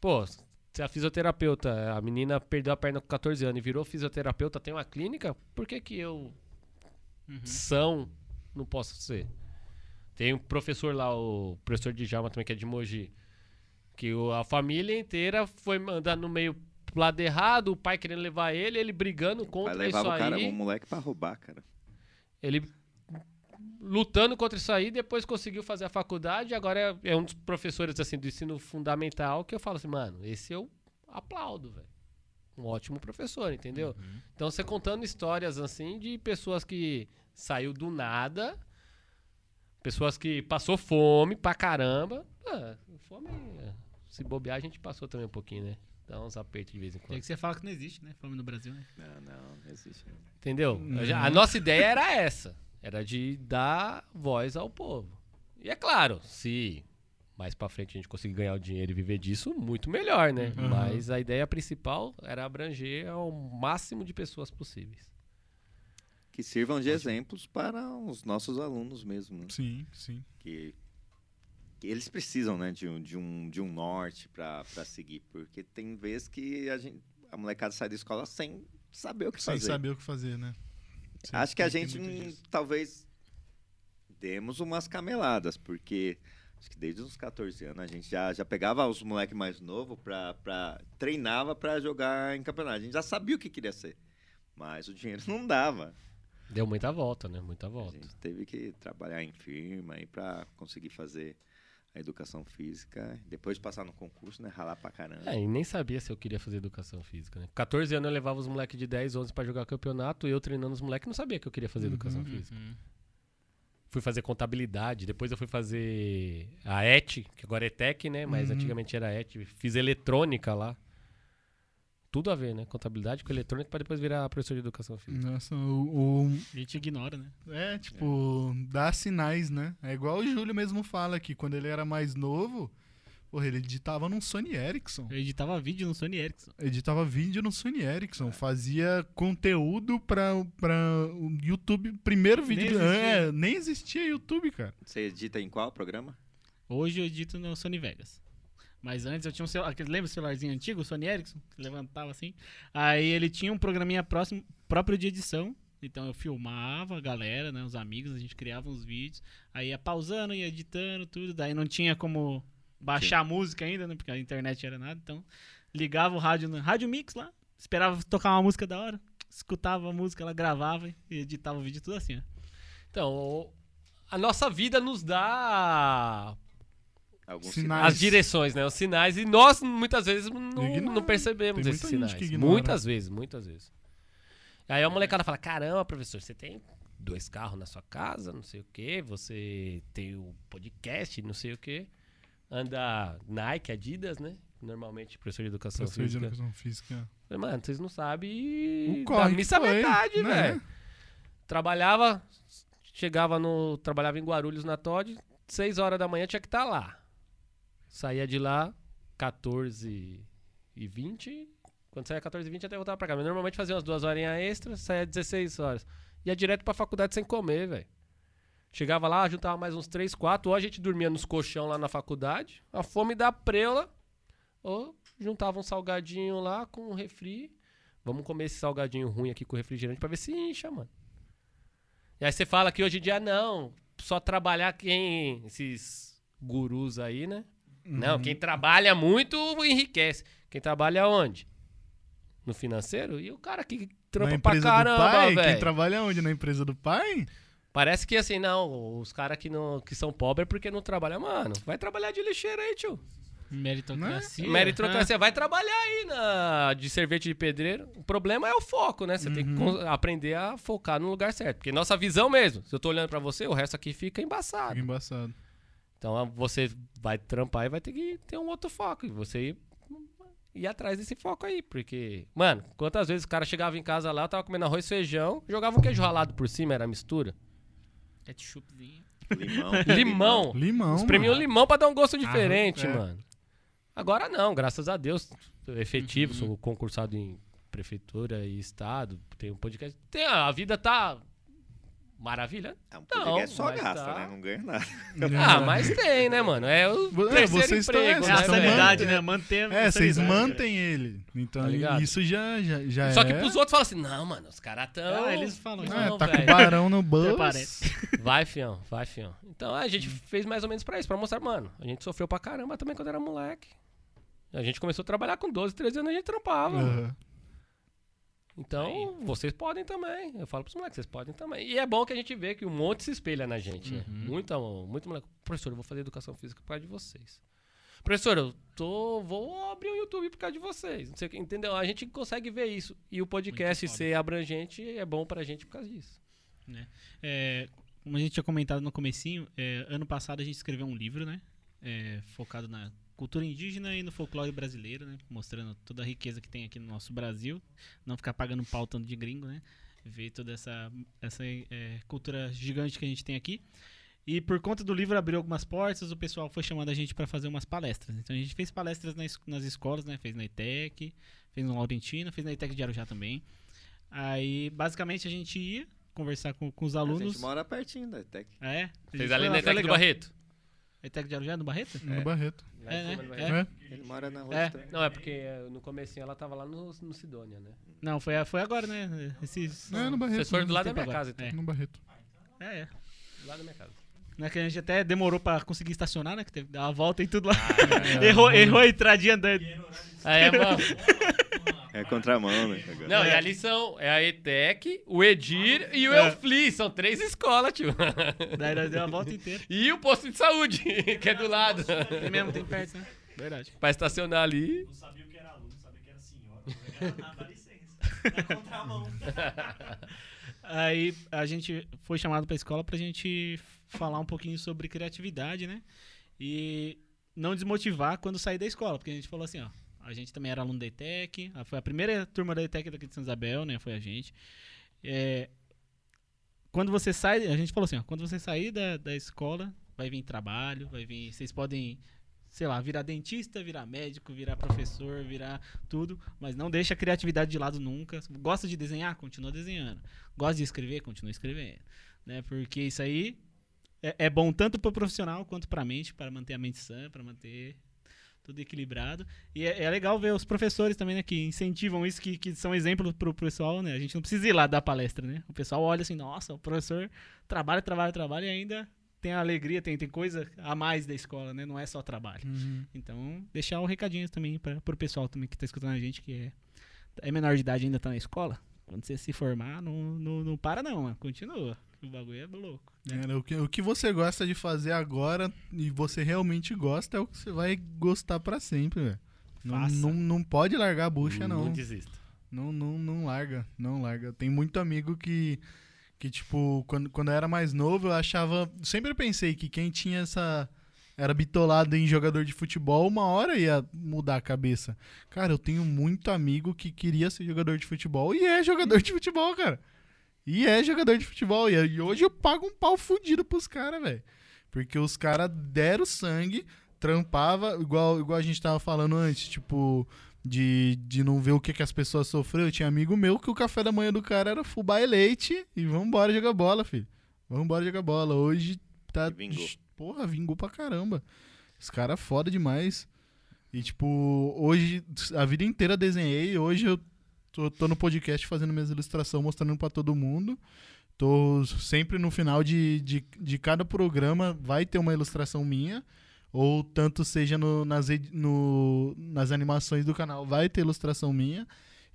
Speaker 4: Pô, se a fisioterapeuta, a menina perdeu a perna com 14 anos e virou fisioterapeuta, tem uma clínica, por que que eu, são, não posso ser? Tem um professor lá, o professor de Djalma também, que é de Mogi, que o- a família inteira foi mandar no meio pro lado errado, o pai querendo levar ele, ele brigando
Speaker 3: vai
Speaker 4: contra isso
Speaker 3: levar o cara,
Speaker 4: aí.
Speaker 3: um moleque pra roubar, cara.
Speaker 4: Ele lutando contra isso aí, depois conseguiu fazer a faculdade, agora é, é um dos professores assim do ensino fundamental que eu falo assim, mano, esse eu aplaudo, velho. Um ótimo professor, entendeu? Então você contando histórias assim de pessoas que saiu do nada, pessoas que passou fome pra caramba. Ah, fome, se bobear a gente passou também um pouquinho, né? Dá uns apertos de vez em
Speaker 1: É
Speaker 4: quando.
Speaker 1: que você fala que não existe, né? Fome no Brasil, né?
Speaker 3: Não, não, não existe.
Speaker 4: Entendeu? Eu já- A nossa ideia era essa. Era de dar voz ao povo. E é claro, se mais pra frente a gente conseguir ganhar o dinheiro e viver disso, muito melhor, né?
Speaker 6: Uhum.
Speaker 4: Mas a ideia principal era abranger ao máximo de pessoas possíveis.
Speaker 3: Que sirvam de exemplos para os nossos alunos mesmo, né?
Speaker 6: Sim, sim.
Speaker 3: que, que eles precisam, né, de um, de um, de um norte pra pra seguir, porque tem vezes que a gente, a molecada sai da escola sem saber o que
Speaker 6: Sem
Speaker 3: fazer.
Speaker 6: saber o que fazer, né? Sim,
Speaker 3: Acho que a
Speaker 6: tem
Speaker 3: gente
Speaker 6: muito
Speaker 3: hum,
Speaker 6: disso.
Speaker 3: talvez demos umas cameladas, porque Acho que desde os 14 anos a gente já, já pegava os moleques mais novos pra, pra. treinava pra jogar em campeonato. A gente já sabia o que queria ser. Mas o dinheiro não dava.
Speaker 4: Deu muita volta, né? Muita
Speaker 3: A
Speaker 4: volta.
Speaker 3: gente teve que trabalhar em firma aí pra conseguir fazer a educação física. Depois de passar no concurso, né? Ralar pra caramba.
Speaker 4: É, e nem sabia se eu queria fazer educação física, né? Com 14 anos eu levava os moleques de 10, 11 pra jogar campeonato, e eu treinando os moleques não sabia que eu queria fazer educação física. Fui fazer contabilidade, depois eu fui fazer a ET, que agora é TEC, né? Mas antigamente era ET, fiz eletrônica lá. Tudo a ver, né? Contabilidade com eletrônica pra depois virar professor de educação física.
Speaker 6: Nossa, o, o-
Speaker 1: A gente ignora, né?
Speaker 6: É, tipo, dá sinais, né? É igual o Júlio mesmo fala que quando ele era mais novo, porra, ele editava num Sony Ericsson.
Speaker 1: Eu editava vídeo no Sony Ericsson.
Speaker 6: Editava vídeo no Sony Ericsson, fazia conteúdo pra, pra o YouTube. Primeiro vídeo.
Speaker 1: Nem
Speaker 6: do-
Speaker 1: existia.
Speaker 6: é, nem existia YouTube, cara.
Speaker 3: Você edita em qual programa?
Speaker 1: Hoje eu edito no Sony Vegas. Mas antes eu tinha um celular. aquele- Lembra o celularzinho antigo, o Sony Ericsson? Que levantava assim. Aí ele tinha um programinha próximo, próprio de edição. Então eu filmava a galera, né? Os amigos, a gente criava uns vídeos. Aí ia pausando, ia editando, tudo. Daí não tinha como baixar a música ainda, né? Porque a internet era nada. Então ligava o rádio, na- rádio mix lá. Esperava tocar uma música da hora. Escutava a música, ela gravava e editava o vídeo tudo assim, ó.
Speaker 4: Então, o- a nossa vida nos dá
Speaker 3: Algum
Speaker 6: Sinais.
Speaker 4: as direções, né? Os sinais, e nós muitas vezes não,
Speaker 6: Ignora.
Speaker 4: não percebemos
Speaker 6: né? Tem
Speaker 4: esses
Speaker 6: muita gente
Speaker 4: sinais.
Speaker 6: que ignora. né?
Speaker 4: Muitas vezes, muitas vezes. Aí a molecada fala: caramba, professor, você tem dois carros na sua casa, não sei o quê, você tem o podcast, não sei o quê. Anda Nike, Adidas, né? Normalmente, professor de educação
Speaker 6: Professor de
Speaker 4: física.
Speaker 6: educação física.
Speaker 4: Falei, Mano, vocês não sabem.
Speaker 6: O corre
Speaker 4: Da
Speaker 6: que
Speaker 4: missa à
Speaker 6: foi,
Speaker 4: metade,
Speaker 6: né?
Speaker 4: velho. Trabalhava, chegava no. Trabalhava em Guarulhos na Todd, 6 horas da manhã tinha que estar lá. Saía de lá 14 e 20. Quando saía 14 e 20 até voltava pra cá. Mas normalmente fazia umas duas horinhas extra, saía 16 horas. Ia direto pra faculdade sem comer, velho. Chegava lá, juntava mais uns 3, 4. Ou a gente dormia nos colchão lá na faculdade. A fome da preula. Ou juntava um salgadinho lá com um refri. Vamos comer esse salgadinho ruim aqui com refrigerante pra ver se incha, mano. E aí você fala que hoje em dia não, só trabalhar quem. Esses gurus aí, né?
Speaker 6: Uhum.
Speaker 4: Não, quem trabalha muito enriquece. Quem trabalha onde? No financeiro? E o cara que
Speaker 6: Na
Speaker 4: trampa pra
Speaker 6: empresa do
Speaker 4: caramba,
Speaker 6: pai? Quem
Speaker 4: velho.
Speaker 6: trabalha onde? Na empresa do pai?
Speaker 4: Parece que assim, não, os caras que, não- que são pobres é porque não trabalham. Mano, vai trabalhar de lixeiro aí, tio.
Speaker 1: Meritocracia.
Speaker 4: Meritocracia, vai trabalhar aí na, de sorvete de pedreiro. O problema é o foco, né? Você tem que
Speaker 6: Uhum.
Speaker 4: con- aprender a focar no lugar certo. Porque nossa visão mesmo. Se eu tô olhando pra você, o resto aqui fica
Speaker 6: Fica
Speaker 4: embaçado.
Speaker 6: embaçado.
Speaker 4: Então ah, você vai trampar e vai ter que ter um outro foco. E você ir, ir atrás desse foco aí. Porque, mano, quantas vezes o cara chegava em casa lá, tava comendo arroz e feijão, jogava um queijo ralado por cima, era a mistura.
Speaker 1: Ah, Ketchupzinho.
Speaker 3: Limão.
Speaker 4: Limão.
Speaker 6: Limão.
Speaker 4: Espremiam
Speaker 6: mano.
Speaker 4: limão pra dar um gosto diferente,
Speaker 6: é.
Speaker 4: mano. Agora não, graças a Deus. sou Efetivo,
Speaker 6: Uhum.
Speaker 4: sou concursado em prefeitura e estado. Tenho um podcast. Tem, a vida tá maravilha.
Speaker 3: É um
Speaker 4: Não,
Speaker 3: podcast só
Speaker 4: mas
Speaker 3: gasta,
Speaker 4: tá.
Speaker 3: né? Não ganha nada.
Speaker 6: É.
Speaker 4: Ah, mas tem, né, mano? É o
Speaker 6: Vo- é,
Speaker 4: terceiro
Speaker 6: vocês estão-
Speaker 4: emprego,
Speaker 1: É
Speaker 6: Vocês
Speaker 1: a
Speaker 4: né,
Speaker 6: estão
Speaker 4: velho?
Speaker 1: sanidade, né? Manter
Speaker 6: É,
Speaker 1: a
Speaker 6: vocês
Speaker 1: sanidade.
Speaker 6: mantêm ele. Então
Speaker 4: Tá ligado?
Speaker 6: isso já, já, já
Speaker 4: Só
Speaker 6: é.
Speaker 4: que pros outros fala assim, não, mano, os caras tão...
Speaker 1: Ah, eles falam isso.
Speaker 6: É,
Speaker 4: Não,
Speaker 6: tá com
Speaker 4: velho.
Speaker 6: o barão no bolso.
Speaker 1: Até parece.
Speaker 4: Vai, fião, vai, fião. Então a
Speaker 6: Hum.
Speaker 4: gente fez mais ou menos pra isso, pra mostrar, mano, a gente sofreu pra caramba também quando era moleque. A gente começou a trabalhar com 12, 13 anos, a gente trampava, mano.
Speaker 6: Aham.
Speaker 4: Então, vocês podem também. Eu falo pros moleques, vocês podem também. E é bom que a gente vê que um monte se espelha na gente, né? Muita, muito moleque. Professor, eu vou fazer educação física por causa de vocês. Professor, eu tô, vou abrir um YouTube por causa de vocês. Não sei o que, entendeu? A gente consegue ver isso. E o podcast
Speaker 1: Muito foda.
Speaker 4: ser abrangente é bom pra gente por causa disso.
Speaker 1: É, como a gente tinha comentado no comecinho, é, ano passado a gente escreveu um livro, né? É, focado na cultura indígena e no folclore brasileiro, né? Mostrando toda a riqueza que tem aqui no nosso Brasil. Não ficar pagando pau tanto de gringo, né? Ver toda essa, essa é, cultura gigante que a gente tem aqui. E por conta do livro abriu algumas portas, o pessoal foi chamando a gente para fazer umas palestras. Então a gente fez palestras nas, nas escolas, né? Fez na ITEC, fez no Laurentino, fez na ITEC de Arujá também. Aí, basicamente, a gente ia conversar com, com os
Speaker 3: A
Speaker 1: alunos.
Speaker 3: gente mora pertinho da ETEC.
Speaker 1: Ah, É?
Speaker 4: Fez ali na Tec do Barreto. Hum.
Speaker 1: A ETEC tá de Arujá, no Barreto?
Speaker 6: No Barreto.
Speaker 1: É, né? É.
Speaker 6: É.
Speaker 3: Ele mora na rua
Speaker 1: É.
Speaker 3: de trás.
Speaker 4: Não, é porque eh, no comecinho ela tava lá no, no Sidônia, né?
Speaker 1: Não, foi, a- foi agora, né? Esses...
Speaker 4: Hum.
Speaker 6: É, no Barreto.
Speaker 4: Vocês foram do
Speaker 6: né?
Speaker 4: lado é- da
Speaker 1: Tempo
Speaker 4: minha
Speaker 1: agora.
Speaker 4: casa, então.
Speaker 1: É.
Speaker 6: No Barreto.
Speaker 1: É, é.
Speaker 4: Do lado da minha casa.
Speaker 1: Né, que a gente até demorou pra conseguir estacionar, né? Que teve que dar uma volta e tudo lá.
Speaker 4: Ah,
Speaker 1: errou, errou a entradinha da.
Speaker 4: É, mano.
Speaker 3: É contramão, né? agora.
Speaker 4: Não, e ali são é a ETEC, o Edir e o Eufli. São três escolas, tio.
Speaker 1: Daí nós deu a volta inteira.
Speaker 4: E o posto de saúde, que é do lado.
Speaker 1: Tem mesmo, tem perto, né? Verdade.
Speaker 4: Pra estacionar ali.
Speaker 7: Não sabia o que era aluno, não sabia o que era senhora. não sabia o que era nada, Dá licença. Na contramão.
Speaker 1: Aí a gente foi chamado pra escola pra gente falar um pouquinho sobre criatividade, né? E não desmotivar quando sair da escola, porque a gente falou assim, ó. A gente também era aluno da ETEC, a- foi a primeira turma da ETEC daqui de São Isabel, né? Foi a gente. É, quando você sai, a gente falou assim, ó, quando você sair da, da escola, vai vir trabalho, vai vir. Vocês podem, sei lá, virar dentista, virar médico, virar professor, virar tudo, mas não deixa a criatividade de lado nunca. Gosta de desenhar? Continua desenhando. Gosta de escrever? Continua escrevendo. Né? Porque isso aí é, é bom tanto para o profissional quanto para a mente, para manter a mente sã, para manter tudo equilibrado. E é, é legal ver os professores também, né, que incentivam isso, que, que são exemplos pro pessoal, né? A gente não precisa ir lá dar palestra, né? O pessoal olha assim, nossa, o professor trabalha, trabalha, trabalha e ainda tem a alegria, tem, tem coisa a mais da escola, né? Não é só trabalho. Então, deixar o recadinho também para pro pessoal também que tá escutando a gente, que é, é menor de idade ainda tá na escola. Quando você se formar, não, não, não para não, mano. continua. O bagulho é louco. né?
Speaker 6: Cara, o, que, o que você gosta de fazer agora e você realmente gosta é o que você vai gostar pra sempre, velho. Não,
Speaker 1: Faça.
Speaker 6: não, não pode largar a bucha, não.
Speaker 4: Não desista.
Speaker 6: Não, não, não larga, não larga. Tem muito amigo que, que tipo, quando, quando eu era mais novo, eu achava. Sempre pensei que quem tinha essa. Era bitolado em jogador de futebol, uma hora ia mudar a cabeça. Cara, eu tenho muito amigo que queria ser jogador de futebol e é jogador de futebol, cara. E é jogador de futebol. E, e hoje eu pago um pau fudido pros caras, velho. Porque os caras deram sangue, trampava, igual, igual a gente tava falando antes, tipo, de, de não ver o que, que as pessoas sofreram. Eu tinha amigo meu que o café da manhã do cara era fubá e leite e vambora jogar bola, filho. Vambora jogar bola. Hoje tá.
Speaker 3: E vingou.
Speaker 6: Porra, vingou pra caramba. Esse cara é foda demais. E, tipo, hoje, a vida inteira desenhei. Hoje eu tô, tô no podcast fazendo minhas ilustrações, mostrando pra todo mundo. Tô sempre no final de, de, de cada programa, vai ter uma ilustração minha. Ou tanto seja no- nas, ed- no- nas animações do canal, vai ter ilustração minha.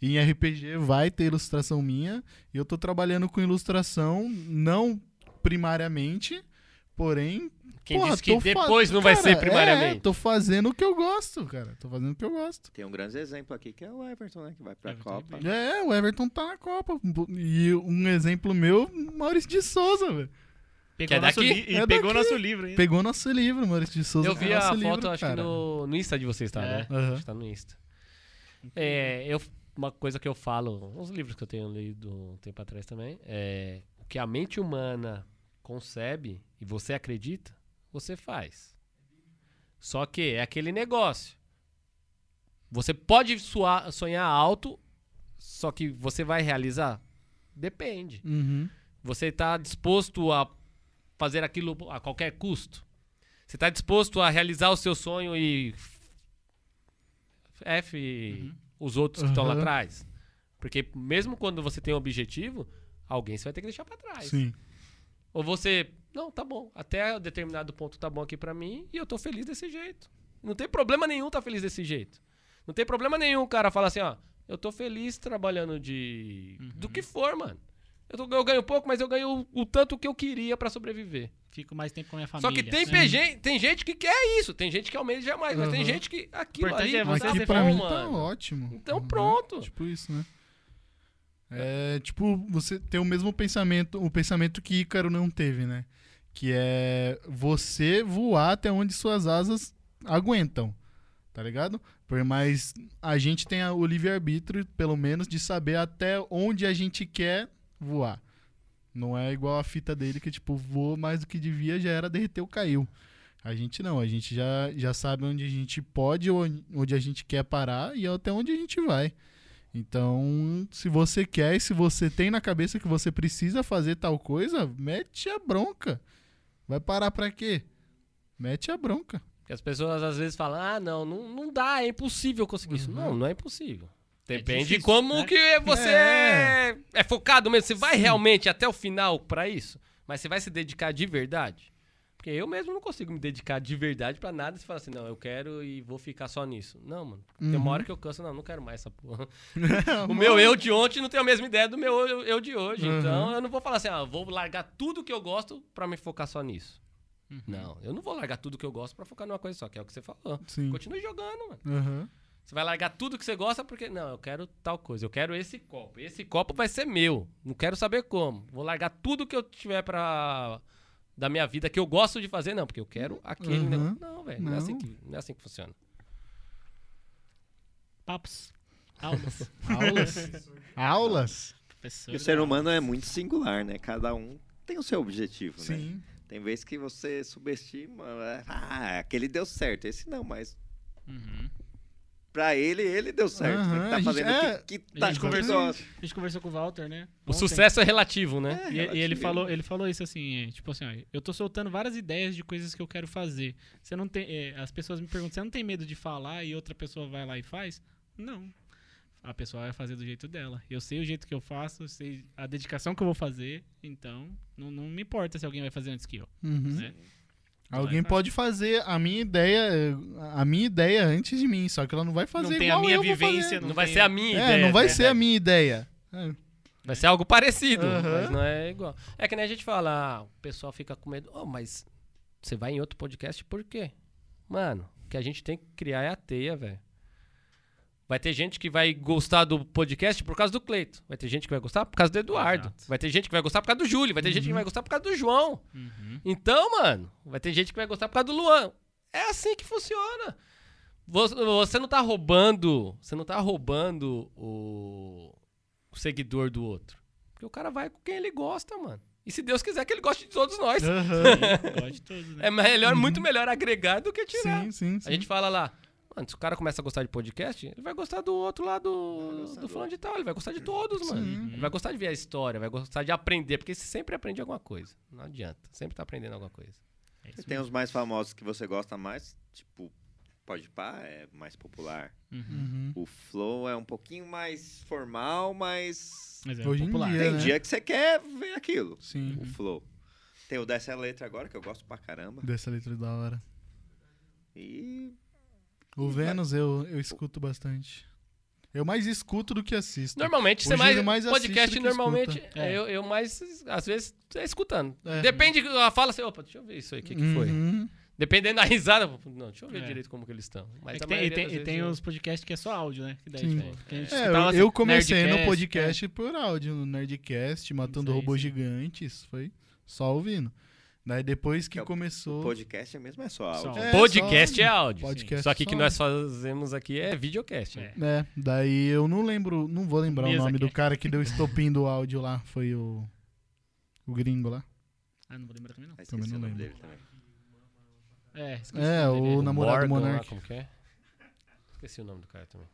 Speaker 6: E em RPG vai ter ilustração minha. E eu tô trabalhando com ilustração, não primariamente, porém.
Speaker 4: Quem
Speaker 6: porra,
Speaker 4: disse que
Speaker 6: tô fa-
Speaker 4: depois não vai
Speaker 6: Cara,
Speaker 4: ser
Speaker 6: É,
Speaker 4: primariamente?
Speaker 6: tô fazendo o que eu gosto, cara. Tô fazendo o que eu gosto.
Speaker 3: Tem um grande exemplo aqui que é o Everton, né? Que vai pra
Speaker 1: Everton
Speaker 3: Copa.
Speaker 6: É, o Everton tá na Copa. E um exemplo meu, Maurício de Souza, velho.
Speaker 1: Pegou
Speaker 4: Que é
Speaker 1: nosso
Speaker 4: daqui?
Speaker 1: li- e
Speaker 6: É
Speaker 1: pegou
Speaker 6: daqui.
Speaker 1: nosso livro ainda.
Speaker 6: Pegou nosso livro, Maurício de Souza.
Speaker 4: Eu vi
Speaker 6: pegou
Speaker 4: a
Speaker 6: nosso
Speaker 4: foto,
Speaker 6: livro,
Speaker 4: acho
Speaker 6: cara.
Speaker 4: que no, no Insta de vocês, tá? Né?
Speaker 6: Aham.
Speaker 4: Acho que tá no Insta. É, eu, uma coisa que eu falo, uns livros que eu tenho lido um tempo atrás também, é o que a mente humana concebe e você acredita, você faz. Só que é aquele negócio. Você pode suar- sonhar alto, só que você vai realizar? Depende.
Speaker 6: Uhum.
Speaker 4: Você está disposto a fazer aquilo a qualquer custo? Você está disposto a realizar o seu sonho e F os outros que estão lá
Speaker 6: Uhum.
Speaker 4: atrás? Porque mesmo quando você tem um objetivo, alguém você vai ter que deixar para trás.
Speaker 6: Sim.
Speaker 4: Ou você, não, tá bom, até determinado ponto tá bom aqui para mim e eu tô feliz desse jeito. Não tem problema nenhum tá feliz desse jeito. Não tem problema nenhum o cara falar assim, ó, eu tô feliz trabalhando de
Speaker 1: Uhum.
Speaker 4: do que for, mano. Eu, tô- eu ganho pouco, mas eu ganho o, o tanto que eu queria pra sobreviver.
Speaker 1: Fico mais tempo com a minha família.
Speaker 4: Só que tem,
Speaker 1: né?
Speaker 4: PG, tem gente que quer isso, tem gente que almeja mais, mas tem
Speaker 6: Uhum.
Speaker 4: gente que aquilo
Speaker 1: Importante
Speaker 4: ali
Speaker 1: é você
Speaker 4: tá
Speaker 1: ser
Speaker 6: Aqui
Speaker 4: bom,
Speaker 6: pra mim tá
Speaker 4: mano.
Speaker 6: ótimo.
Speaker 4: Então
Speaker 6: Uhum.
Speaker 4: pronto.
Speaker 6: Tipo isso, né? É, tipo, você ter o mesmo pensamento, o pensamento que Ícaro não teve, né? Que é você voar até onde suas asas aguentam, tá ligado? Por- Mas a gente tem a- o livre-arbítrio, pelo menos, de saber até onde a gente quer voar. Não é igual a fita dele que, tipo, voou mais do que devia, já era derreteu, caiu. A gente não, a gente já, já sabe onde a gente pode, ou onde a gente quer parar e até onde a gente vai. Então, se você quer e se você tem na cabeça que você precisa fazer tal coisa, mete a bronca. Vai parar pra quê? Mete a bronca.
Speaker 4: Porque as pessoas às vezes falam, ah, não, não, não dá, é impossível conseguir isso. Não, não é impossível. Depende
Speaker 1: difícil,
Speaker 4: de como
Speaker 1: né?
Speaker 4: que você é.
Speaker 6: É.
Speaker 4: é focado mesmo. Você vai realmente até o final pra isso? Mas você vai se dedicar de verdade? Porque eu mesmo não consigo me dedicar de verdade pra nada e falar assim, não, eu quero e vou ficar só nisso. Não, mano. Tem uma hora que eu canso, não, não quero mais essa porra. o meu eu de ontem não tem a mesma ideia do meu eu, eu de hoje.
Speaker 6: Uhum.
Speaker 4: Então eu não vou falar assim, ah, eu vou largar tudo que eu gosto pra me focar só nisso.
Speaker 6: Uhum.
Speaker 4: Não, eu não vou largar tudo que eu gosto pra focar numa coisa só, que é o que você falou.
Speaker 6: Sim.
Speaker 4: Continue jogando, mano.
Speaker 6: Aham.
Speaker 4: Você vai largar tudo que você gosta porque, não, eu quero tal coisa, eu quero esse copo. Esse copo vai ser meu, não quero saber como. Vou largar tudo que eu tiver pra. da minha vida que eu gosto de fazer, não, porque eu quero aquele
Speaker 6: Uhum.
Speaker 4: negócio. Não, velho, não. é
Speaker 6: Não.
Speaker 4: assim que- não é assim que funciona.
Speaker 1: Papos. Aulas.
Speaker 6: Aulas? Aulas?
Speaker 1: Professor
Speaker 3: E o ser humano é muito singular, né? Cada um tem o seu objetivo, né?
Speaker 6: Sim.
Speaker 3: Tem vezes que você subestima, ah, aquele deu certo, esse não, mas
Speaker 1: Uhum.
Speaker 3: pra ele, ele deu certo. né?
Speaker 6: Aham,
Speaker 3: Que
Speaker 6: a
Speaker 3: tá
Speaker 6: gente-
Speaker 3: fazendo
Speaker 6: é,
Speaker 3: o que, que
Speaker 1: a
Speaker 3: tá
Speaker 1: gente conversou
Speaker 3: acontecendo.
Speaker 1: A gente conversou com o Walter, né?
Speaker 4: O
Speaker 1: Ontem.
Speaker 4: sucesso é relativo, né?
Speaker 3: É,
Speaker 1: E, e ele
Speaker 3: relativo.
Speaker 1: falou, ele falou isso assim, é, tipo assim, ó, eu tô soltando várias ideias de coisas que eu quero fazer. Você não tem, é, as pessoas me perguntam, você não tem medo de falar e outra pessoa vai lá e faz? Não. A pessoa vai fazer do jeito dela. Eu sei o jeito que eu faço, eu sei a dedicação que eu vou fazer, então não, não me importa se alguém vai fazer antes que eu.
Speaker 6: Uhum.
Speaker 1: né?
Speaker 6: Alguém
Speaker 1: Vai.
Speaker 6: pode fazer a minha ideia, eh, a minha ideia antes de mim, só que ela não vai fazer
Speaker 1: não tem a
Speaker 6: igual
Speaker 1: minha
Speaker 6: eu vou
Speaker 1: vivência,
Speaker 6: fazer.
Speaker 1: não,
Speaker 4: Não vai
Speaker 1: tem-
Speaker 4: ser a minha
Speaker 6: É,
Speaker 4: ideia.
Speaker 6: não vai
Speaker 4: né?
Speaker 6: ser a minha ideia. É.
Speaker 4: Vai ser algo parecido,
Speaker 6: Aham.
Speaker 4: mas não é igual. É que nem a gente fala, ah, o pessoal fica com medo, oh, mas você vai em outro podcast por quê? Mano, o que a gente tem que criar é a teia, velho. Vai ter gente que vai gostar do podcast por causa do Cleito. Vai ter gente que vai gostar por causa do Eduardo.
Speaker 1: Exato.
Speaker 4: Vai ter gente que vai gostar por causa do Júlio. Vai ter gente que vai gostar por causa do João.
Speaker 1: Uhum.
Speaker 4: Então, mano, vai ter gente que vai gostar por causa do Luan. É assim que funciona. Vo- Você não tá roubando. Você não tá roubando o, o seguidor do outro. Porque o cara vai com quem ele gosta, mano. E se Deus quiser que ele goste de todos nós.
Speaker 6: Aham.
Speaker 1: Pode tudo, né?
Speaker 4: É melhor, muito melhor agregar do que tirar.
Speaker 6: Sim, Uhum. sim, sim.
Speaker 4: A gente fala lá. Mano, se o cara começa a gostar de podcast, ele vai gostar do outro lá do, do fulano de tal. Ele vai gostar de todos, mano.
Speaker 6: Uhum.
Speaker 4: Ele vai gostar de ver a história, vai gostar de aprender, porque você sempre aprende alguma coisa. Não adianta. Sempre tá aprendendo alguma coisa.
Speaker 1: É isso
Speaker 3: Tem os mais famosos que você gosta mais, tipo, pode pá, é mais popular.
Speaker 1: Uhum.
Speaker 6: Uhum.
Speaker 3: O flow é um pouquinho mais formal, mas
Speaker 1: Mas é
Speaker 6: Hoje em
Speaker 1: popular.
Speaker 6: dia-
Speaker 3: tem
Speaker 6: né?
Speaker 3: dia que você quer ver aquilo.
Speaker 6: Sim.
Speaker 3: O flow. Tem o dessa letra agora, que eu gosto pra caramba.
Speaker 6: Dessa letra da hora.
Speaker 3: E
Speaker 4: Uhum.
Speaker 6: O Vênus eu, eu escuto bastante. Eu mais escuto do que assisto.
Speaker 4: Normalmente você
Speaker 6: Hoje
Speaker 4: mais,
Speaker 6: ele mais assiste do
Speaker 4: podcast
Speaker 6: que
Speaker 4: normalmente
Speaker 6: escuta.
Speaker 4: é, eu, eu mais às vezes é escutando.
Speaker 6: É.
Speaker 4: Depende a fala assim, opa, deixa eu ver isso aí, o que, que foi?
Speaker 6: Uhum.
Speaker 4: Dependendo da risada, eu falo, não, deixa eu ver
Speaker 1: É.
Speaker 4: direito como que eles estão.
Speaker 1: É
Speaker 4: Mas
Speaker 1: que
Speaker 4: a
Speaker 1: tem, e
Speaker 4: maioria
Speaker 1: tem,
Speaker 4: das
Speaker 1: e
Speaker 4: vezes
Speaker 1: tem
Speaker 4: eu-
Speaker 1: os podcasts que é só áudio, né? Que daí,
Speaker 6: Sim.
Speaker 1: tipo, que a gente
Speaker 6: É, eu,
Speaker 1: escutava, assim,
Speaker 6: eu comecei no
Speaker 1: Nerdcast,
Speaker 4: é.
Speaker 6: podcast por áudio, no Nerdcast, Matando
Speaker 1: aí,
Speaker 6: Robôs
Speaker 1: sim.
Speaker 6: Gigantes, foi só ouvindo. Daí depois que
Speaker 3: É, o-
Speaker 6: começou...
Speaker 3: o podcast mesmo é só
Speaker 1: Só
Speaker 3: áudio.
Speaker 1: áudio.
Speaker 6: É,
Speaker 4: podcast
Speaker 6: só-
Speaker 4: é áudio.
Speaker 6: podcast
Speaker 4: só que o que é
Speaker 6: só- né?
Speaker 4: nós fazemos aqui é videocast. né?
Speaker 1: É.
Speaker 6: É, daí eu não lembro, não vou lembrar
Speaker 1: Mesa
Speaker 6: o nome do
Speaker 1: cast.
Speaker 6: cara que deu estopim do áudio lá, foi o o gringo lá.
Speaker 1: Ah, não vou lembrar também não.
Speaker 3: Ah, esqueci
Speaker 6: Também não
Speaker 3: o nome
Speaker 6: lembro.
Speaker 3: dele também.
Speaker 1: É, esqueci
Speaker 6: É,
Speaker 1: nome dele.
Speaker 6: o namorado do
Speaker 4: Morgan lá,
Speaker 6: Monark.
Speaker 4: como que é? Esqueci o nome do cara também.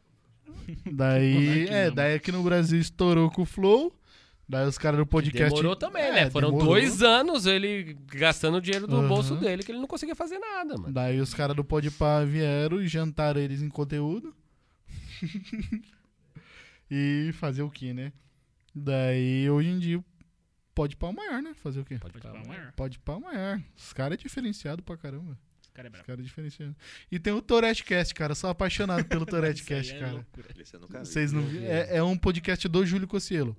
Speaker 6: Daí,
Speaker 1: Monark
Speaker 6: é,
Speaker 1: não.
Speaker 6: daí aqui no Brasil estourou com o Flow. Daí os caras do podcast
Speaker 4: Demorou também,
Speaker 6: É,
Speaker 4: né? Foram
Speaker 6: demorou.
Speaker 4: dois anos ele gastando o dinheiro do
Speaker 6: Aham.
Speaker 4: bolso dele que ele não conseguia fazer nada, mano.
Speaker 6: Daí os caras do Podpah vieram e jantaram eles em conteúdo. e fazer o que, né? Daí hoje em dia o Podpah é o maior, né? Fazer o quê?
Speaker 4: Pode
Speaker 1: Pode
Speaker 4: falar,
Speaker 1: falar
Speaker 4: mano.
Speaker 1: maior.
Speaker 6: Podpah é o maior. Os caras é diferenciado pra caramba.
Speaker 1: Esse cara é
Speaker 6: Os
Speaker 1: brabo.
Speaker 6: caras é diferenciado. E tem o Toretcast, cara. Eu Sou apaixonado pelo
Speaker 1: Isso aí
Speaker 6: Toretcast,
Speaker 1: é
Speaker 6: cara.
Speaker 1: loucura.
Speaker 3: Esse eu nunca vi.
Speaker 6: Vocês não
Speaker 4: Não
Speaker 6: vi-
Speaker 4: vi.
Speaker 6: É, é um podcast do Júlio Cossielo.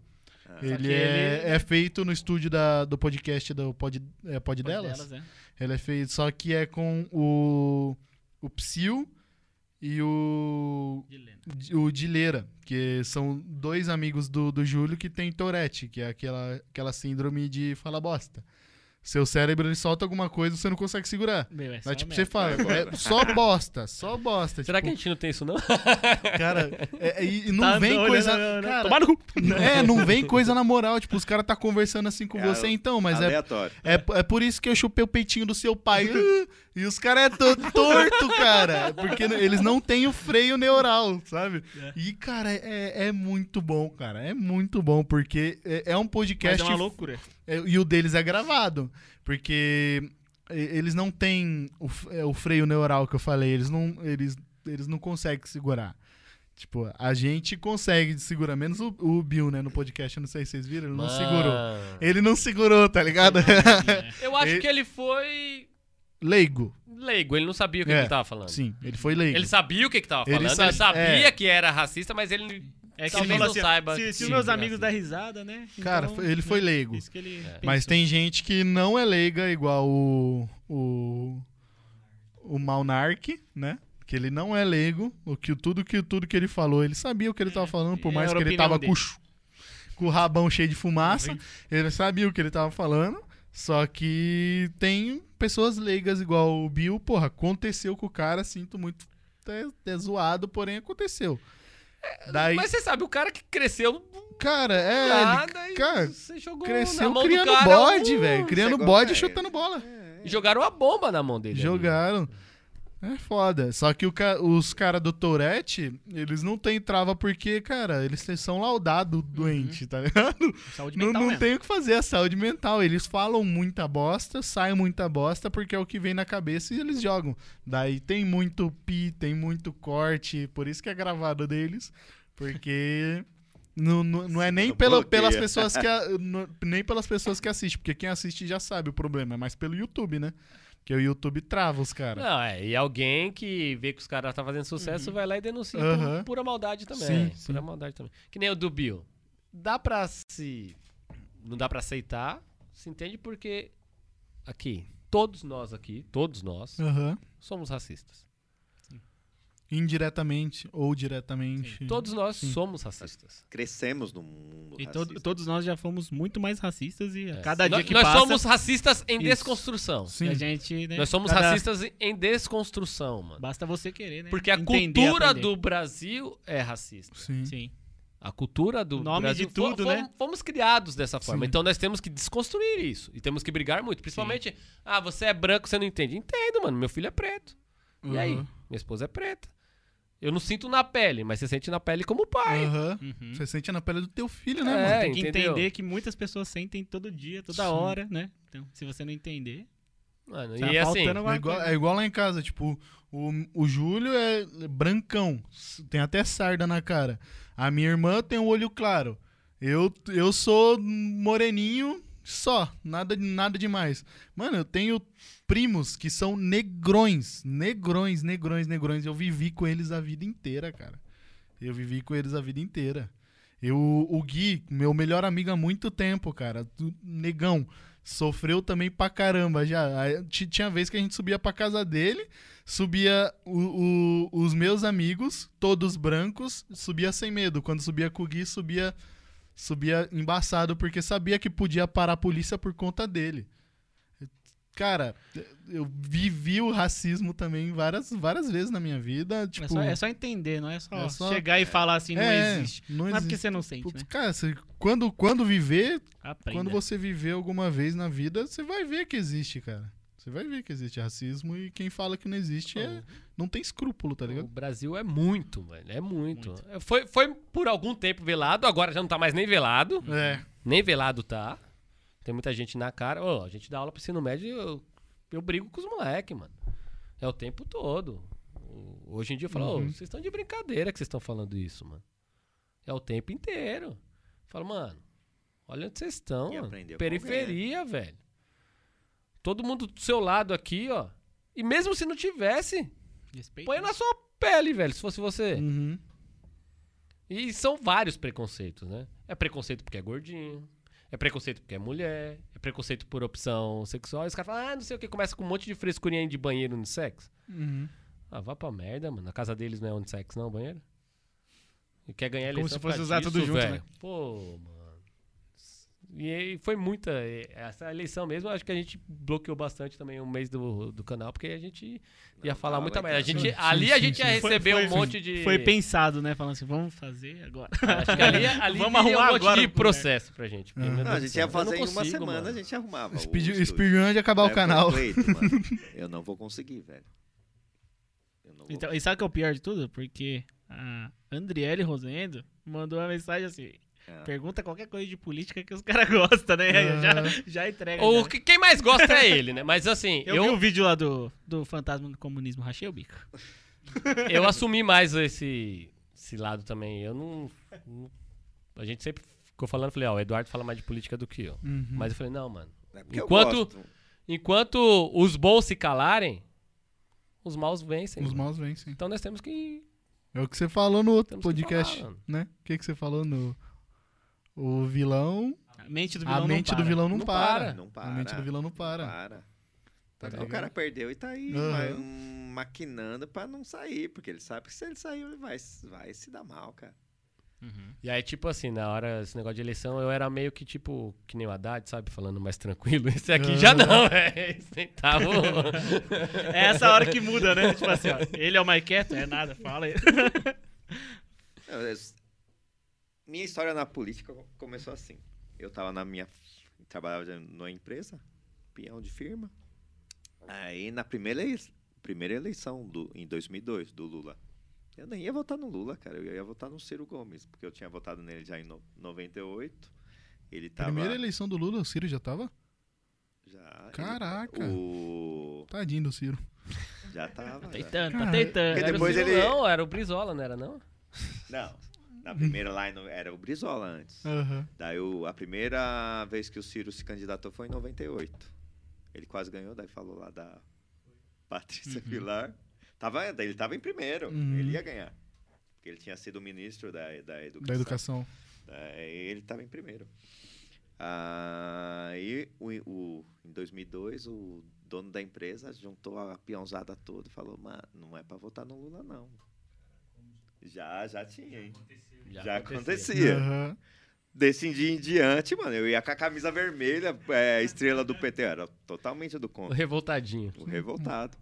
Speaker 3: Ah.
Speaker 1: Só que
Speaker 6: ele, é,
Speaker 1: ele-
Speaker 6: é feito no estúdio da- do podcast do Pod, é, Pod
Speaker 1: Pode
Speaker 6: Delas.
Speaker 1: delas, né?
Speaker 6: Ele é feito, só que é com o, o Psyu e o,
Speaker 1: De Lena.
Speaker 6: o Dileira, que são dois amigos do, do Júlio que tem Tourette, que é aquela, aquela síndrome de fala bosta. Seu cérebro ele solta alguma coisa e você não consegue segurar.
Speaker 1: Meu, é só
Speaker 6: Mas, tipo, você
Speaker 1: merda.
Speaker 6: fala,
Speaker 3: Agora.
Speaker 6: é só bosta, só bosta.
Speaker 4: Será que a
Speaker 6: tipo,
Speaker 4: gente não tem isso, não?
Speaker 6: Cara, é- é- e não
Speaker 1: Tá
Speaker 6: vem
Speaker 1: doido,
Speaker 6: coisa.
Speaker 1: não, não, não.
Speaker 6: cara,
Speaker 1: Tomar no cu.
Speaker 6: é, não vem coisa na moral. Tipo, os caras tá conversando assim com
Speaker 3: Cara,
Speaker 6: você, então, mas é
Speaker 3: Aleatório.
Speaker 6: é, é por isso que eu chupei o peitinho do seu pai. Ah, e os caras é todo torto, cara. É Porque n- eles não têm o freio neural, sabe? E, cara, é, é muito bom, cara. É muito bom, porque é, é um
Speaker 1: Mas
Speaker 6: podcast.
Speaker 1: é uma loucura.
Speaker 6: é, e o deles é gravado. Porque e- eles não têm o, f- é, o freio neural que eu falei. Eles não, eles, eles não conseguem segurar. Tipo, a gente consegue segurar, menos o, o Bill, né? No podcast, eu não sei se vocês viram, ele não segurou. Ele não segurou, tá ligado?
Speaker 1: É,
Speaker 4: Eu acho
Speaker 6: Ele-
Speaker 4: que ele foi
Speaker 6: leigo.
Speaker 4: Leigo, ele não sabia o que,
Speaker 6: É,
Speaker 4: que ele tava falando.
Speaker 6: Sim, ele foi leigo.
Speaker 4: Ele sabia o que, que tava
Speaker 6: Ele
Speaker 4: falando, ele,
Speaker 6: sabe-
Speaker 4: sabia
Speaker 6: é.
Speaker 4: que era racista, mas ele
Speaker 1: É que ele
Speaker 4: talvez
Speaker 1: fala
Speaker 4: não
Speaker 1: assim, ó,
Speaker 4: saiba.
Speaker 1: se, se os
Speaker 4: que
Speaker 1: meus
Speaker 4: era
Speaker 1: amigos
Speaker 4: racista.
Speaker 1: dão risada, né?
Speaker 6: Cara,
Speaker 1: Então,
Speaker 6: foi- ele foi
Speaker 1: né,
Speaker 6: leigo.
Speaker 1: isso que ele
Speaker 6: Mas
Speaker 1: pensou.
Speaker 6: tem gente que não é leiga igual o. O, o Malnark, né? Que ele não é leigo. O que, tudo, que, tudo que ele falou, ele sabia o que ele tava falando, por
Speaker 4: é,
Speaker 6: mais
Speaker 4: era
Speaker 6: que
Speaker 4: a
Speaker 6: ele
Speaker 4: opinião
Speaker 6: tava
Speaker 4: dele. Uhum.
Speaker 6: com, o chu- com o rabão cheio de fumaça. Ele sabia o que ele tava falando. Só que tem pessoas leigas igual o Bill. Porra, aconteceu com o cara, sinto muito. É, é zoado, porém aconteceu. Daí,
Speaker 4: É, Mas você sabe, o cara que cresceu
Speaker 6: cara, é. ele-
Speaker 4: nada e
Speaker 6: cara,
Speaker 4: você jogou na
Speaker 6: Cresceu
Speaker 4: mão
Speaker 6: criando
Speaker 4: do cara.
Speaker 6: bode,
Speaker 4: um-
Speaker 6: velho. Criando
Speaker 3: isso é
Speaker 6: bode
Speaker 3: igual,
Speaker 6: e
Speaker 3: cara.
Speaker 6: chutando bola.
Speaker 4: Jogaram a bomba na mão dele. ali.
Speaker 6: Jogaram. É foda. Só que o ca- os caras do Tourette, eles não têm trava porque, cara, eles são laudados
Speaker 4: Uhum.
Speaker 6: doente, tá ligado?
Speaker 1: Saúde
Speaker 6: Não,
Speaker 1: mental
Speaker 6: não
Speaker 1: mesmo.
Speaker 6: tem o que fazer, é saúde mental. Eles falam muita bosta, saem muita bosta porque é o que vem na cabeça e eles jogam. Daí tem muito pi, tem muito corte, por isso que é gravado deles, porque não, não, não é nem pelo,
Speaker 3: bloqueia.
Speaker 6: pelas pessoas que a- não- nem pelas pessoas que assistem, porque quem assiste já sabe o problema, é mais pelo YouTube, né? Porque o YouTube trava os caras.
Speaker 4: Não, é, e alguém que vê que os caras tá fazendo sucesso
Speaker 1: Uhum.
Speaker 4: vai lá e denuncia por
Speaker 6: Aham.
Speaker 4: pura maldade também. é,
Speaker 6: Sim,
Speaker 4: pura
Speaker 6: sim.
Speaker 4: maldade também. Que nem o do Bill. Dá pra se. Não dá pra aceitar, se entende? Porque aqui, todos nós aqui, todos nós,
Speaker 6: Aham.
Speaker 4: somos racistas.
Speaker 6: Indiretamente ou diretamente.
Speaker 4: Todos nós
Speaker 6: Sim.
Speaker 4: somos racistas.
Speaker 3: Crescemos no mundo
Speaker 1: E
Speaker 3: racista.
Speaker 1: todo- todos nós já fomos muito mais racistas e a
Speaker 4: É.
Speaker 1: cada
Speaker 4: Nó-
Speaker 1: dia que
Speaker 4: nós
Speaker 1: passa...
Speaker 4: somos racistas em
Speaker 1: Isso.
Speaker 4: desconstrução.
Speaker 6: Sim.
Speaker 1: A gente, né,
Speaker 4: Nós somos
Speaker 1: cada-
Speaker 4: racistas em- em desconstrução, mano.
Speaker 1: Basta você querer, né?
Speaker 4: Porque a
Speaker 1: Entender,
Speaker 4: cultura
Speaker 1: aprender.
Speaker 4: do Brasil é racista.
Speaker 6: Sim.
Speaker 1: Sim.
Speaker 4: A cultura do
Speaker 1: O nome
Speaker 4: Brasil
Speaker 1: de tudo,
Speaker 4: fo- fo-
Speaker 1: né?
Speaker 4: Fomos criados dessa forma.
Speaker 6: Sim.
Speaker 4: Então nós temos que desconstruir isso. E temos que brigar muito. Principalmente, ah, você é branco, você não entende. Entendo, mano. Meu filho é preto. E aí?
Speaker 1: Uhum.
Speaker 6: Aham.
Speaker 4: Minha esposa é preta. Eu não sinto na pele, mas você sente na pele como pai.
Speaker 6: Aham.
Speaker 1: Uhum.
Speaker 6: Você sente na pele do teu filho, né,
Speaker 4: É,
Speaker 6: mano?
Speaker 1: Tem que
Speaker 4: entendeu?
Speaker 1: entender que muitas pessoas sentem todo dia, toda
Speaker 6: Sim.
Speaker 1: hora, né? Então, se você não entender,
Speaker 4: Mano,
Speaker 1: tá
Speaker 4: e assim,
Speaker 1: faltando
Speaker 6: É
Speaker 1: alguma
Speaker 6: igual,
Speaker 1: coisa.
Speaker 6: é igual lá em casa, tipo, o, o Júlio é brancão, s- tem até sarda na cara. A minha irmã tem o olho claro. Eu, eu sou moreninho só, nada, nada demais. Mano, eu tenho primos que são negrões, negrões, negrões, negrões. Eu vivi com eles a vida inteira, cara. Eu vivi com eles a vida inteira. Eu, o Gui, meu melhor amigo há muito tempo, cara, do- negão sofreu também pra caramba já. Aí, ti- Tinha vez que a gente subia pra casa dele, subia o- o- os meus amigos, todos brancos, subia sem medo. Quando subia com o Gui, subia, subia embaçado, porque sabia que podia parar a polícia por conta dele. Cara, eu vivi o racismo também várias, várias vezes na minha vida. Tipo,
Speaker 1: é, só, é só entender, não é só,
Speaker 6: é só-
Speaker 1: chegar e falar assim, não
Speaker 6: é,
Speaker 1: existe.
Speaker 6: não
Speaker 1: Não, é porque
Speaker 6: existe.
Speaker 1: você não sente,
Speaker 6: Putz,
Speaker 1: né?
Speaker 6: Cara, você- quando, quando viver,
Speaker 1: Aprenda.
Speaker 6: quando você viver alguma vez na vida, você vai ver que existe, cara. Você vai ver que existe racismo e quem fala que não existe é, não tem escrúpulo, tá
Speaker 4: o
Speaker 6: ligado?
Speaker 4: Brasil é muito, mano. É muito. É, Foi, foi por algum tempo velado, agora já não tá mais nem velado.
Speaker 6: É.
Speaker 4: Nem velado tá. Tem muita gente na cara. Ô, a gente dá aula pro ensino médio e eu, eu brigo com os moleques, mano. É o tempo todo. O- Hoje em dia eu falo,
Speaker 3: Uhum.
Speaker 4: ô, vocês estão de brincadeira que vocês estão falando isso, mano. É o tempo inteiro. Eu falo, mano, olha onde vocês estão,
Speaker 3: E
Speaker 4: mano.
Speaker 3: aprendeu com
Speaker 4: Periferia, velho. Todo mundo do seu lado aqui, ó. E mesmo se não tivesse,
Speaker 1: Respeita.
Speaker 4: põe na sua pele, velho, se fosse
Speaker 1: É.
Speaker 4: você.
Speaker 6: Uhum.
Speaker 4: E são vários preconceitos, né? É preconceito porque é gordinho, é preconceito porque é mulher, é preconceito por opção sexual. E os caras falam, ah, não sei o que, começa com um monte de frescurinha aí de banheiro unissex.
Speaker 6: Uhum.
Speaker 4: Ah, vá pra merda, mano. A casa deles não é unissex, não, banheiro? E quer ganhar
Speaker 1: Como
Speaker 4: eleição
Speaker 1: se
Speaker 4: por causa
Speaker 1: fosse usar
Speaker 4: disso,
Speaker 1: tudo junto,
Speaker 4: velho.
Speaker 1: né?
Speaker 4: Pô, mano. E aí foi muita. e Essa eleição mesmo, acho que a gente bloqueou bastante também o mês do, do canal, porque a gente ia falar
Speaker 3: tava
Speaker 4: muita merda. A
Speaker 3: aguentando.
Speaker 4: gente,
Speaker 6: Sim,
Speaker 4: ali
Speaker 6: sim,
Speaker 4: a
Speaker 6: sim,
Speaker 4: gente ia
Speaker 6: sim.
Speaker 1: Foi-
Speaker 4: receber
Speaker 1: foi-
Speaker 4: um monte de.
Speaker 1: Foi pensado, né? Falando assim, vamos fazer agora.
Speaker 4: Acho que ali, ali
Speaker 1: Vamos arrumar
Speaker 4: viria um monte
Speaker 1: agora
Speaker 4: de
Speaker 1: pro
Speaker 4: processo pra gente. porque,
Speaker 6: Uhum.
Speaker 4: meu
Speaker 3: Não,
Speaker 4: Deus
Speaker 3: Ah, a
Speaker 4: do
Speaker 3: gente
Speaker 4: céu,
Speaker 3: ia
Speaker 4: eu
Speaker 3: fazer
Speaker 4: não
Speaker 3: em uma
Speaker 4: consigo,
Speaker 3: semana,
Speaker 4: mano.
Speaker 3: a gente arrumava. o
Speaker 6: Speed,
Speaker 3: estúdio.
Speaker 6: Speedrun de acabar
Speaker 3: Aí
Speaker 6: o
Speaker 3: eu falei,
Speaker 6: canal.
Speaker 3: Cleito, mano, eu não vou conseguir, velho. Eu não vou
Speaker 1: Então, e sabe o que é o pior de tudo? Porque a Andriele Rosendo mandou uma mensagem assim.
Speaker 3: É.
Speaker 1: Pergunta qualquer coisa de política que os caras gostam, né?
Speaker 6: Ah.
Speaker 1: Já, já entrega.
Speaker 4: Ou
Speaker 1: já.
Speaker 4: que- quem mais gosta é ele, né? Mas assim,
Speaker 1: Eu,
Speaker 4: eu,
Speaker 1: vi
Speaker 4: eu,
Speaker 1: o vídeo lá do, do fantasma do comunismo, rachei o bico.
Speaker 4: assumi mais esse, esse lado também. Eu não, não- A gente
Speaker 6: Hum.
Speaker 1: Uhum.
Speaker 4: sempre ficou falando, falei, ó, o Eduardo fala mais de política do que eu. Mas eu falei, não, mano.
Speaker 3: É porque eu
Speaker 4: Enquanto-
Speaker 3: gosto.
Speaker 4: Enquanto os bons se calarem, os maus vencem.
Speaker 6: Uhum. Os
Speaker 4: mano.
Speaker 6: maus vencem.
Speaker 4: Então nós temos que.
Speaker 6: É o que você falou no outro
Speaker 4: Temos que
Speaker 6: podcast,
Speaker 4: falar, mano.
Speaker 6: né? O que, que você falou no... O vilão...
Speaker 1: A mente do vilão
Speaker 6: A
Speaker 1: não
Speaker 6: mente do
Speaker 1: para.
Speaker 6: vilão não,
Speaker 4: Não
Speaker 6: para.
Speaker 4: para.
Speaker 3: Não
Speaker 6: A mente
Speaker 3: para.
Speaker 6: do vilão não para.
Speaker 3: Para.
Speaker 6: Tá
Speaker 3: o cara
Speaker 6: ligado?
Speaker 3: perdeu e tá aí
Speaker 6: Aham.
Speaker 3: vai, hum, maquinando pra não sair, porque ele sabe que se ele sair, ele vai, vai se dar mal, cara.
Speaker 4: E aí, tipo assim, na hora, esse negócio de eleição, eu era meio que tipo, que nem o Haddad, sabe? Falando mais tranquilo. Esse aqui já não, é. Esse nem tava.
Speaker 1: É essa hora que muda, né? Tipo assim, ó, ele é o mais quieto, é nada, fala aí.
Speaker 3: Eu- eu- é, minha história na política co- começou assim. Eu tava na minha. Trabalhava já numa empresa, peão de firma. Aí na primeira, elei- primeira eleição, do, em 2002, do Lula. Eu nem ia votar no Lula, cara. Eu ia votar no Ciro Gomes, porque eu tinha votado nele já em no, 98. Ele tava.
Speaker 6: Primeira eleição do Lula, o Ciro já tava?
Speaker 3: já, ele-
Speaker 6: Caraca.
Speaker 3: o,
Speaker 6: Tadinho do Ciro.
Speaker 3: já tava. já.
Speaker 1: Tentando, tá
Speaker 6: Cara,
Speaker 1: tentando.
Speaker 3: Porque
Speaker 4: Era
Speaker 3: depois
Speaker 4: o Ciro,
Speaker 3: ele-
Speaker 4: Não, era o Brizola, não era não?
Speaker 3: Não. Na primeira line era o Brizola antes.
Speaker 6: Aham.
Speaker 3: Daí o- a primeira vez que o Ciro se candidatou foi em 98. Ele quase ganhou, daí falou lá da Patrícia Vilar. Tava, daí ele tava em primeiro,
Speaker 6: Uhum.
Speaker 3: ele ia ganhar. Porque ele tinha sido ministro da, da educação.
Speaker 6: Da educação.
Speaker 3: Daí ele tava em primeiro. Aí o, o- em 2002 o dono da empresa juntou a peãozada toda e falou: Mano, não é pra votar no Lula, não. Já, já tinha, hein? Já acontecia.
Speaker 6: Aham.
Speaker 3: Desse dia em diante, mano, eu ia com a camisa vermelha, é, estrela do PT, eu era totalmente do
Speaker 4: O
Speaker 3: contra.
Speaker 4: revoltadinho.
Speaker 3: O revoltado.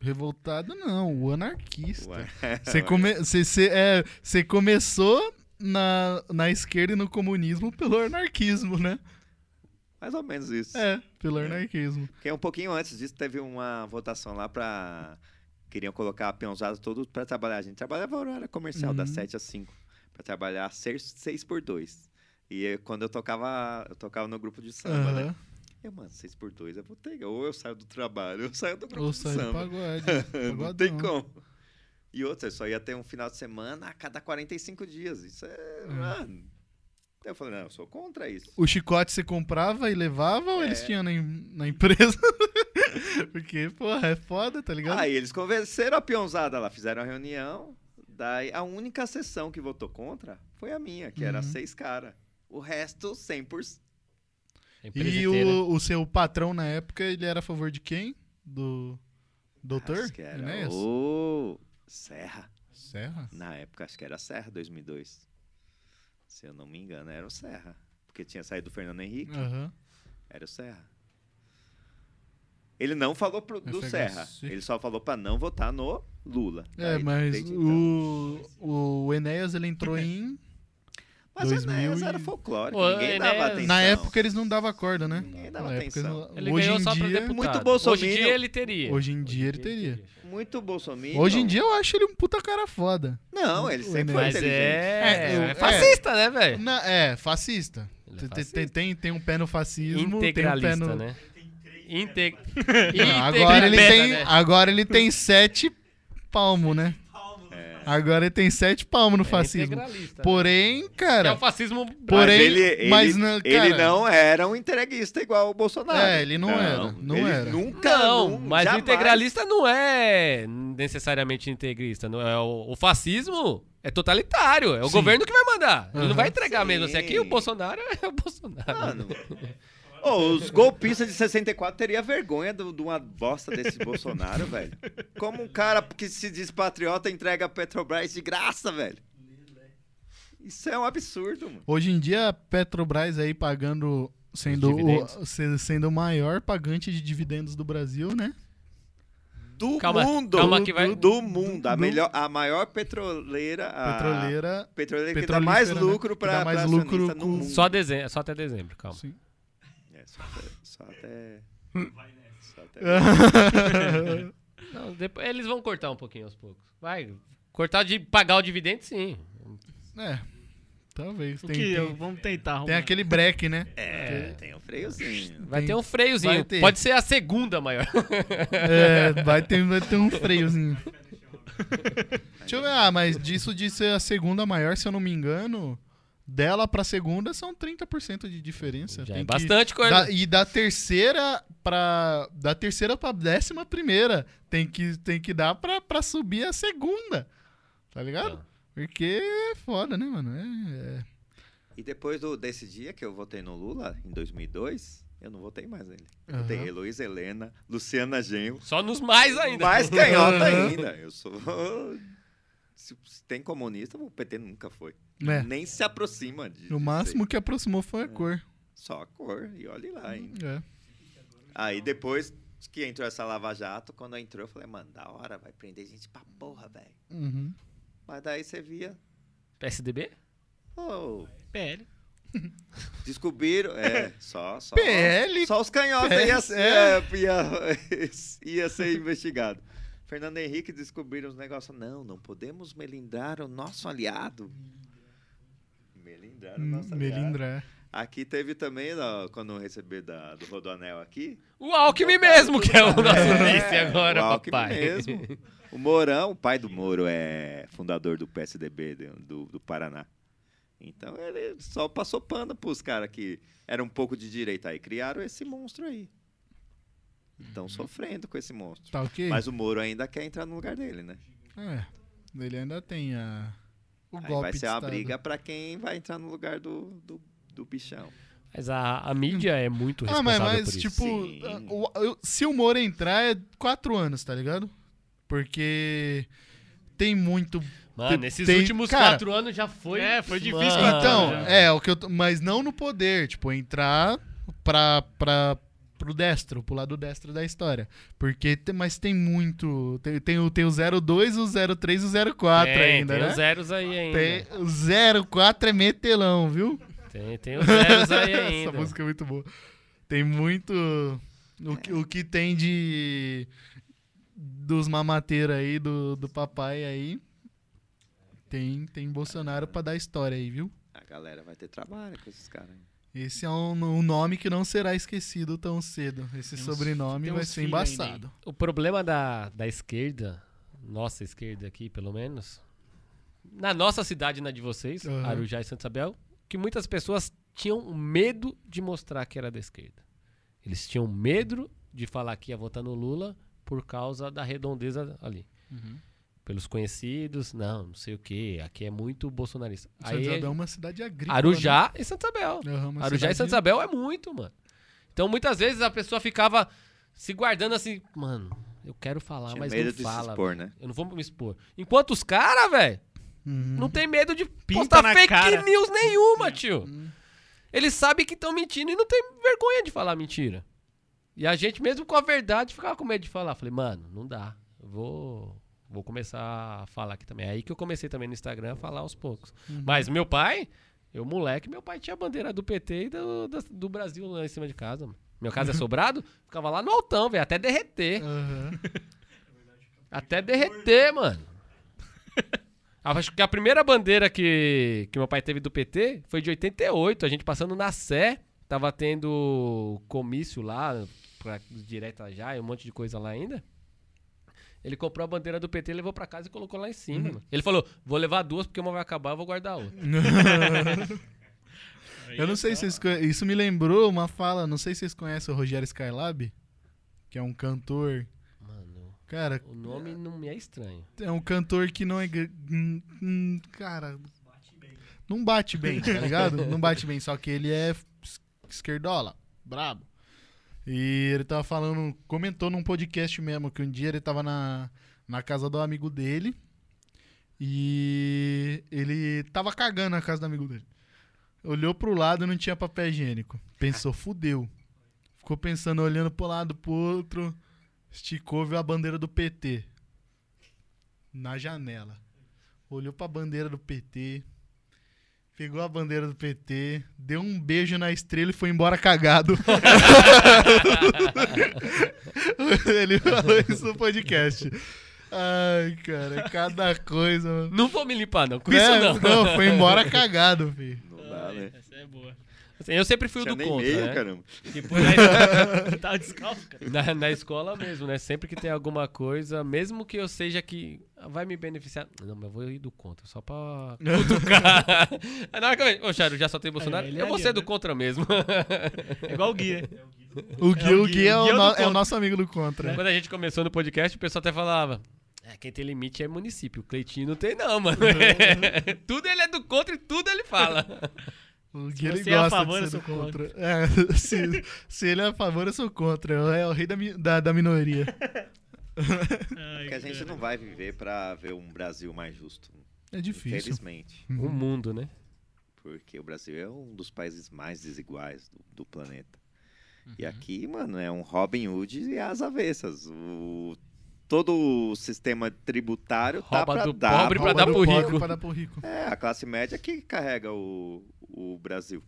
Speaker 6: Revoltado não, o anarquista.
Speaker 3: Ué,
Speaker 6: Você come... cê- cê- é, cê começou na, na esquerda e no comunismo pelo anarquismo, né?
Speaker 3: mais ou menos isso.
Speaker 6: É, pelo
Speaker 3: É.
Speaker 6: anarquismo.
Speaker 3: Porque um pouquinho antes disso teve uma votação lá pra. Queriam colocar a peãozada todo pra trabalhar. A gente trabalhava horário comercial, das
Speaker 6: Uhum.
Speaker 3: 7 às 5. Pra trabalhar 6 por 2. E eu- quando eu tocava, eu tocava no grupo de samba, né?
Speaker 6: Aham.
Speaker 3: Eu, mano, 6 por 2 é botega. Ou eu saio do trabalho, ou eu saio né? do grupo
Speaker 6: Ou
Speaker 3: de
Speaker 6: sai do
Speaker 3: é samba.
Speaker 6: pagode.
Speaker 3: não
Speaker 6: pagodão.
Speaker 3: tem como. E outra, eu só ia ter um final de semana a cada 45 dias. Isso é. Mano. Eu falei, não, eu sou contra isso.
Speaker 6: O chicote você comprava e levava ou eles
Speaker 3: É.
Speaker 6: tinham na, em- na empresa? Porque, porra, é foda, tá ligado?
Speaker 3: Aí eles convenceram a peãozada lá, fizeram a reunião. Daí a única sessão que votou contra foi a minha, que era
Speaker 6: Uhum.
Speaker 3: seis caras. O resto, 100%.
Speaker 4: A empresa
Speaker 6: e
Speaker 4: inteira.
Speaker 6: o, o seu patrão na época, ele era a favor de quem? Do doutor? é
Speaker 3: Acho que era
Speaker 6: Enéas?
Speaker 3: o Serra.
Speaker 6: Serra?
Speaker 3: Na época, acho que era Serra, 2002. Se eu não me engano, era o Serra. Porque tinha saído o Fernando Henrique.
Speaker 6: Aham.
Speaker 3: Era o Serra. Ele não falou pro, do
Speaker 6: FHC.
Speaker 3: Serra. Ele só falou pra não votar no Lula.
Speaker 6: É,
Speaker 3: Daí,
Speaker 6: mas
Speaker 3: desde então.
Speaker 6: o, o Enéas, ele entrou em...
Speaker 3: Mas
Speaker 6: 2000
Speaker 3: o Enéas era
Speaker 6: e-
Speaker 3: folclórico,
Speaker 4: Ô,
Speaker 3: ninguém dava
Speaker 4: Enéas-
Speaker 3: atenção.
Speaker 6: Na época, eles não davam corda, né?
Speaker 3: Ninguém dava
Speaker 6: Na época, eles não-
Speaker 4: Ele
Speaker 6: hoje
Speaker 4: ganhou
Speaker 6: em
Speaker 4: só pra
Speaker 6: dia, é
Speaker 4: deputado.
Speaker 3: muito
Speaker 4: Hoje em
Speaker 3: bolsominion.
Speaker 4: dia ele teria.
Speaker 6: Hoje em dia ele teria.
Speaker 3: Muito bolsominion.
Speaker 6: Hoje em dia eu acho ele um puta cara foda.
Speaker 3: Não, ele
Speaker 6: O
Speaker 3: sempre foi
Speaker 4: Mas
Speaker 3: inteligente.
Speaker 4: é,
Speaker 6: É, eu-
Speaker 4: é fascista, né, velho?
Speaker 6: Na- é, fascista.
Speaker 4: Ele é
Speaker 6: Tem-
Speaker 4: fascista.
Speaker 6: Tem, tem, tem um pé no fascismo, tem um pé
Speaker 4: Integralista,
Speaker 6: no...
Speaker 4: né? Integ...
Speaker 6: Não, agora, ele
Speaker 4: Integralista,
Speaker 6: tem,
Speaker 4: né?
Speaker 6: agora ele tem sete palmo, né?
Speaker 3: É.
Speaker 6: Agora ele tem sete palmo no
Speaker 4: É
Speaker 6: fascismo.
Speaker 4: integralista, né?
Speaker 6: Porém,
Speaker 4: É o
Speaker 6: cara.
Speaker 4: fascismo.
Speaker 6: Porém,
Speaker 3: mas ele,
Speaker 6: mas
Speaker 3: ele-
Speaker 6: não,
Speaker 3: ele
Speaker 6: cara-
Speaker 3: não era um entreguista igual o Bolsonaro.
Speaker 6: É, ele não era, não
Speaker 3: ele
Speaker 6: era.
Speaker 3: Nunca,
Speaker 4: Não,
Speaker 3: nun-
Speaker 4: mas o
Speaker 3: jamais.
Speaker 4: integralista não é necessariamente integrista. Não é o, o fascismo é totalitário. É o
Speaker 6: Sim.
Speaker 4: governo que vai mandar. Ele
Speaker 6: Aham.
Speaker 4: não vai entregar mesmo assim.
Speaker 3: Sim.
Speaker 4: Aqui o Bolsonaro é o Bolsonaro.
Speaker 3: Mano. Ô, os golpistas de 64 teria vergonha do- de uma bosta desse Bolsonaro, velho. Como um cara que se diz patriota entrega a Petrobras de graça, velho. Isso é um absurdo, mano.
Speaker 6: Hoje em dia, a Petrobras aí pagando. Sendo o,
Speaker 4: dividendos.
Speaker 6: se- sendo o maior pagante de dividendos do Brasil, né?
Speaker 3: Do
Speaker 4: Calma,
Speaker 3: mundo.
Speaker 4: calma que vai-
Speaker 3: Do mundo. A,
Speaker 6: do-
Speaker 3: melhor, a maior petroleira.
Speaker 1: Ah.
Speaker 3: A
Speaker 6: Petroleira.
Speaker 3: Petroleira que dá mais
Speaker 6: petrolífera, né?
Speaker 3: lucro
Speaker 6: Que
Speaker 3: pra,
Speaker 6: dá mais
Speaker 3: pra
Speaker 6: lucro
Speaker 3: acionista no
Speaker 6: com-
Speaker 3: mundo.
Speaker 4: Só, dezembro, só até dezembro, calma.
Speaker 6: Sim.
Speaker 3: É, só até. Só até... Só até...
Speaker 4: Não, depois, eles vão cortar um pouquinho aos poucos. Vai. Cortar de pagar o dividendo, sim.
Speaker 6: é. Talvez.
Speaker 1: O
Speaker 6: Tem,
Speaker 1: que é um- eu-
Speaker 6: tem,
Speaker 1: vamos tentar arrumar.
Speaker 6: tem aquele break, né?
Speaker 3: É, tem um freiozinho.
Speaker 4: Vai
Speaker 6: Tem-
Speaker 4: ter um freiozinho.
Speaker 6: vai ter.
Speaker 4: Pode ser a segunda maior.
Speaker 6: É, vai ter, vai ter um freiozinho. Deixa eu ver, ah, mas disso de ser a segunda maior, se eu não me engano, dela pra segunda são 30% de diferença.
Speaker 4: Já
Speaker 6: Tem
Speaker 4: é
Speaker 6: que-
Speaker 4: bastante coisa.
Speaker 6: da- e da terceira pra. Da terceira pra décima primeira. Tem que, tem que dar pra, pra subir a segunda. Tá ligado?
Speaker 4: Então.
Speaker 6: Porque é foda, né, mano? É- é-
Speaker 3: E depois do, desse dia que eu votei no Lula, em 2002, eu não votei mais nele. Eu
Speaker 6: Aham.
Speaker 3: votei Heloísa Helena, Luciana Genro.
Speaker 4: Só nos mais ainda.
Speaker 3: Mais canhota
Speaker 6: Aham.
Speaker 3: ainda. Eu sou. Se, se tem comunista, o PT nunca foi.
Speaker 6: né?
Speaker 3: Nem se aproxima de.
Speaker 6: O
Speaker 3: disso
Speaker 6: máximo que aproximou foi a
Speaker 3: É.
Speaker 6: cor.
Speaker 3: aí. Só a cor, e olhe lá ainda.
Speaker 6: É.
Speaker 3: Aí depois que entrou essa Lava Jato, quando entrou, eu falei, mano, da hora, vai prender gente pra porra, velho.
Speaker 6: Uhum.
Speaker 3: Mas daí você via.
Speaker 4: PSDB?
Speaker 3: Pô,
Speaker 1: PL.
Speaker 3: descobriram. É, só. só
Speaker 6: PL.
Speaker 3: Só os canhotas
Speaker 6: PS,
Speaker 3: ia, é, ia, ia ser investigado. Fernando Henrique descobriram os negócios. Não, não podemos melindrar o nosso aliado. Melindrar o nosso aliado.
Speaker 6: Hum, Melindra. é.
Speaker 3: Aqui teve também, ó, quando eu recebi da, do Rodoanel aqui.
Speaker 4: O Alckmin mesmo, que é o nosso
Speaker 3: É,
Speaker 4: vice agora,
Speaker 3: o Alckmin
Speaker 4: papai.
Speaker 3: mesmo. O Mourão, o pai do Moro, é fundador do PSDB do, do, do Paraná. Então ele só passou pano pros caras que eram um pouco de direita aí. Criaram esse monstro aí. Estão sofrendo com esse monstro.
Speaker 6: Tá ok?
Speaker 3: Mas o Moro ainda quer entrar no lugar dele, né?
Speaker 6: É. Ele ainda tem a. O
Speaker 3: Aí
Speaker 6: golpe
Speaker 3: vai
Speaker 6: de
Speaker 3: ser uma
Speaker 6: estado.
Speaker 3: briga pra quem vai entrar no lugar do, do, do bichão.
Speaker 4: Mas a, a mídia é muito
Speaker 6: Ah,
Speaker 4: responsável
Speaker 6: mas, mas
Speaker 4: por isso.
Speaker 6: tipo,
Speaker 3: Sim.
Speaker 6: ah, o- eu- se o Moro entrar é quatro anos, tá ligado? Porque tem muito.
Speaker 4: Mano, esses
Speaker 6: tem-
Speaker 4: últimos
Speaker 6: cara,
Speaker 4: quatro anos já foi...
Speaker 1: É, foi difícil né?
Speaker 4: Mano.
Speaker 1: quatro
Speaker 6: então,
Speaker 1: anos já.
Speaker 6: é, o que eu tô, mas não no poder, tipo, entrar pra, pra, pro destro, pro lado destro da história. Porque tem, mas tem muito. Tem, tem, o, tem o 02, o 03 e o 04
Speaker 4: É,
Speaker 6: ainda,
Speaker 4: tem
Speaker 6: né?
Speaker 4: os zeros aí ainda.
Speaker 6: Tem, o 04 é metelão, viu?
Speaker 4: Tem, tem os zeros aí
Speaker 6: Essa
Speaker 4: ainda.
Speaker 6: música é muito boa. Tem muito. O, que- o que tem de. Dos mamateiros aí, do, do papai aí. Tem, tem Bolsonaro pra dar história aí, viu?
Speaker 3: A galera vai ter trabalho com esses caras. aí.
Speaker 6: Esse é um, um nome que não será esquecido tão cedo. Esse
Speaker 1: Tem uns-
Speaker 6: sobrenome
Speaker 1: tem
Speaker 6: vai
Speaker 1: uns
Speaker 6: ser
Speaker 1: filhos ainda aí.
Speaker 6: embaçado.
Speaker 4: O problema da, da esquerda, nossa esquerda aqui, pelo menos, na nossa cidade, na de vocês,
Speaker 6: Aham.
Speaker 4: Arujá e Santa Isabel, que muitas pessoas tinham medo de mostrar que era da esquerda. Eles tinham medo de falar que ia votar no Lula por causa da redondeza ali.
Speaker 6: Uhum.
Speaker 4: Pelos conhecidos, não, não sei o quê, aqui é muito bolsonarista.
Speaker 6: Santa
Speaker 4: Aí,
Speaker 6: Isabel é uma cidade agrícola.
Speaker 4: Arujá e Santa Isabel.
Speaker 6: Né? Aham, uma
Speaker 4: Arujá e Santa
Speaker 6: cidade-
Speaker 4: Isabel é muito, mano. Então muitas vezes a pessoa ficava se guardando assim, mano, eu quero falar,
Speaker 3: Tinha
Speaker 4: mas
Speaker 3: medo
Speaker 4: não
Speaker 3: de se
Speaker 4: fala.
Speaker 3: expor, né?
Speaker 4: velho. Eu não vou me expor. Enquanto os caras, velho,
Speaker 6: Uhum.
Speaker 4: não tem medo de
Speaker 1: Pinta
Speaker 4: postar
Speaker 1: na
Speaker 4: fake
Speaker 1: cara. Uhum.
Speaker 4: news nenhuma, tio. Eles sabem que estão mentindo e não tem vergonha de falar mentira. E a gente, mesmo com a verdade, ficava com medo de falar. Falei, mano, não dá. Eu Vou, vou começar a falar aqui também. É aí que eu comecei também no Instagram a falar aos poucos.
Speaker 1: Uhum.
Speaker 4: Mas meu pai, eu moleque, meu pai tinha a bandeira do PT e do, da- do Brasil lá em cima de casa. mano. Meu caso é sobrado, ficava lá no altão, velho, até derreter.
Speaker 6: Aham.
Speaker 4: Até derreter, mano. Acho que a primeira bandeira que, que meu pai teve do PT foi de 88. A gente passando na Sé, tava tendo comício lá, pra, direta já, e um monte de coisa lá ainda. Ele comprou a bandeira do PT, levou pra casa e colocou lá em cima.
Speaker 3: Uhum.
Speaker 4: mano. Ele falou: vou levar duas porque uma vai acabar, eu vou guardar a outra.
Speaker 6: Uhum. Eu não sei se vocês
Speaker 1: é
Speaker 6: conhecem. Isso me lembrou uma fala. Não sei se vocês conhecem o Rogério Skylab, que é um cantor.
Speaker 4: Mano,
Speaker 6: Cara,
Speaker 4: o nome não me é estranho.
Speaker 6: é um cantor que não é. gr- hum, hum, Cara. Não bate bem, tá ligado? Não bate bem, só que ele é es- esquerdola, brabo. E ele tava falando, comentou num podcast mesmo que um dia ele tava na, na casa do amigo dele e ele tava cagando na casa do amigo dele. Olhou pro lado e não tinha papel higiênico. Pensou, fudeu. Ficou pensando, olhando pro lado, pro outro. Esticou, viu a bandeira do PT na janela. Olhou pra bandeira do PT. Pegou a bandeira do PT, deu um beijo na estrela e foi embora cagado. Ele falou isso no podcast. Ai, cara, cada coisa. mano.
Speaker 4: Não vou me limpar, não. Com
Speaker 3: Né?
Speaker 6: É,
Speaker 4: isso, não.
Speaker 6: foi embora cagado, filho.
Speaker 3: Não dá, né?
Speaker 1: Essa é boa.
Speaker 4: Assim, eu sempre fui o
Speaker 3: Tinha
Speaker 4: do
Speaker 3: nem
Speaker 4: contra.
Speaker 3: meio,
Speaker 4: né?
Speaker 3: caramba.
Speaker 4: Tipo, na-
Speaker 1: Tá descalço, cara.
Speaker 4: Na, na escola mesmo, né? Sempre que tem alguma coisa, mesmo que eu seja que Vai me beneficiar. Não, mas eu vou ir do contra, só pra cutucar. Aí na hora que eu vejo, ô Charo, já só tem Bolsonaro?
Speaker 1: ele é
Speaker 4: eu vou
Speaker 1: ali,
Speaker 4: ser
Speaker 1: né?
Speaker 4: do contra mesmo.
Speaker 1: É igual o Gui, né?
Speaker 6: O
Speaker 1: Gui-
Speaker 6: Gui é o, Gui é o
Speaker 1: Gui é o do
Speaker 6: no- é o
Speaker 1: contra.
Speaker 6: nosso amigo do
Speaker 1: É.
Speaker 6: contra.
Speaker 4: Quando a gente começou no podcast, o pessoal até falava. "É, quem tem limite é município. O Cleitinho não tem, não, mano. tudo ele é do contra e tudo ele fala.
Speaker 6: O Gui
Speaker 1: Se
Speaker 6: ele
Speaker 1: você é a
Speaker 6: gosta
Speaker 1: favor,
Speaker 6: de ser
Speaker 1: eu
Speaker 6: do
Speaker 1: sou
Speaker 6: contra. É, se, se ele é a favor, eu sou contra. Eu é o rei da, mi- da, da minoria.
Speaker 1: Ai,
Speaker 3: Porque a gente
Speaker 4: né?
Speaker 1: cara.
Speaker 3: não vai viver pra ver um Brasil mais justo.
Speaker 6: É difícil.
Speaker 3: Infelizmente.
Speaker 1: Uhum.
Speaker 4: o mundo, né?
Speaker 3: Porque o Brasil é um dos países mais desiguais do, do planeta. E
Speaker 4: Uhum.
Speaker 3: aqui, mano, é um Robin Hood e as avessas. O, todo o sistema tributário tá
Speaker 4: Rouba
Speaker 3: pra
Speaker 4: do
Speaker 3: dar.
Speaker 4: pobre pra
Speaker 6: Rouba
Speaker 4: dar
Speaker 6: do
Speaker 4: pro
Speaker 6: pobre
Speaker 4: rico.
Speaker 6: pra dar pro rico.
Speaker 3: É, a classe média que carrega o, o Brasil.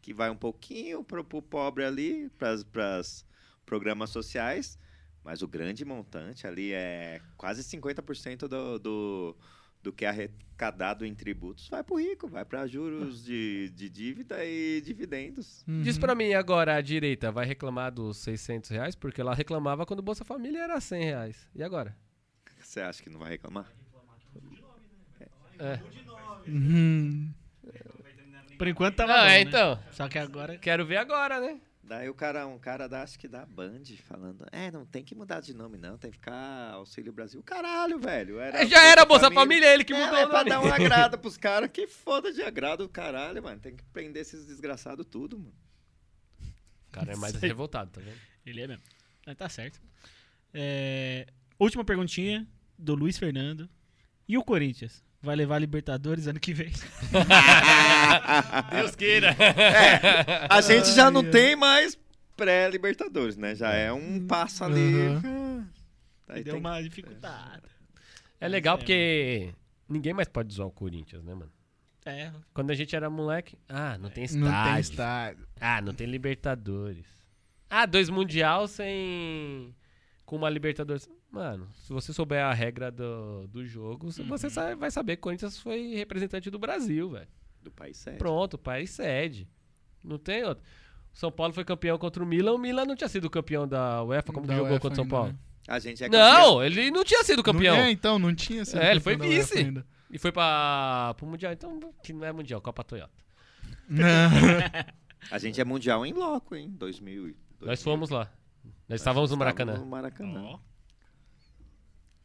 Speaker 3: Que vai um pouquinho pro, pro pobre ali, pras, pras programas sociais, mas o grande montante ali é quase 50% do, do, do que é arrecadado em tributos vai pro rico, vai pra juros de, de dívida e dividendos.
Speaker 6: Uhum.
Speaker 4: Diz pra mim agora, a direita vai reclamar dos 600 reais? Porque ela reclamava quando o Bolsa Família era 100 reais. E agora?
Speaker 3: Você acha que não vai reclamar?
Speaker 4: É.
Speaker 6: Uhum.
Speaker 1: Por enquanto
Speaker 4: Não,
Speaker 1: tava bom,
Speaker 4: é,
Speaker 1: né?
Speaker 4: então.
Speaker 1: Só que agora...
Speaker 4: Quero ver agora, né?
Speaker 3: Daí o cara, um cara da, acho que da Band falando, é, não tem que mudar de nome não, tem que ficar Auxílio Brasil. Caralho, velho. Era
Speaker 4: É, Já era Bolsa Família, ele que
Speaker 3: Não,
Speaker 4: mudou
Speaker 3: é
Speaker 4: o
Speaker 3: pra
Speaker 4: nome.
Speaker 3: dar um agrado pros caras. Que foda de agrado do caralho, mano. Tem que prender esses desgraçados tudo, mano.
Speaker 4: O cara é mais
Speaker 1: Sei.
Speaker 4: revoltado, tá vendo?
Speaker 1: Ele é mesmo. Mas tá certo. É, Última perguntinha do Luiz Fernando. E o Corinthians? Vai levar a Libertadores ano que vem?
Speaker 4: Deus queira. É.
Speaker 3: A gente já não
Speaker 6: ai. Uhum.
Speaker 3: tem mais pré-libertadores, né? Já é um passo ali. Ah, Aí
Speaker 1: Deu
Speaker 3: tem...
Speaker 1: uma dificuldade.
Speaker 4: É legal porque ninguém mais pode zoar o Corinthians, né, mano?
Speaker 1: É,
Speaker 4: Quando a gente era moleque, ah, não tem estádio.
Speaker 6: Não tem estádio.
Speaker 4: Ah, não tem Libertadores. Ah, dois Mundial sem. com uma Libertadores. Mano, se você souber a regra do, do jogo, se- você sa- vai saber que o Corinthians foi representante do Brasil, velho.
Speaker 3: Do país sério.
Speaker 4: É, Pronto, o país sede. Não tem outro. O São Paulo foi campeão contra o Milan. O Milan não tinha sido campeão da UEFA. Como
Speaker 6: Da
Speaker 4: que jogou
Speaker 6: UEFA
Speaker 4: contra o São
Speaker 6: ainda,
Speaker 4: Paulo?
Speaker 6: né?
Speaker 3: A gente é campeão.
Speaker 4: Não, ele não tinha sido campeão.
Speaker 6: Não, é, então, não tinha sido
Speaker 4: É, ele foi
Speaker 6: campeão da UEFA
Speaker 4: vice.
Speaker 6: ainda.
Speaker 4: E foi pra, pro Mundial. Então, que não é Mundial, Copa Toyota.
Speaker 6: Não.
Speaker 3: A gente é mundial em loco, hein? 2000.
Speaker 4: Nós fomos lá. Nós estávamos no
Speaker 3: No
Speaker 4: Maracanã.
Speaker 3: Maracanã.
Speaker 1: ó, é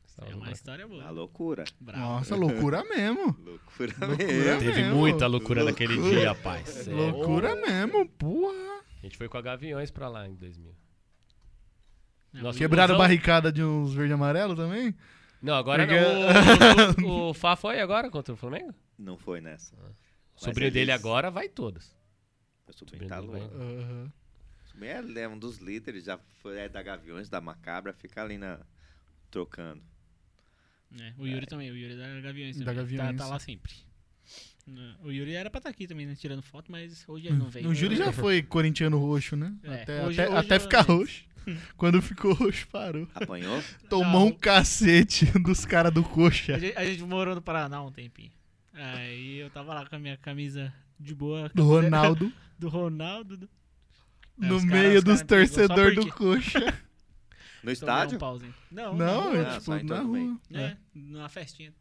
Speaker 4: Estávamos no
Speaker 1: uma
Speaker 4: Maracanã.
Speaker 1: história boa.
Speaker 3: Na loucura.
Speaker 1: Bravo.
Speaker 6: Nossa, loucura mesmo.
Speaker 3: Loucura
Speaker 6: Loucura.
Speaker 3: mesmo.
Speaker 6: Teve
Speaker 4: Teve
Speaker 6: É,
Speaker 4: muita
Speaker 6: muita
Speaker 4: loucura naquele dia, rapaz.
Speaker 6: Loucura mesmo, porra.
Speaker 4: A gente foi com a Gaviões pra lá em 2000.
Speaker 1: Não,
Speaker 4: Nossa,
Speaker 6: Quebraram
Speaker 4: o busão-
Speaker 6: barricada de uns verde e amarelo também?
Speaker 4: Não, agora não. O, o, o Fá foi agora contra o Flamengo?
Speaker 3: Não foi nessa.
Speaker 4: O sobrinho
Speaker 3: eles-
Speaker 4: dele agora vai todas.
Speaker 3: Meu sobrinho tá
Speaker 4: Sobrinho dele
Speaker 3: louco.
Speaker 4: vai-
Speaker 6: Aham.
Speaker 3: Ele é um dos líderes, já foi é da Gaviões, da Macabra, fica ali na... trocando.
Speaker 1: É, o Yuri também, o Yuri da Gaviões.
Speaker 6: Da
Speaker 1: também.
Speaker 6: Gaviões.
Speaker 1: Tá, tá lá sempre. Não, O Yuri era pra estar aqui também, né? Tirando foto, mas hoje ele não veio.
Speaker 6: O Júlio Hum, já foi corintiano roxo, né?
Speaker 1: É,
Speaker 6: até
Speaker 1: hoje-
Speaker 6: até-
Speaker 1: hoje
Speaker 6: até
Speaker 1: eu-
Speaker 6: ficar roxo. Quando ficou roxo, parou.
Speaker 3: Apanhou?
Speaker 6: Tomou um
Speaker 1: Não.
Speaker 6: cacete dos caras do
Speaker 1: A
Speaker 6: coxa.
Speaker 1: gente, a gente morou no Paraná um tempinho. Aí eu tava lá com a minha camisa de boa
Speaker 6: Do Ronaldo,
Speaker 1: do Ronaldo. do- É,
Speaker 6: no
Speaker 1: os cara-
Speaker 6: meio
Speaker 1: os cara
Speaker 6: dos
Speaker 1: me pegou só
Speaker 6: torcedores do
Speaker 1: porque-
Speaker 6: coxa.
Speaker 3: No
Speaker 1: Tomei
Speaker 3: estádio?
Speaker 1: Um pauzinho. Não,
Speaker 6: Não,
Speaker 1: na rua,
Speaker 6: é
Speaker 3: Ah,
Speaker 6: tipo,
Speaker 3: só então
Speaker 6: na
Speaker 3: no meio.
Speaker 6: rua.
Speaker 1: né? Numa festinha.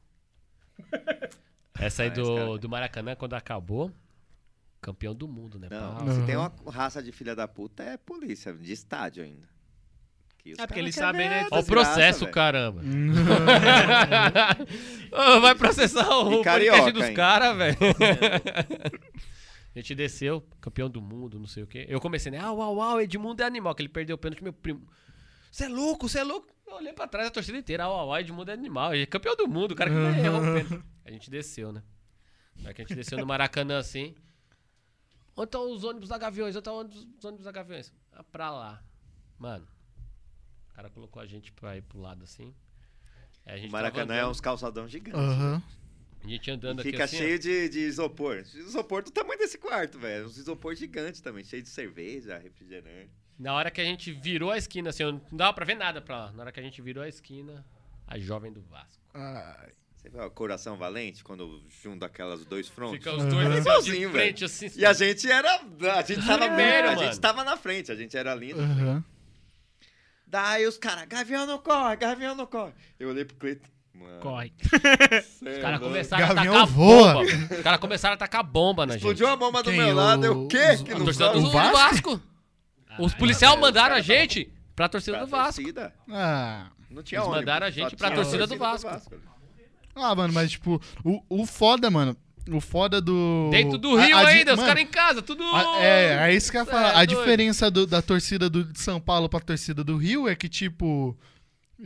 Speaker 4: Essa aí
Speaker 3: Ah, esse cara-
Speaker 4: do, do Maracanã, quando acabou, campeão do mundo, né?
Speaker 3: Não,
Speaker 4: pau?
Speaker 6: Não.
Speaker 3: se tem uma raça de filha da puta é polícia, de estádio ainda. Que os
Speaker 1: É, porque
Speaker 3: cara
Speaker 1: eles
Speaker 3: quer
Speaker 1: sabem,
Speaker 3: ver a
Speaker 1: né?
Speaker 4: Olha o
Speaker 3: desgraça,
Speaker 4: processo,
Speaker 3: velho.
Speaker 4: caramba. Ô, vai processar o
Speaker 3: E
Speaker 4: podcast
Speaker 3: carioca
Speaker 4: dos
Speaker 3: ainda.
Speaker 4: caras, velho. A gente desceu, campeão do mundo, não sei o quê. Eu comecei, né? Ah, uau, uau, Edmundo é animal, que ele perdeu o pênalti, meu primo. Você é louco, você é louco. Eu olhei pra trás a torcida inteira. Ah, uau, uau, Edmundo é animal. Ele é campeão do mundo, o cara que nem errou o pênalti. A gente desceu, né? Aí que a gente desceu no Maracanã assim. Onde estão os ônibus da Gaviões? Onde estão os ônibus da Gaviões? Ah, pra lá. Mano, o cara colocou a gente pra ir pro lado assim. Aí a gente tá tava
Speaker 3: O Maracanã é
Speaker 4: andando.
Speaker 3: uns calçadão gigantes.
Speaker 6: Aham.
Speaker 4: A gente andando
Speaker 3: E
Speaker 4: aqui
Speaker 3: Fica
Speaker 4: assim, ó.
Speaker 3: cheio de, de isopor. Isopor do tamanho desse quarto, velho. Uns isopor gigante também, cheio de cerveja, refrigerante.
Speaker 4: Na hora que a gente virou a esquina, assim, eu não dava pra ver nada pra lá. Na hora que a gente virou a esquina, a jovem do Vasco.
Speaker 6: Ai,
Speaker 3: Você vê o coração valente quando junta aquelas dois frontes?
Speaker 4: Fica os dois assim, de
Speaker 3: É Igualzinho,
Speaker 4: frente, assim.
Speaker 3: E a gente era. A gente tava,
Speaker 4: Primeiro,
Speaker 3: a gente
Speaker 4: mano. Uhum.
Speaker 3: tava na frente, a gente era lindo.
Speaker 6: Aham.
Speaker 3: Daí os caras, Gavião não corre, Gavião não corre. Eu olhei pro Cleiton. Mano,
Speaker 1: Corre.
Speaker 3: cê
Speaker 4: Os
Speaker 3: é
Speaker 4: caras
Speaker 3: louco.
Speaker 4: começaram
Speaker 6: Gavião
Speaker 4: a atacar
Speaker 6: voa.
Speaker 4: bomba. Os caras começaram a atacar bomba na gente.
Speaker 3: Explodiu a bomba do
Speaker 6: Quem,
Speaker 3: meu
Speaker 6: o-
Speaker 3: lado. Eu, o quê?
Speaker 6: os-
Speaker 3: Que
Speaker 6: a
Speaker 3: não
Speaker 4: torcida
Speaker 3: sabe?
Speaker 4: do do Vasco. Os policiais mandaram a gente pra torcida
Speaker 3: Pra
Speaker 4: do Vasco.
Speaker 3: torcida.
Speaker 6: Ah.
Speaker 3: Não tinha
Speaker 4: Eles
Speaker 3: ônibus,
Speaker 4: mandaram a
Speaker 3: só
Speaker 4: gente pra
Speaker 3: tinha
Speaker 4: torcida do Vasco.
Speaker 6: Ah, mano, mas tipo, o, o foda, mano. O foda do.
Speaker 4: Dentro do
Speaker 6: a-
Speaker 4: Rio
Speaker 6: a di-
Speaker 4: ainda, os
Speaker 6: mano,
Speaker 4: caras em casa, tudo.
Speaker 6: a- É, é isso que eu ia
Speaker 4: Cê
Speaker 6: falar.
Speaker 4: é
Speaker 6: a
Speaker 4: doido.
Speaker 6: diferença do- da torcida do, de São Paulo pra torcida do Rio é que, tipo,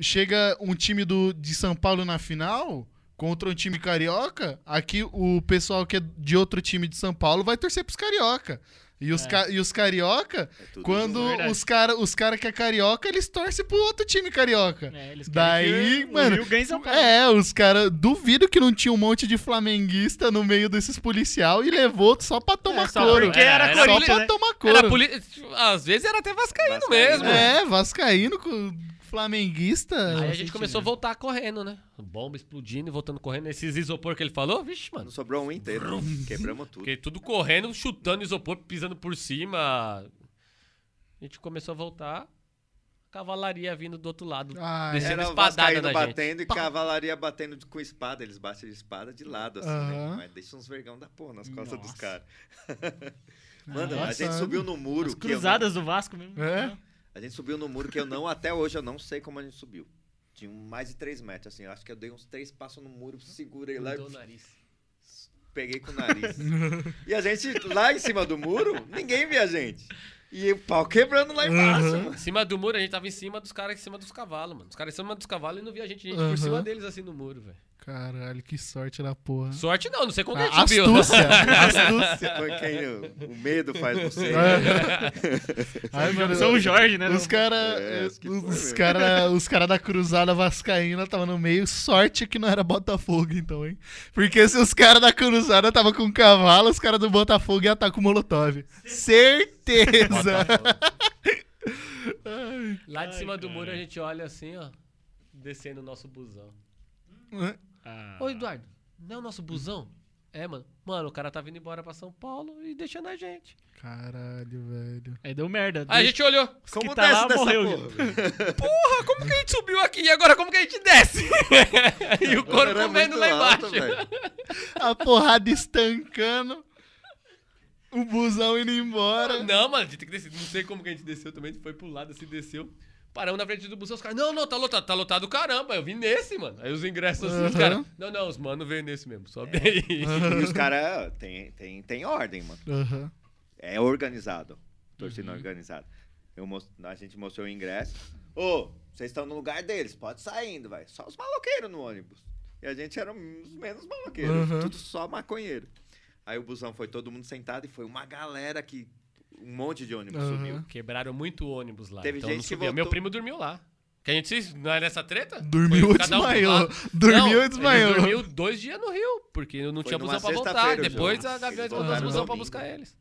Speaker 6: chega um time do, de São Paulo na final contra um time carioca, aqui o pessoal que é de outro time de São Paulo vai torcer pros carioca. E
Speaker 1: É.
Speaker 6: os, ca- e os carioca,
Speaker 3: É tudo
Speaker 6: quando
Speaker 1: junto. é Verdade.
Speaker 6: os caras os cara que é carioca, eles torcem pro outro time carioca.
Speaker 1: É, eles
Speaker 6: Daí,
Speaker 1: querem que o
Speaker 6: mano,
Speaker 1: Rio ganhe São Paulo.
Speaker 6: É, os caras. Duvido que não tinha um monte de flamenguista no meio desses policial e levou só pra tomar
Speaker 1: É, só
Speaker 6: couro.
Speaker 1: porque era
Speaker 6: É,
Speaker 1: Corinthians,
Speaker 6: Só pra
Speaker 1: né?
Speaker 6: tomar
Speaker 4: Era
Speaker 6: couro.
Speaker 4: poli- Às vezes era até vascaíno,
Speaker 3: Vascaíno.
Speaker 4: mesmo.
Speaker 6: É, Vascaíno com flamenguista.
Speaker 4: Aí a gente começou a voltar correndo, né? Bomba explodindo e voltando correndo. Esses isopor que ele falou, vixe, mano.
Speaker 3: Não sobrou um inteiro. Quebramos tudo.
Speaker 4: Fiquei tudo correndo, chutando isopor, pisando por cima. A gente começou a voltar. Cavalaria vindo do outro lado.
Speaker 6: Ah,
Speaker 4: Desceu
Speaker 3: Era o
Speaker 4: espadada
Speaker 3: Vascaíno
Speaker 4: na gente.
Speaker 3: batendo e cavalaria batendo de- com espada. Eles batem de espada de lado, assim,
Speaker 6: Aham.
Speaker 3: né? Mas deixa uns vergão da porra nas costas dos
Speaker 1: Nossa.
Speaker 3: caras.
Speaker 4: Ah,
Speaker 3: Mano, a
Speaker 6: Nossa.
Speaker 3: gente subiu no muro.
Speaker 1: As
Speaker 3: que eu não-
Speaker 1: cruzadas do Vasco mesmo.
Speaker 6: É?
Speaker 3: a gente subiu no muro que eu não, até hoje, eu não sei como a gente subiu. Tinha mais de 3 metros, assim. Eu acho que eu dei uns três passos no muro, segurei
Speaker 6: é
Speaker 3: lá
Speaker 4: Mudou o
Speaker 3: e
Speaker 4: nariz.
Speaker 3: peguei com o nariz. e a gente, lá em cima do muro, ninguém via a gente. E o pau quebrando lá embaixo, mano.
Speaker 4: Em cima do muro, a gente tava em cima dos caras, em cima dos cavalos, mano. Os caras em cima dos cavalos e não via a gente, a gente
Speaker 6: Aham.
Speaker 4: por cima deles assim no muro, velho.
Speaker 6: Caralho, que sorte da porra.
Speaker 4: Sorte não, não sei como que a
Speaker 6: Ah,
Speaker 4: gente subiu.
Speaker 6: astúcia, astúcia.
Speaker 3: Você foi quem o, o medo faz você.
Speaker 1: É.
Speaker 6: Ai, mano,
Speaker 1: São Jorge, né?
Speaker 6: Os caras.
Speaker 3: É, acho que foi
Speaker 6: os
Speaker 3: mesmo.
Speaker 6: caras os cara da cruzada vascaína tava no meio. Sorte que não era Botafogo, então, hein? Porque se os caras da cruzada tava com cavalo, os caras do Botafogo iam estar com molotov. Certeza!
Speaker 4: Lá de cima do muro a gente olha assim, ó, descendo o nosso busão.
Speaker 1: Ah,
Speaker 4: Ô, Eduardo, não é o nosso busão? É, mano. Mano, o cara tá vindo embora pra São Paulo e deixando a gente.
Speaker 6: Caralho, velho.
Speaker 1: Aí deu merda.
Speaker 6: Ah,
Speaker 4: Aí a gente olhou.
Speaker 1: Os que
Speaker 3: Como
Speaker 1: tá
Speaker 3: desce
Speaker 1: lá
Speaker 3: dessa
Speaker 1: morreu.
Speaker 3: porra?
Speaker 1: gente.
Speaker 4: Porra, como que a gente subiu aqui? E agora como que a gente desce? e o couro
Speaker 3: Era
Speaker 4: comendo
Speaker 3: é muito
Speaker 4: lá
Speaker 3: alto,
Speaker 4: embaixo.
Speaker 3: velho.
Speaker 6: A porrada estancando. O busão indo embora.
Speaker 4: Não, mano, a gente tem que descer. Não sei como que a gente desceu também. A gente foi pro lado assim, desceu. Paramos na frente do busão, os caras, não, não, tá lotado, tá lotado, caramba, eu vim nesse, mano. Aí os ingressos assim, os
Speaker 6: Aham.
Speaker 4: caras, não, não, os mano veio nesse mesmo,
Speaker 3: É.
Speaker 4: sobe aí.
Speaker 3: E os caras tem, tem, tem ordem, mano.
Speaker 6: Aham.
Speaker 3: É organizado. Torcida
Speaker 6: Uhum.
Speaker 3: organizada. Eu mos- A gente mostrou o ingresso. Ô, vocês estão no lugar deles, pode saindo, vai. Só os maloqueiros no ônibus. E a gente era os menos maloqueiros,
Speaker 6: Uhum.
Speaker 3: tudo só maconheiro. Aí o busão foi todo mundo sentado e foi uma galera que. Um monte de ônibus
Speaker 6: Uhum.
Speaker 3: sumiu.
Speaker 4: Quebraram muito ônibus lá.
Speaker 3: Teve
Speaker 4: então
Speaker 3: gente
Speaker 4: não
Speaker 3: que
Speaker 4: subia.
Speaker 3: voltou-
Speaker 4: Meu primo dormiu lá. Que a gente se- não é nessa treta?
Speaker 6: Dormiu
Speaker 4: Foi
Speaker 6: e
Speaker 4: cada um pra
Speaker 6: desmaiou.
Speaker 4: lá.
Speaker 6: Dormiu
Speaker 4: Não,
Speaker 6: e
Speaker 4: ele
Speaker 6: desmaiou.
Speaker 4: dormiu dois dias no Rio, porque não
Speaker 3: Foi
Speaker 4: tinha
Speaker 3: numa
Speaker 4: busão pra voltar.
Speaker 3: sexta-feira o
Speaker 4: Depois
Speaker 3: jogo.
Speaker 4: a Gaviões
Speaker 3: Eles
Speaker 4: mandou os
Speaker 3: voltaram
Speaker 4: busão
Speaker 3: no
Speaker 4: pra
Speaker 3: domingo.
Speaker 4: buscar eles.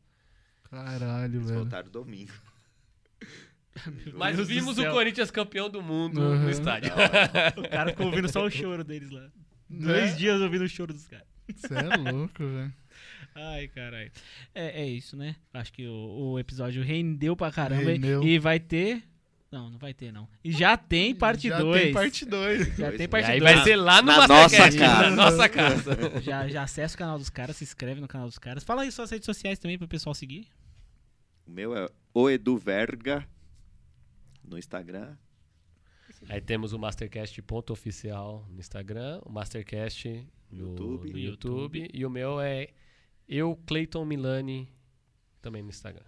Speaker 6: Caralho,
Speaker 3: Eles
Speaker 6: velho.
Speaker 3: voltaram domingo.
Speaker 4: Mas
Speaker 1: Deus do
Speaker 4: vimos o
Speaker 1: céu.
Speaker 4: Corinthians campeão do mundo
Speaker 6: Uhum.
Speaker 4: no estádio.
Speaker 1: O cara ficou ouvindo só o choro deles lá. Dois
Speaker 6: É?
Speaker 1: dias ouvindo o choro dos caras.
Speaker 6: Você Né? é louco, velho.
Speaker 1: Ai, caralho. É, é isso, né? Acho que o, o episódio rendeu pra caramba. hein?
Speaker 6: Rendeu.
Speaker 1: E vai ter. Não, não vai ter, não. E já tem parte
Speaker 6: Já
Speaker 1: 2.
Speaker 6: tem parte 2.
Speaker 1: Já
Speaker 3: dois,
Speaker 1: tem
Speaker 3: né?
Speaker 4: E
Speaker 1: parte
Speaker 4: aí
Speaker 1: 2.
Speaker 4: vai ser lá no
Speaker 3: Na
Speaker 4: Mastercast,
Speaker 3: nossa casa.
Speaker 4: na nossa casa.
Speaker 1: Já, já acessa o canal dos caras, se inscreve no canal dos caras. Fala aí suas redes sociais também pro pessoal seguir.
Speaker 3: O meu é o Edu Verga no Instagram.
Speaker 4: Aí temos o mastercast.oficial no Instagram, o mastercast no
Speaker 3: YouTube.
Speaker 4: YouTube, no YouTube e o meu é eu, Clayton Milani, também no Instagram.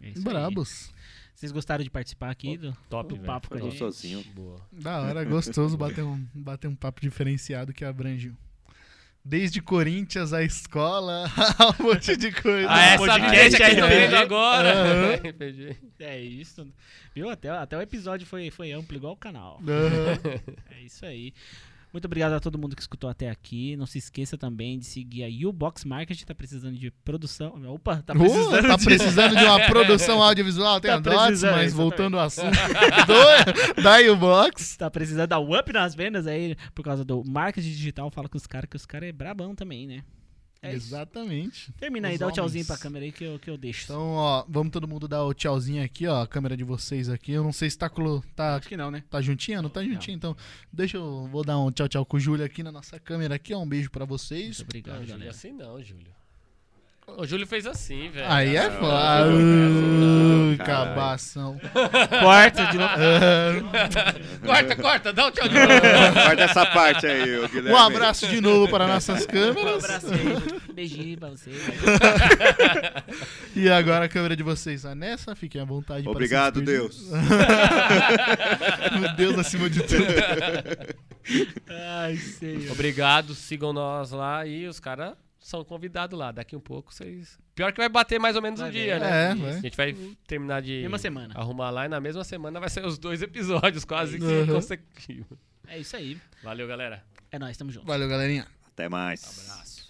Speaker 1: É isso aí.
Speaker 6: Brabos.
Speaker 1: Vocês gostaram de participar aqui do,
Speaker 4: Top,
Speaker 1: do
Speaker 4: velho.
Speaker 1: papo com a
Speaker 3: Tô
Speaker 1: gente?
Speaker 3: sozinho.
Speaker 4: Boa.
Speaker 6: Da hora, gostoso bater um, bater um papo diferenciado que abrange desde Corinthians à escola, um monte de coisa.
Speaker 4: Ah, é? essa
Speaker 1: podcast
Speaker 4: podcast aqui tô
Speaker 1: RPG.
Speaker 4: vendo agora. RPG.
Speaker 1: É isso. Viu? Até, até o episódio foi, foi amplo, igual o canal.
Speaker 6: Aham.
Speaker 1: É isso aí. Muito obrigado a todo mundo que escutou até aqui. Não se esqueça também de seguir a Ubox Market. Tá precisando de produção. Opa, tá
Speaker 6: Uh,
Speaker 1: precisando
Speaker 6: tá
Speaker 1: de...
Speaker 6: precisando de uma produção audiovisual, tem
Speaker 1: Tá
Speaker 6: a Dots,
Speaker 1: precisando,
Speaker 6: mas
Speaker 1: exatamente.
Speaker 6: voltando ao assunto do, da U-Box.
Speaker 1: Tá precisando dar um up nas vendas aí por causa do marketing digital. Fala com os caras, que os caras é brabão também, né? É isso.
Speaker 6: Exatamente.
Speaker 1: Termina aí,
Speaker 6: Os
Speaker 1: dá o
Speaker 6: homens.
Speaker 1: tchauzinho pra câmera aí que eu, que eu deixo.
Speaker 6: Então, ó, vamos todo mundo dar o tchauzinho aqui, ó. A câmera de vocês aqui. Eu não sei se tá, colo- tá,
Speaker 1: Acho que não, né?
Speaker 6: tá juntinha, não tá juntinha, então. Deixa eu. Vou dar um tchau, tchau com o Júlio aqui na nossa câmera aqui, ó. Um beijo pra vocês.
Speaker 1: Muito obrigado,
Speaker 4: Não, Júlio,
Speaker 1: Tá, galera.
Speaker 4: assim não, Júlio. O Júlio fez assim, velho.
Speaker 6: Aí é foda.
Speaker 3: Caralho.
Speaker 6: Cabação.
Speaker 1: Corta de novo.
Speaker 4: Corta, corta, dá um tchau de novo.
Speaker 3: Guarda essa parte aí, ô Guilherme.
Speaker 6: Um abraço de novo para nossas
Speaker 1: Um
Speaker 6: câmeras.
Speaker 1: abraço aí. Beijinho pra você.
Speaker 6: E agora a câmera de vocês, a Nessa, fiquem à vontade. para se
Speaker 3: Obrigado,
Speaker 6: despedir.
Speaker 3: Deus.
Speaker 6: Meu Deus acima de tudo.
Speaker 1: Ai, senhor.
Speaker 4: Obrigado, sigam nós lá e os caras são convidados lá. Daqui um pouco vocês. Pior que vai bater mais ou menos
Speaker 1: Vai
Speaker 4: um
Speaker 1: ver.
Speaker 4: dia, né?
Speaker 6: É,
Speaker 4: A
Speaker 6: vai.
Speaker 4: gente vai terminar de
Speaker 1: Mesma semana.
Speaker 4: arrumar lá e na mesma semana vai sair os dois episódios, quase que
Speaker 6: Uhum.
Speaker 4: consecutivos.
Speaker 1: É isso aí.
Speaker 4: Valeu, galera.
Speaker 1: É nóis, tamo junto.
Speaker 6: Valeu, galerinha.
Speaker 3: Até mais. Abraço.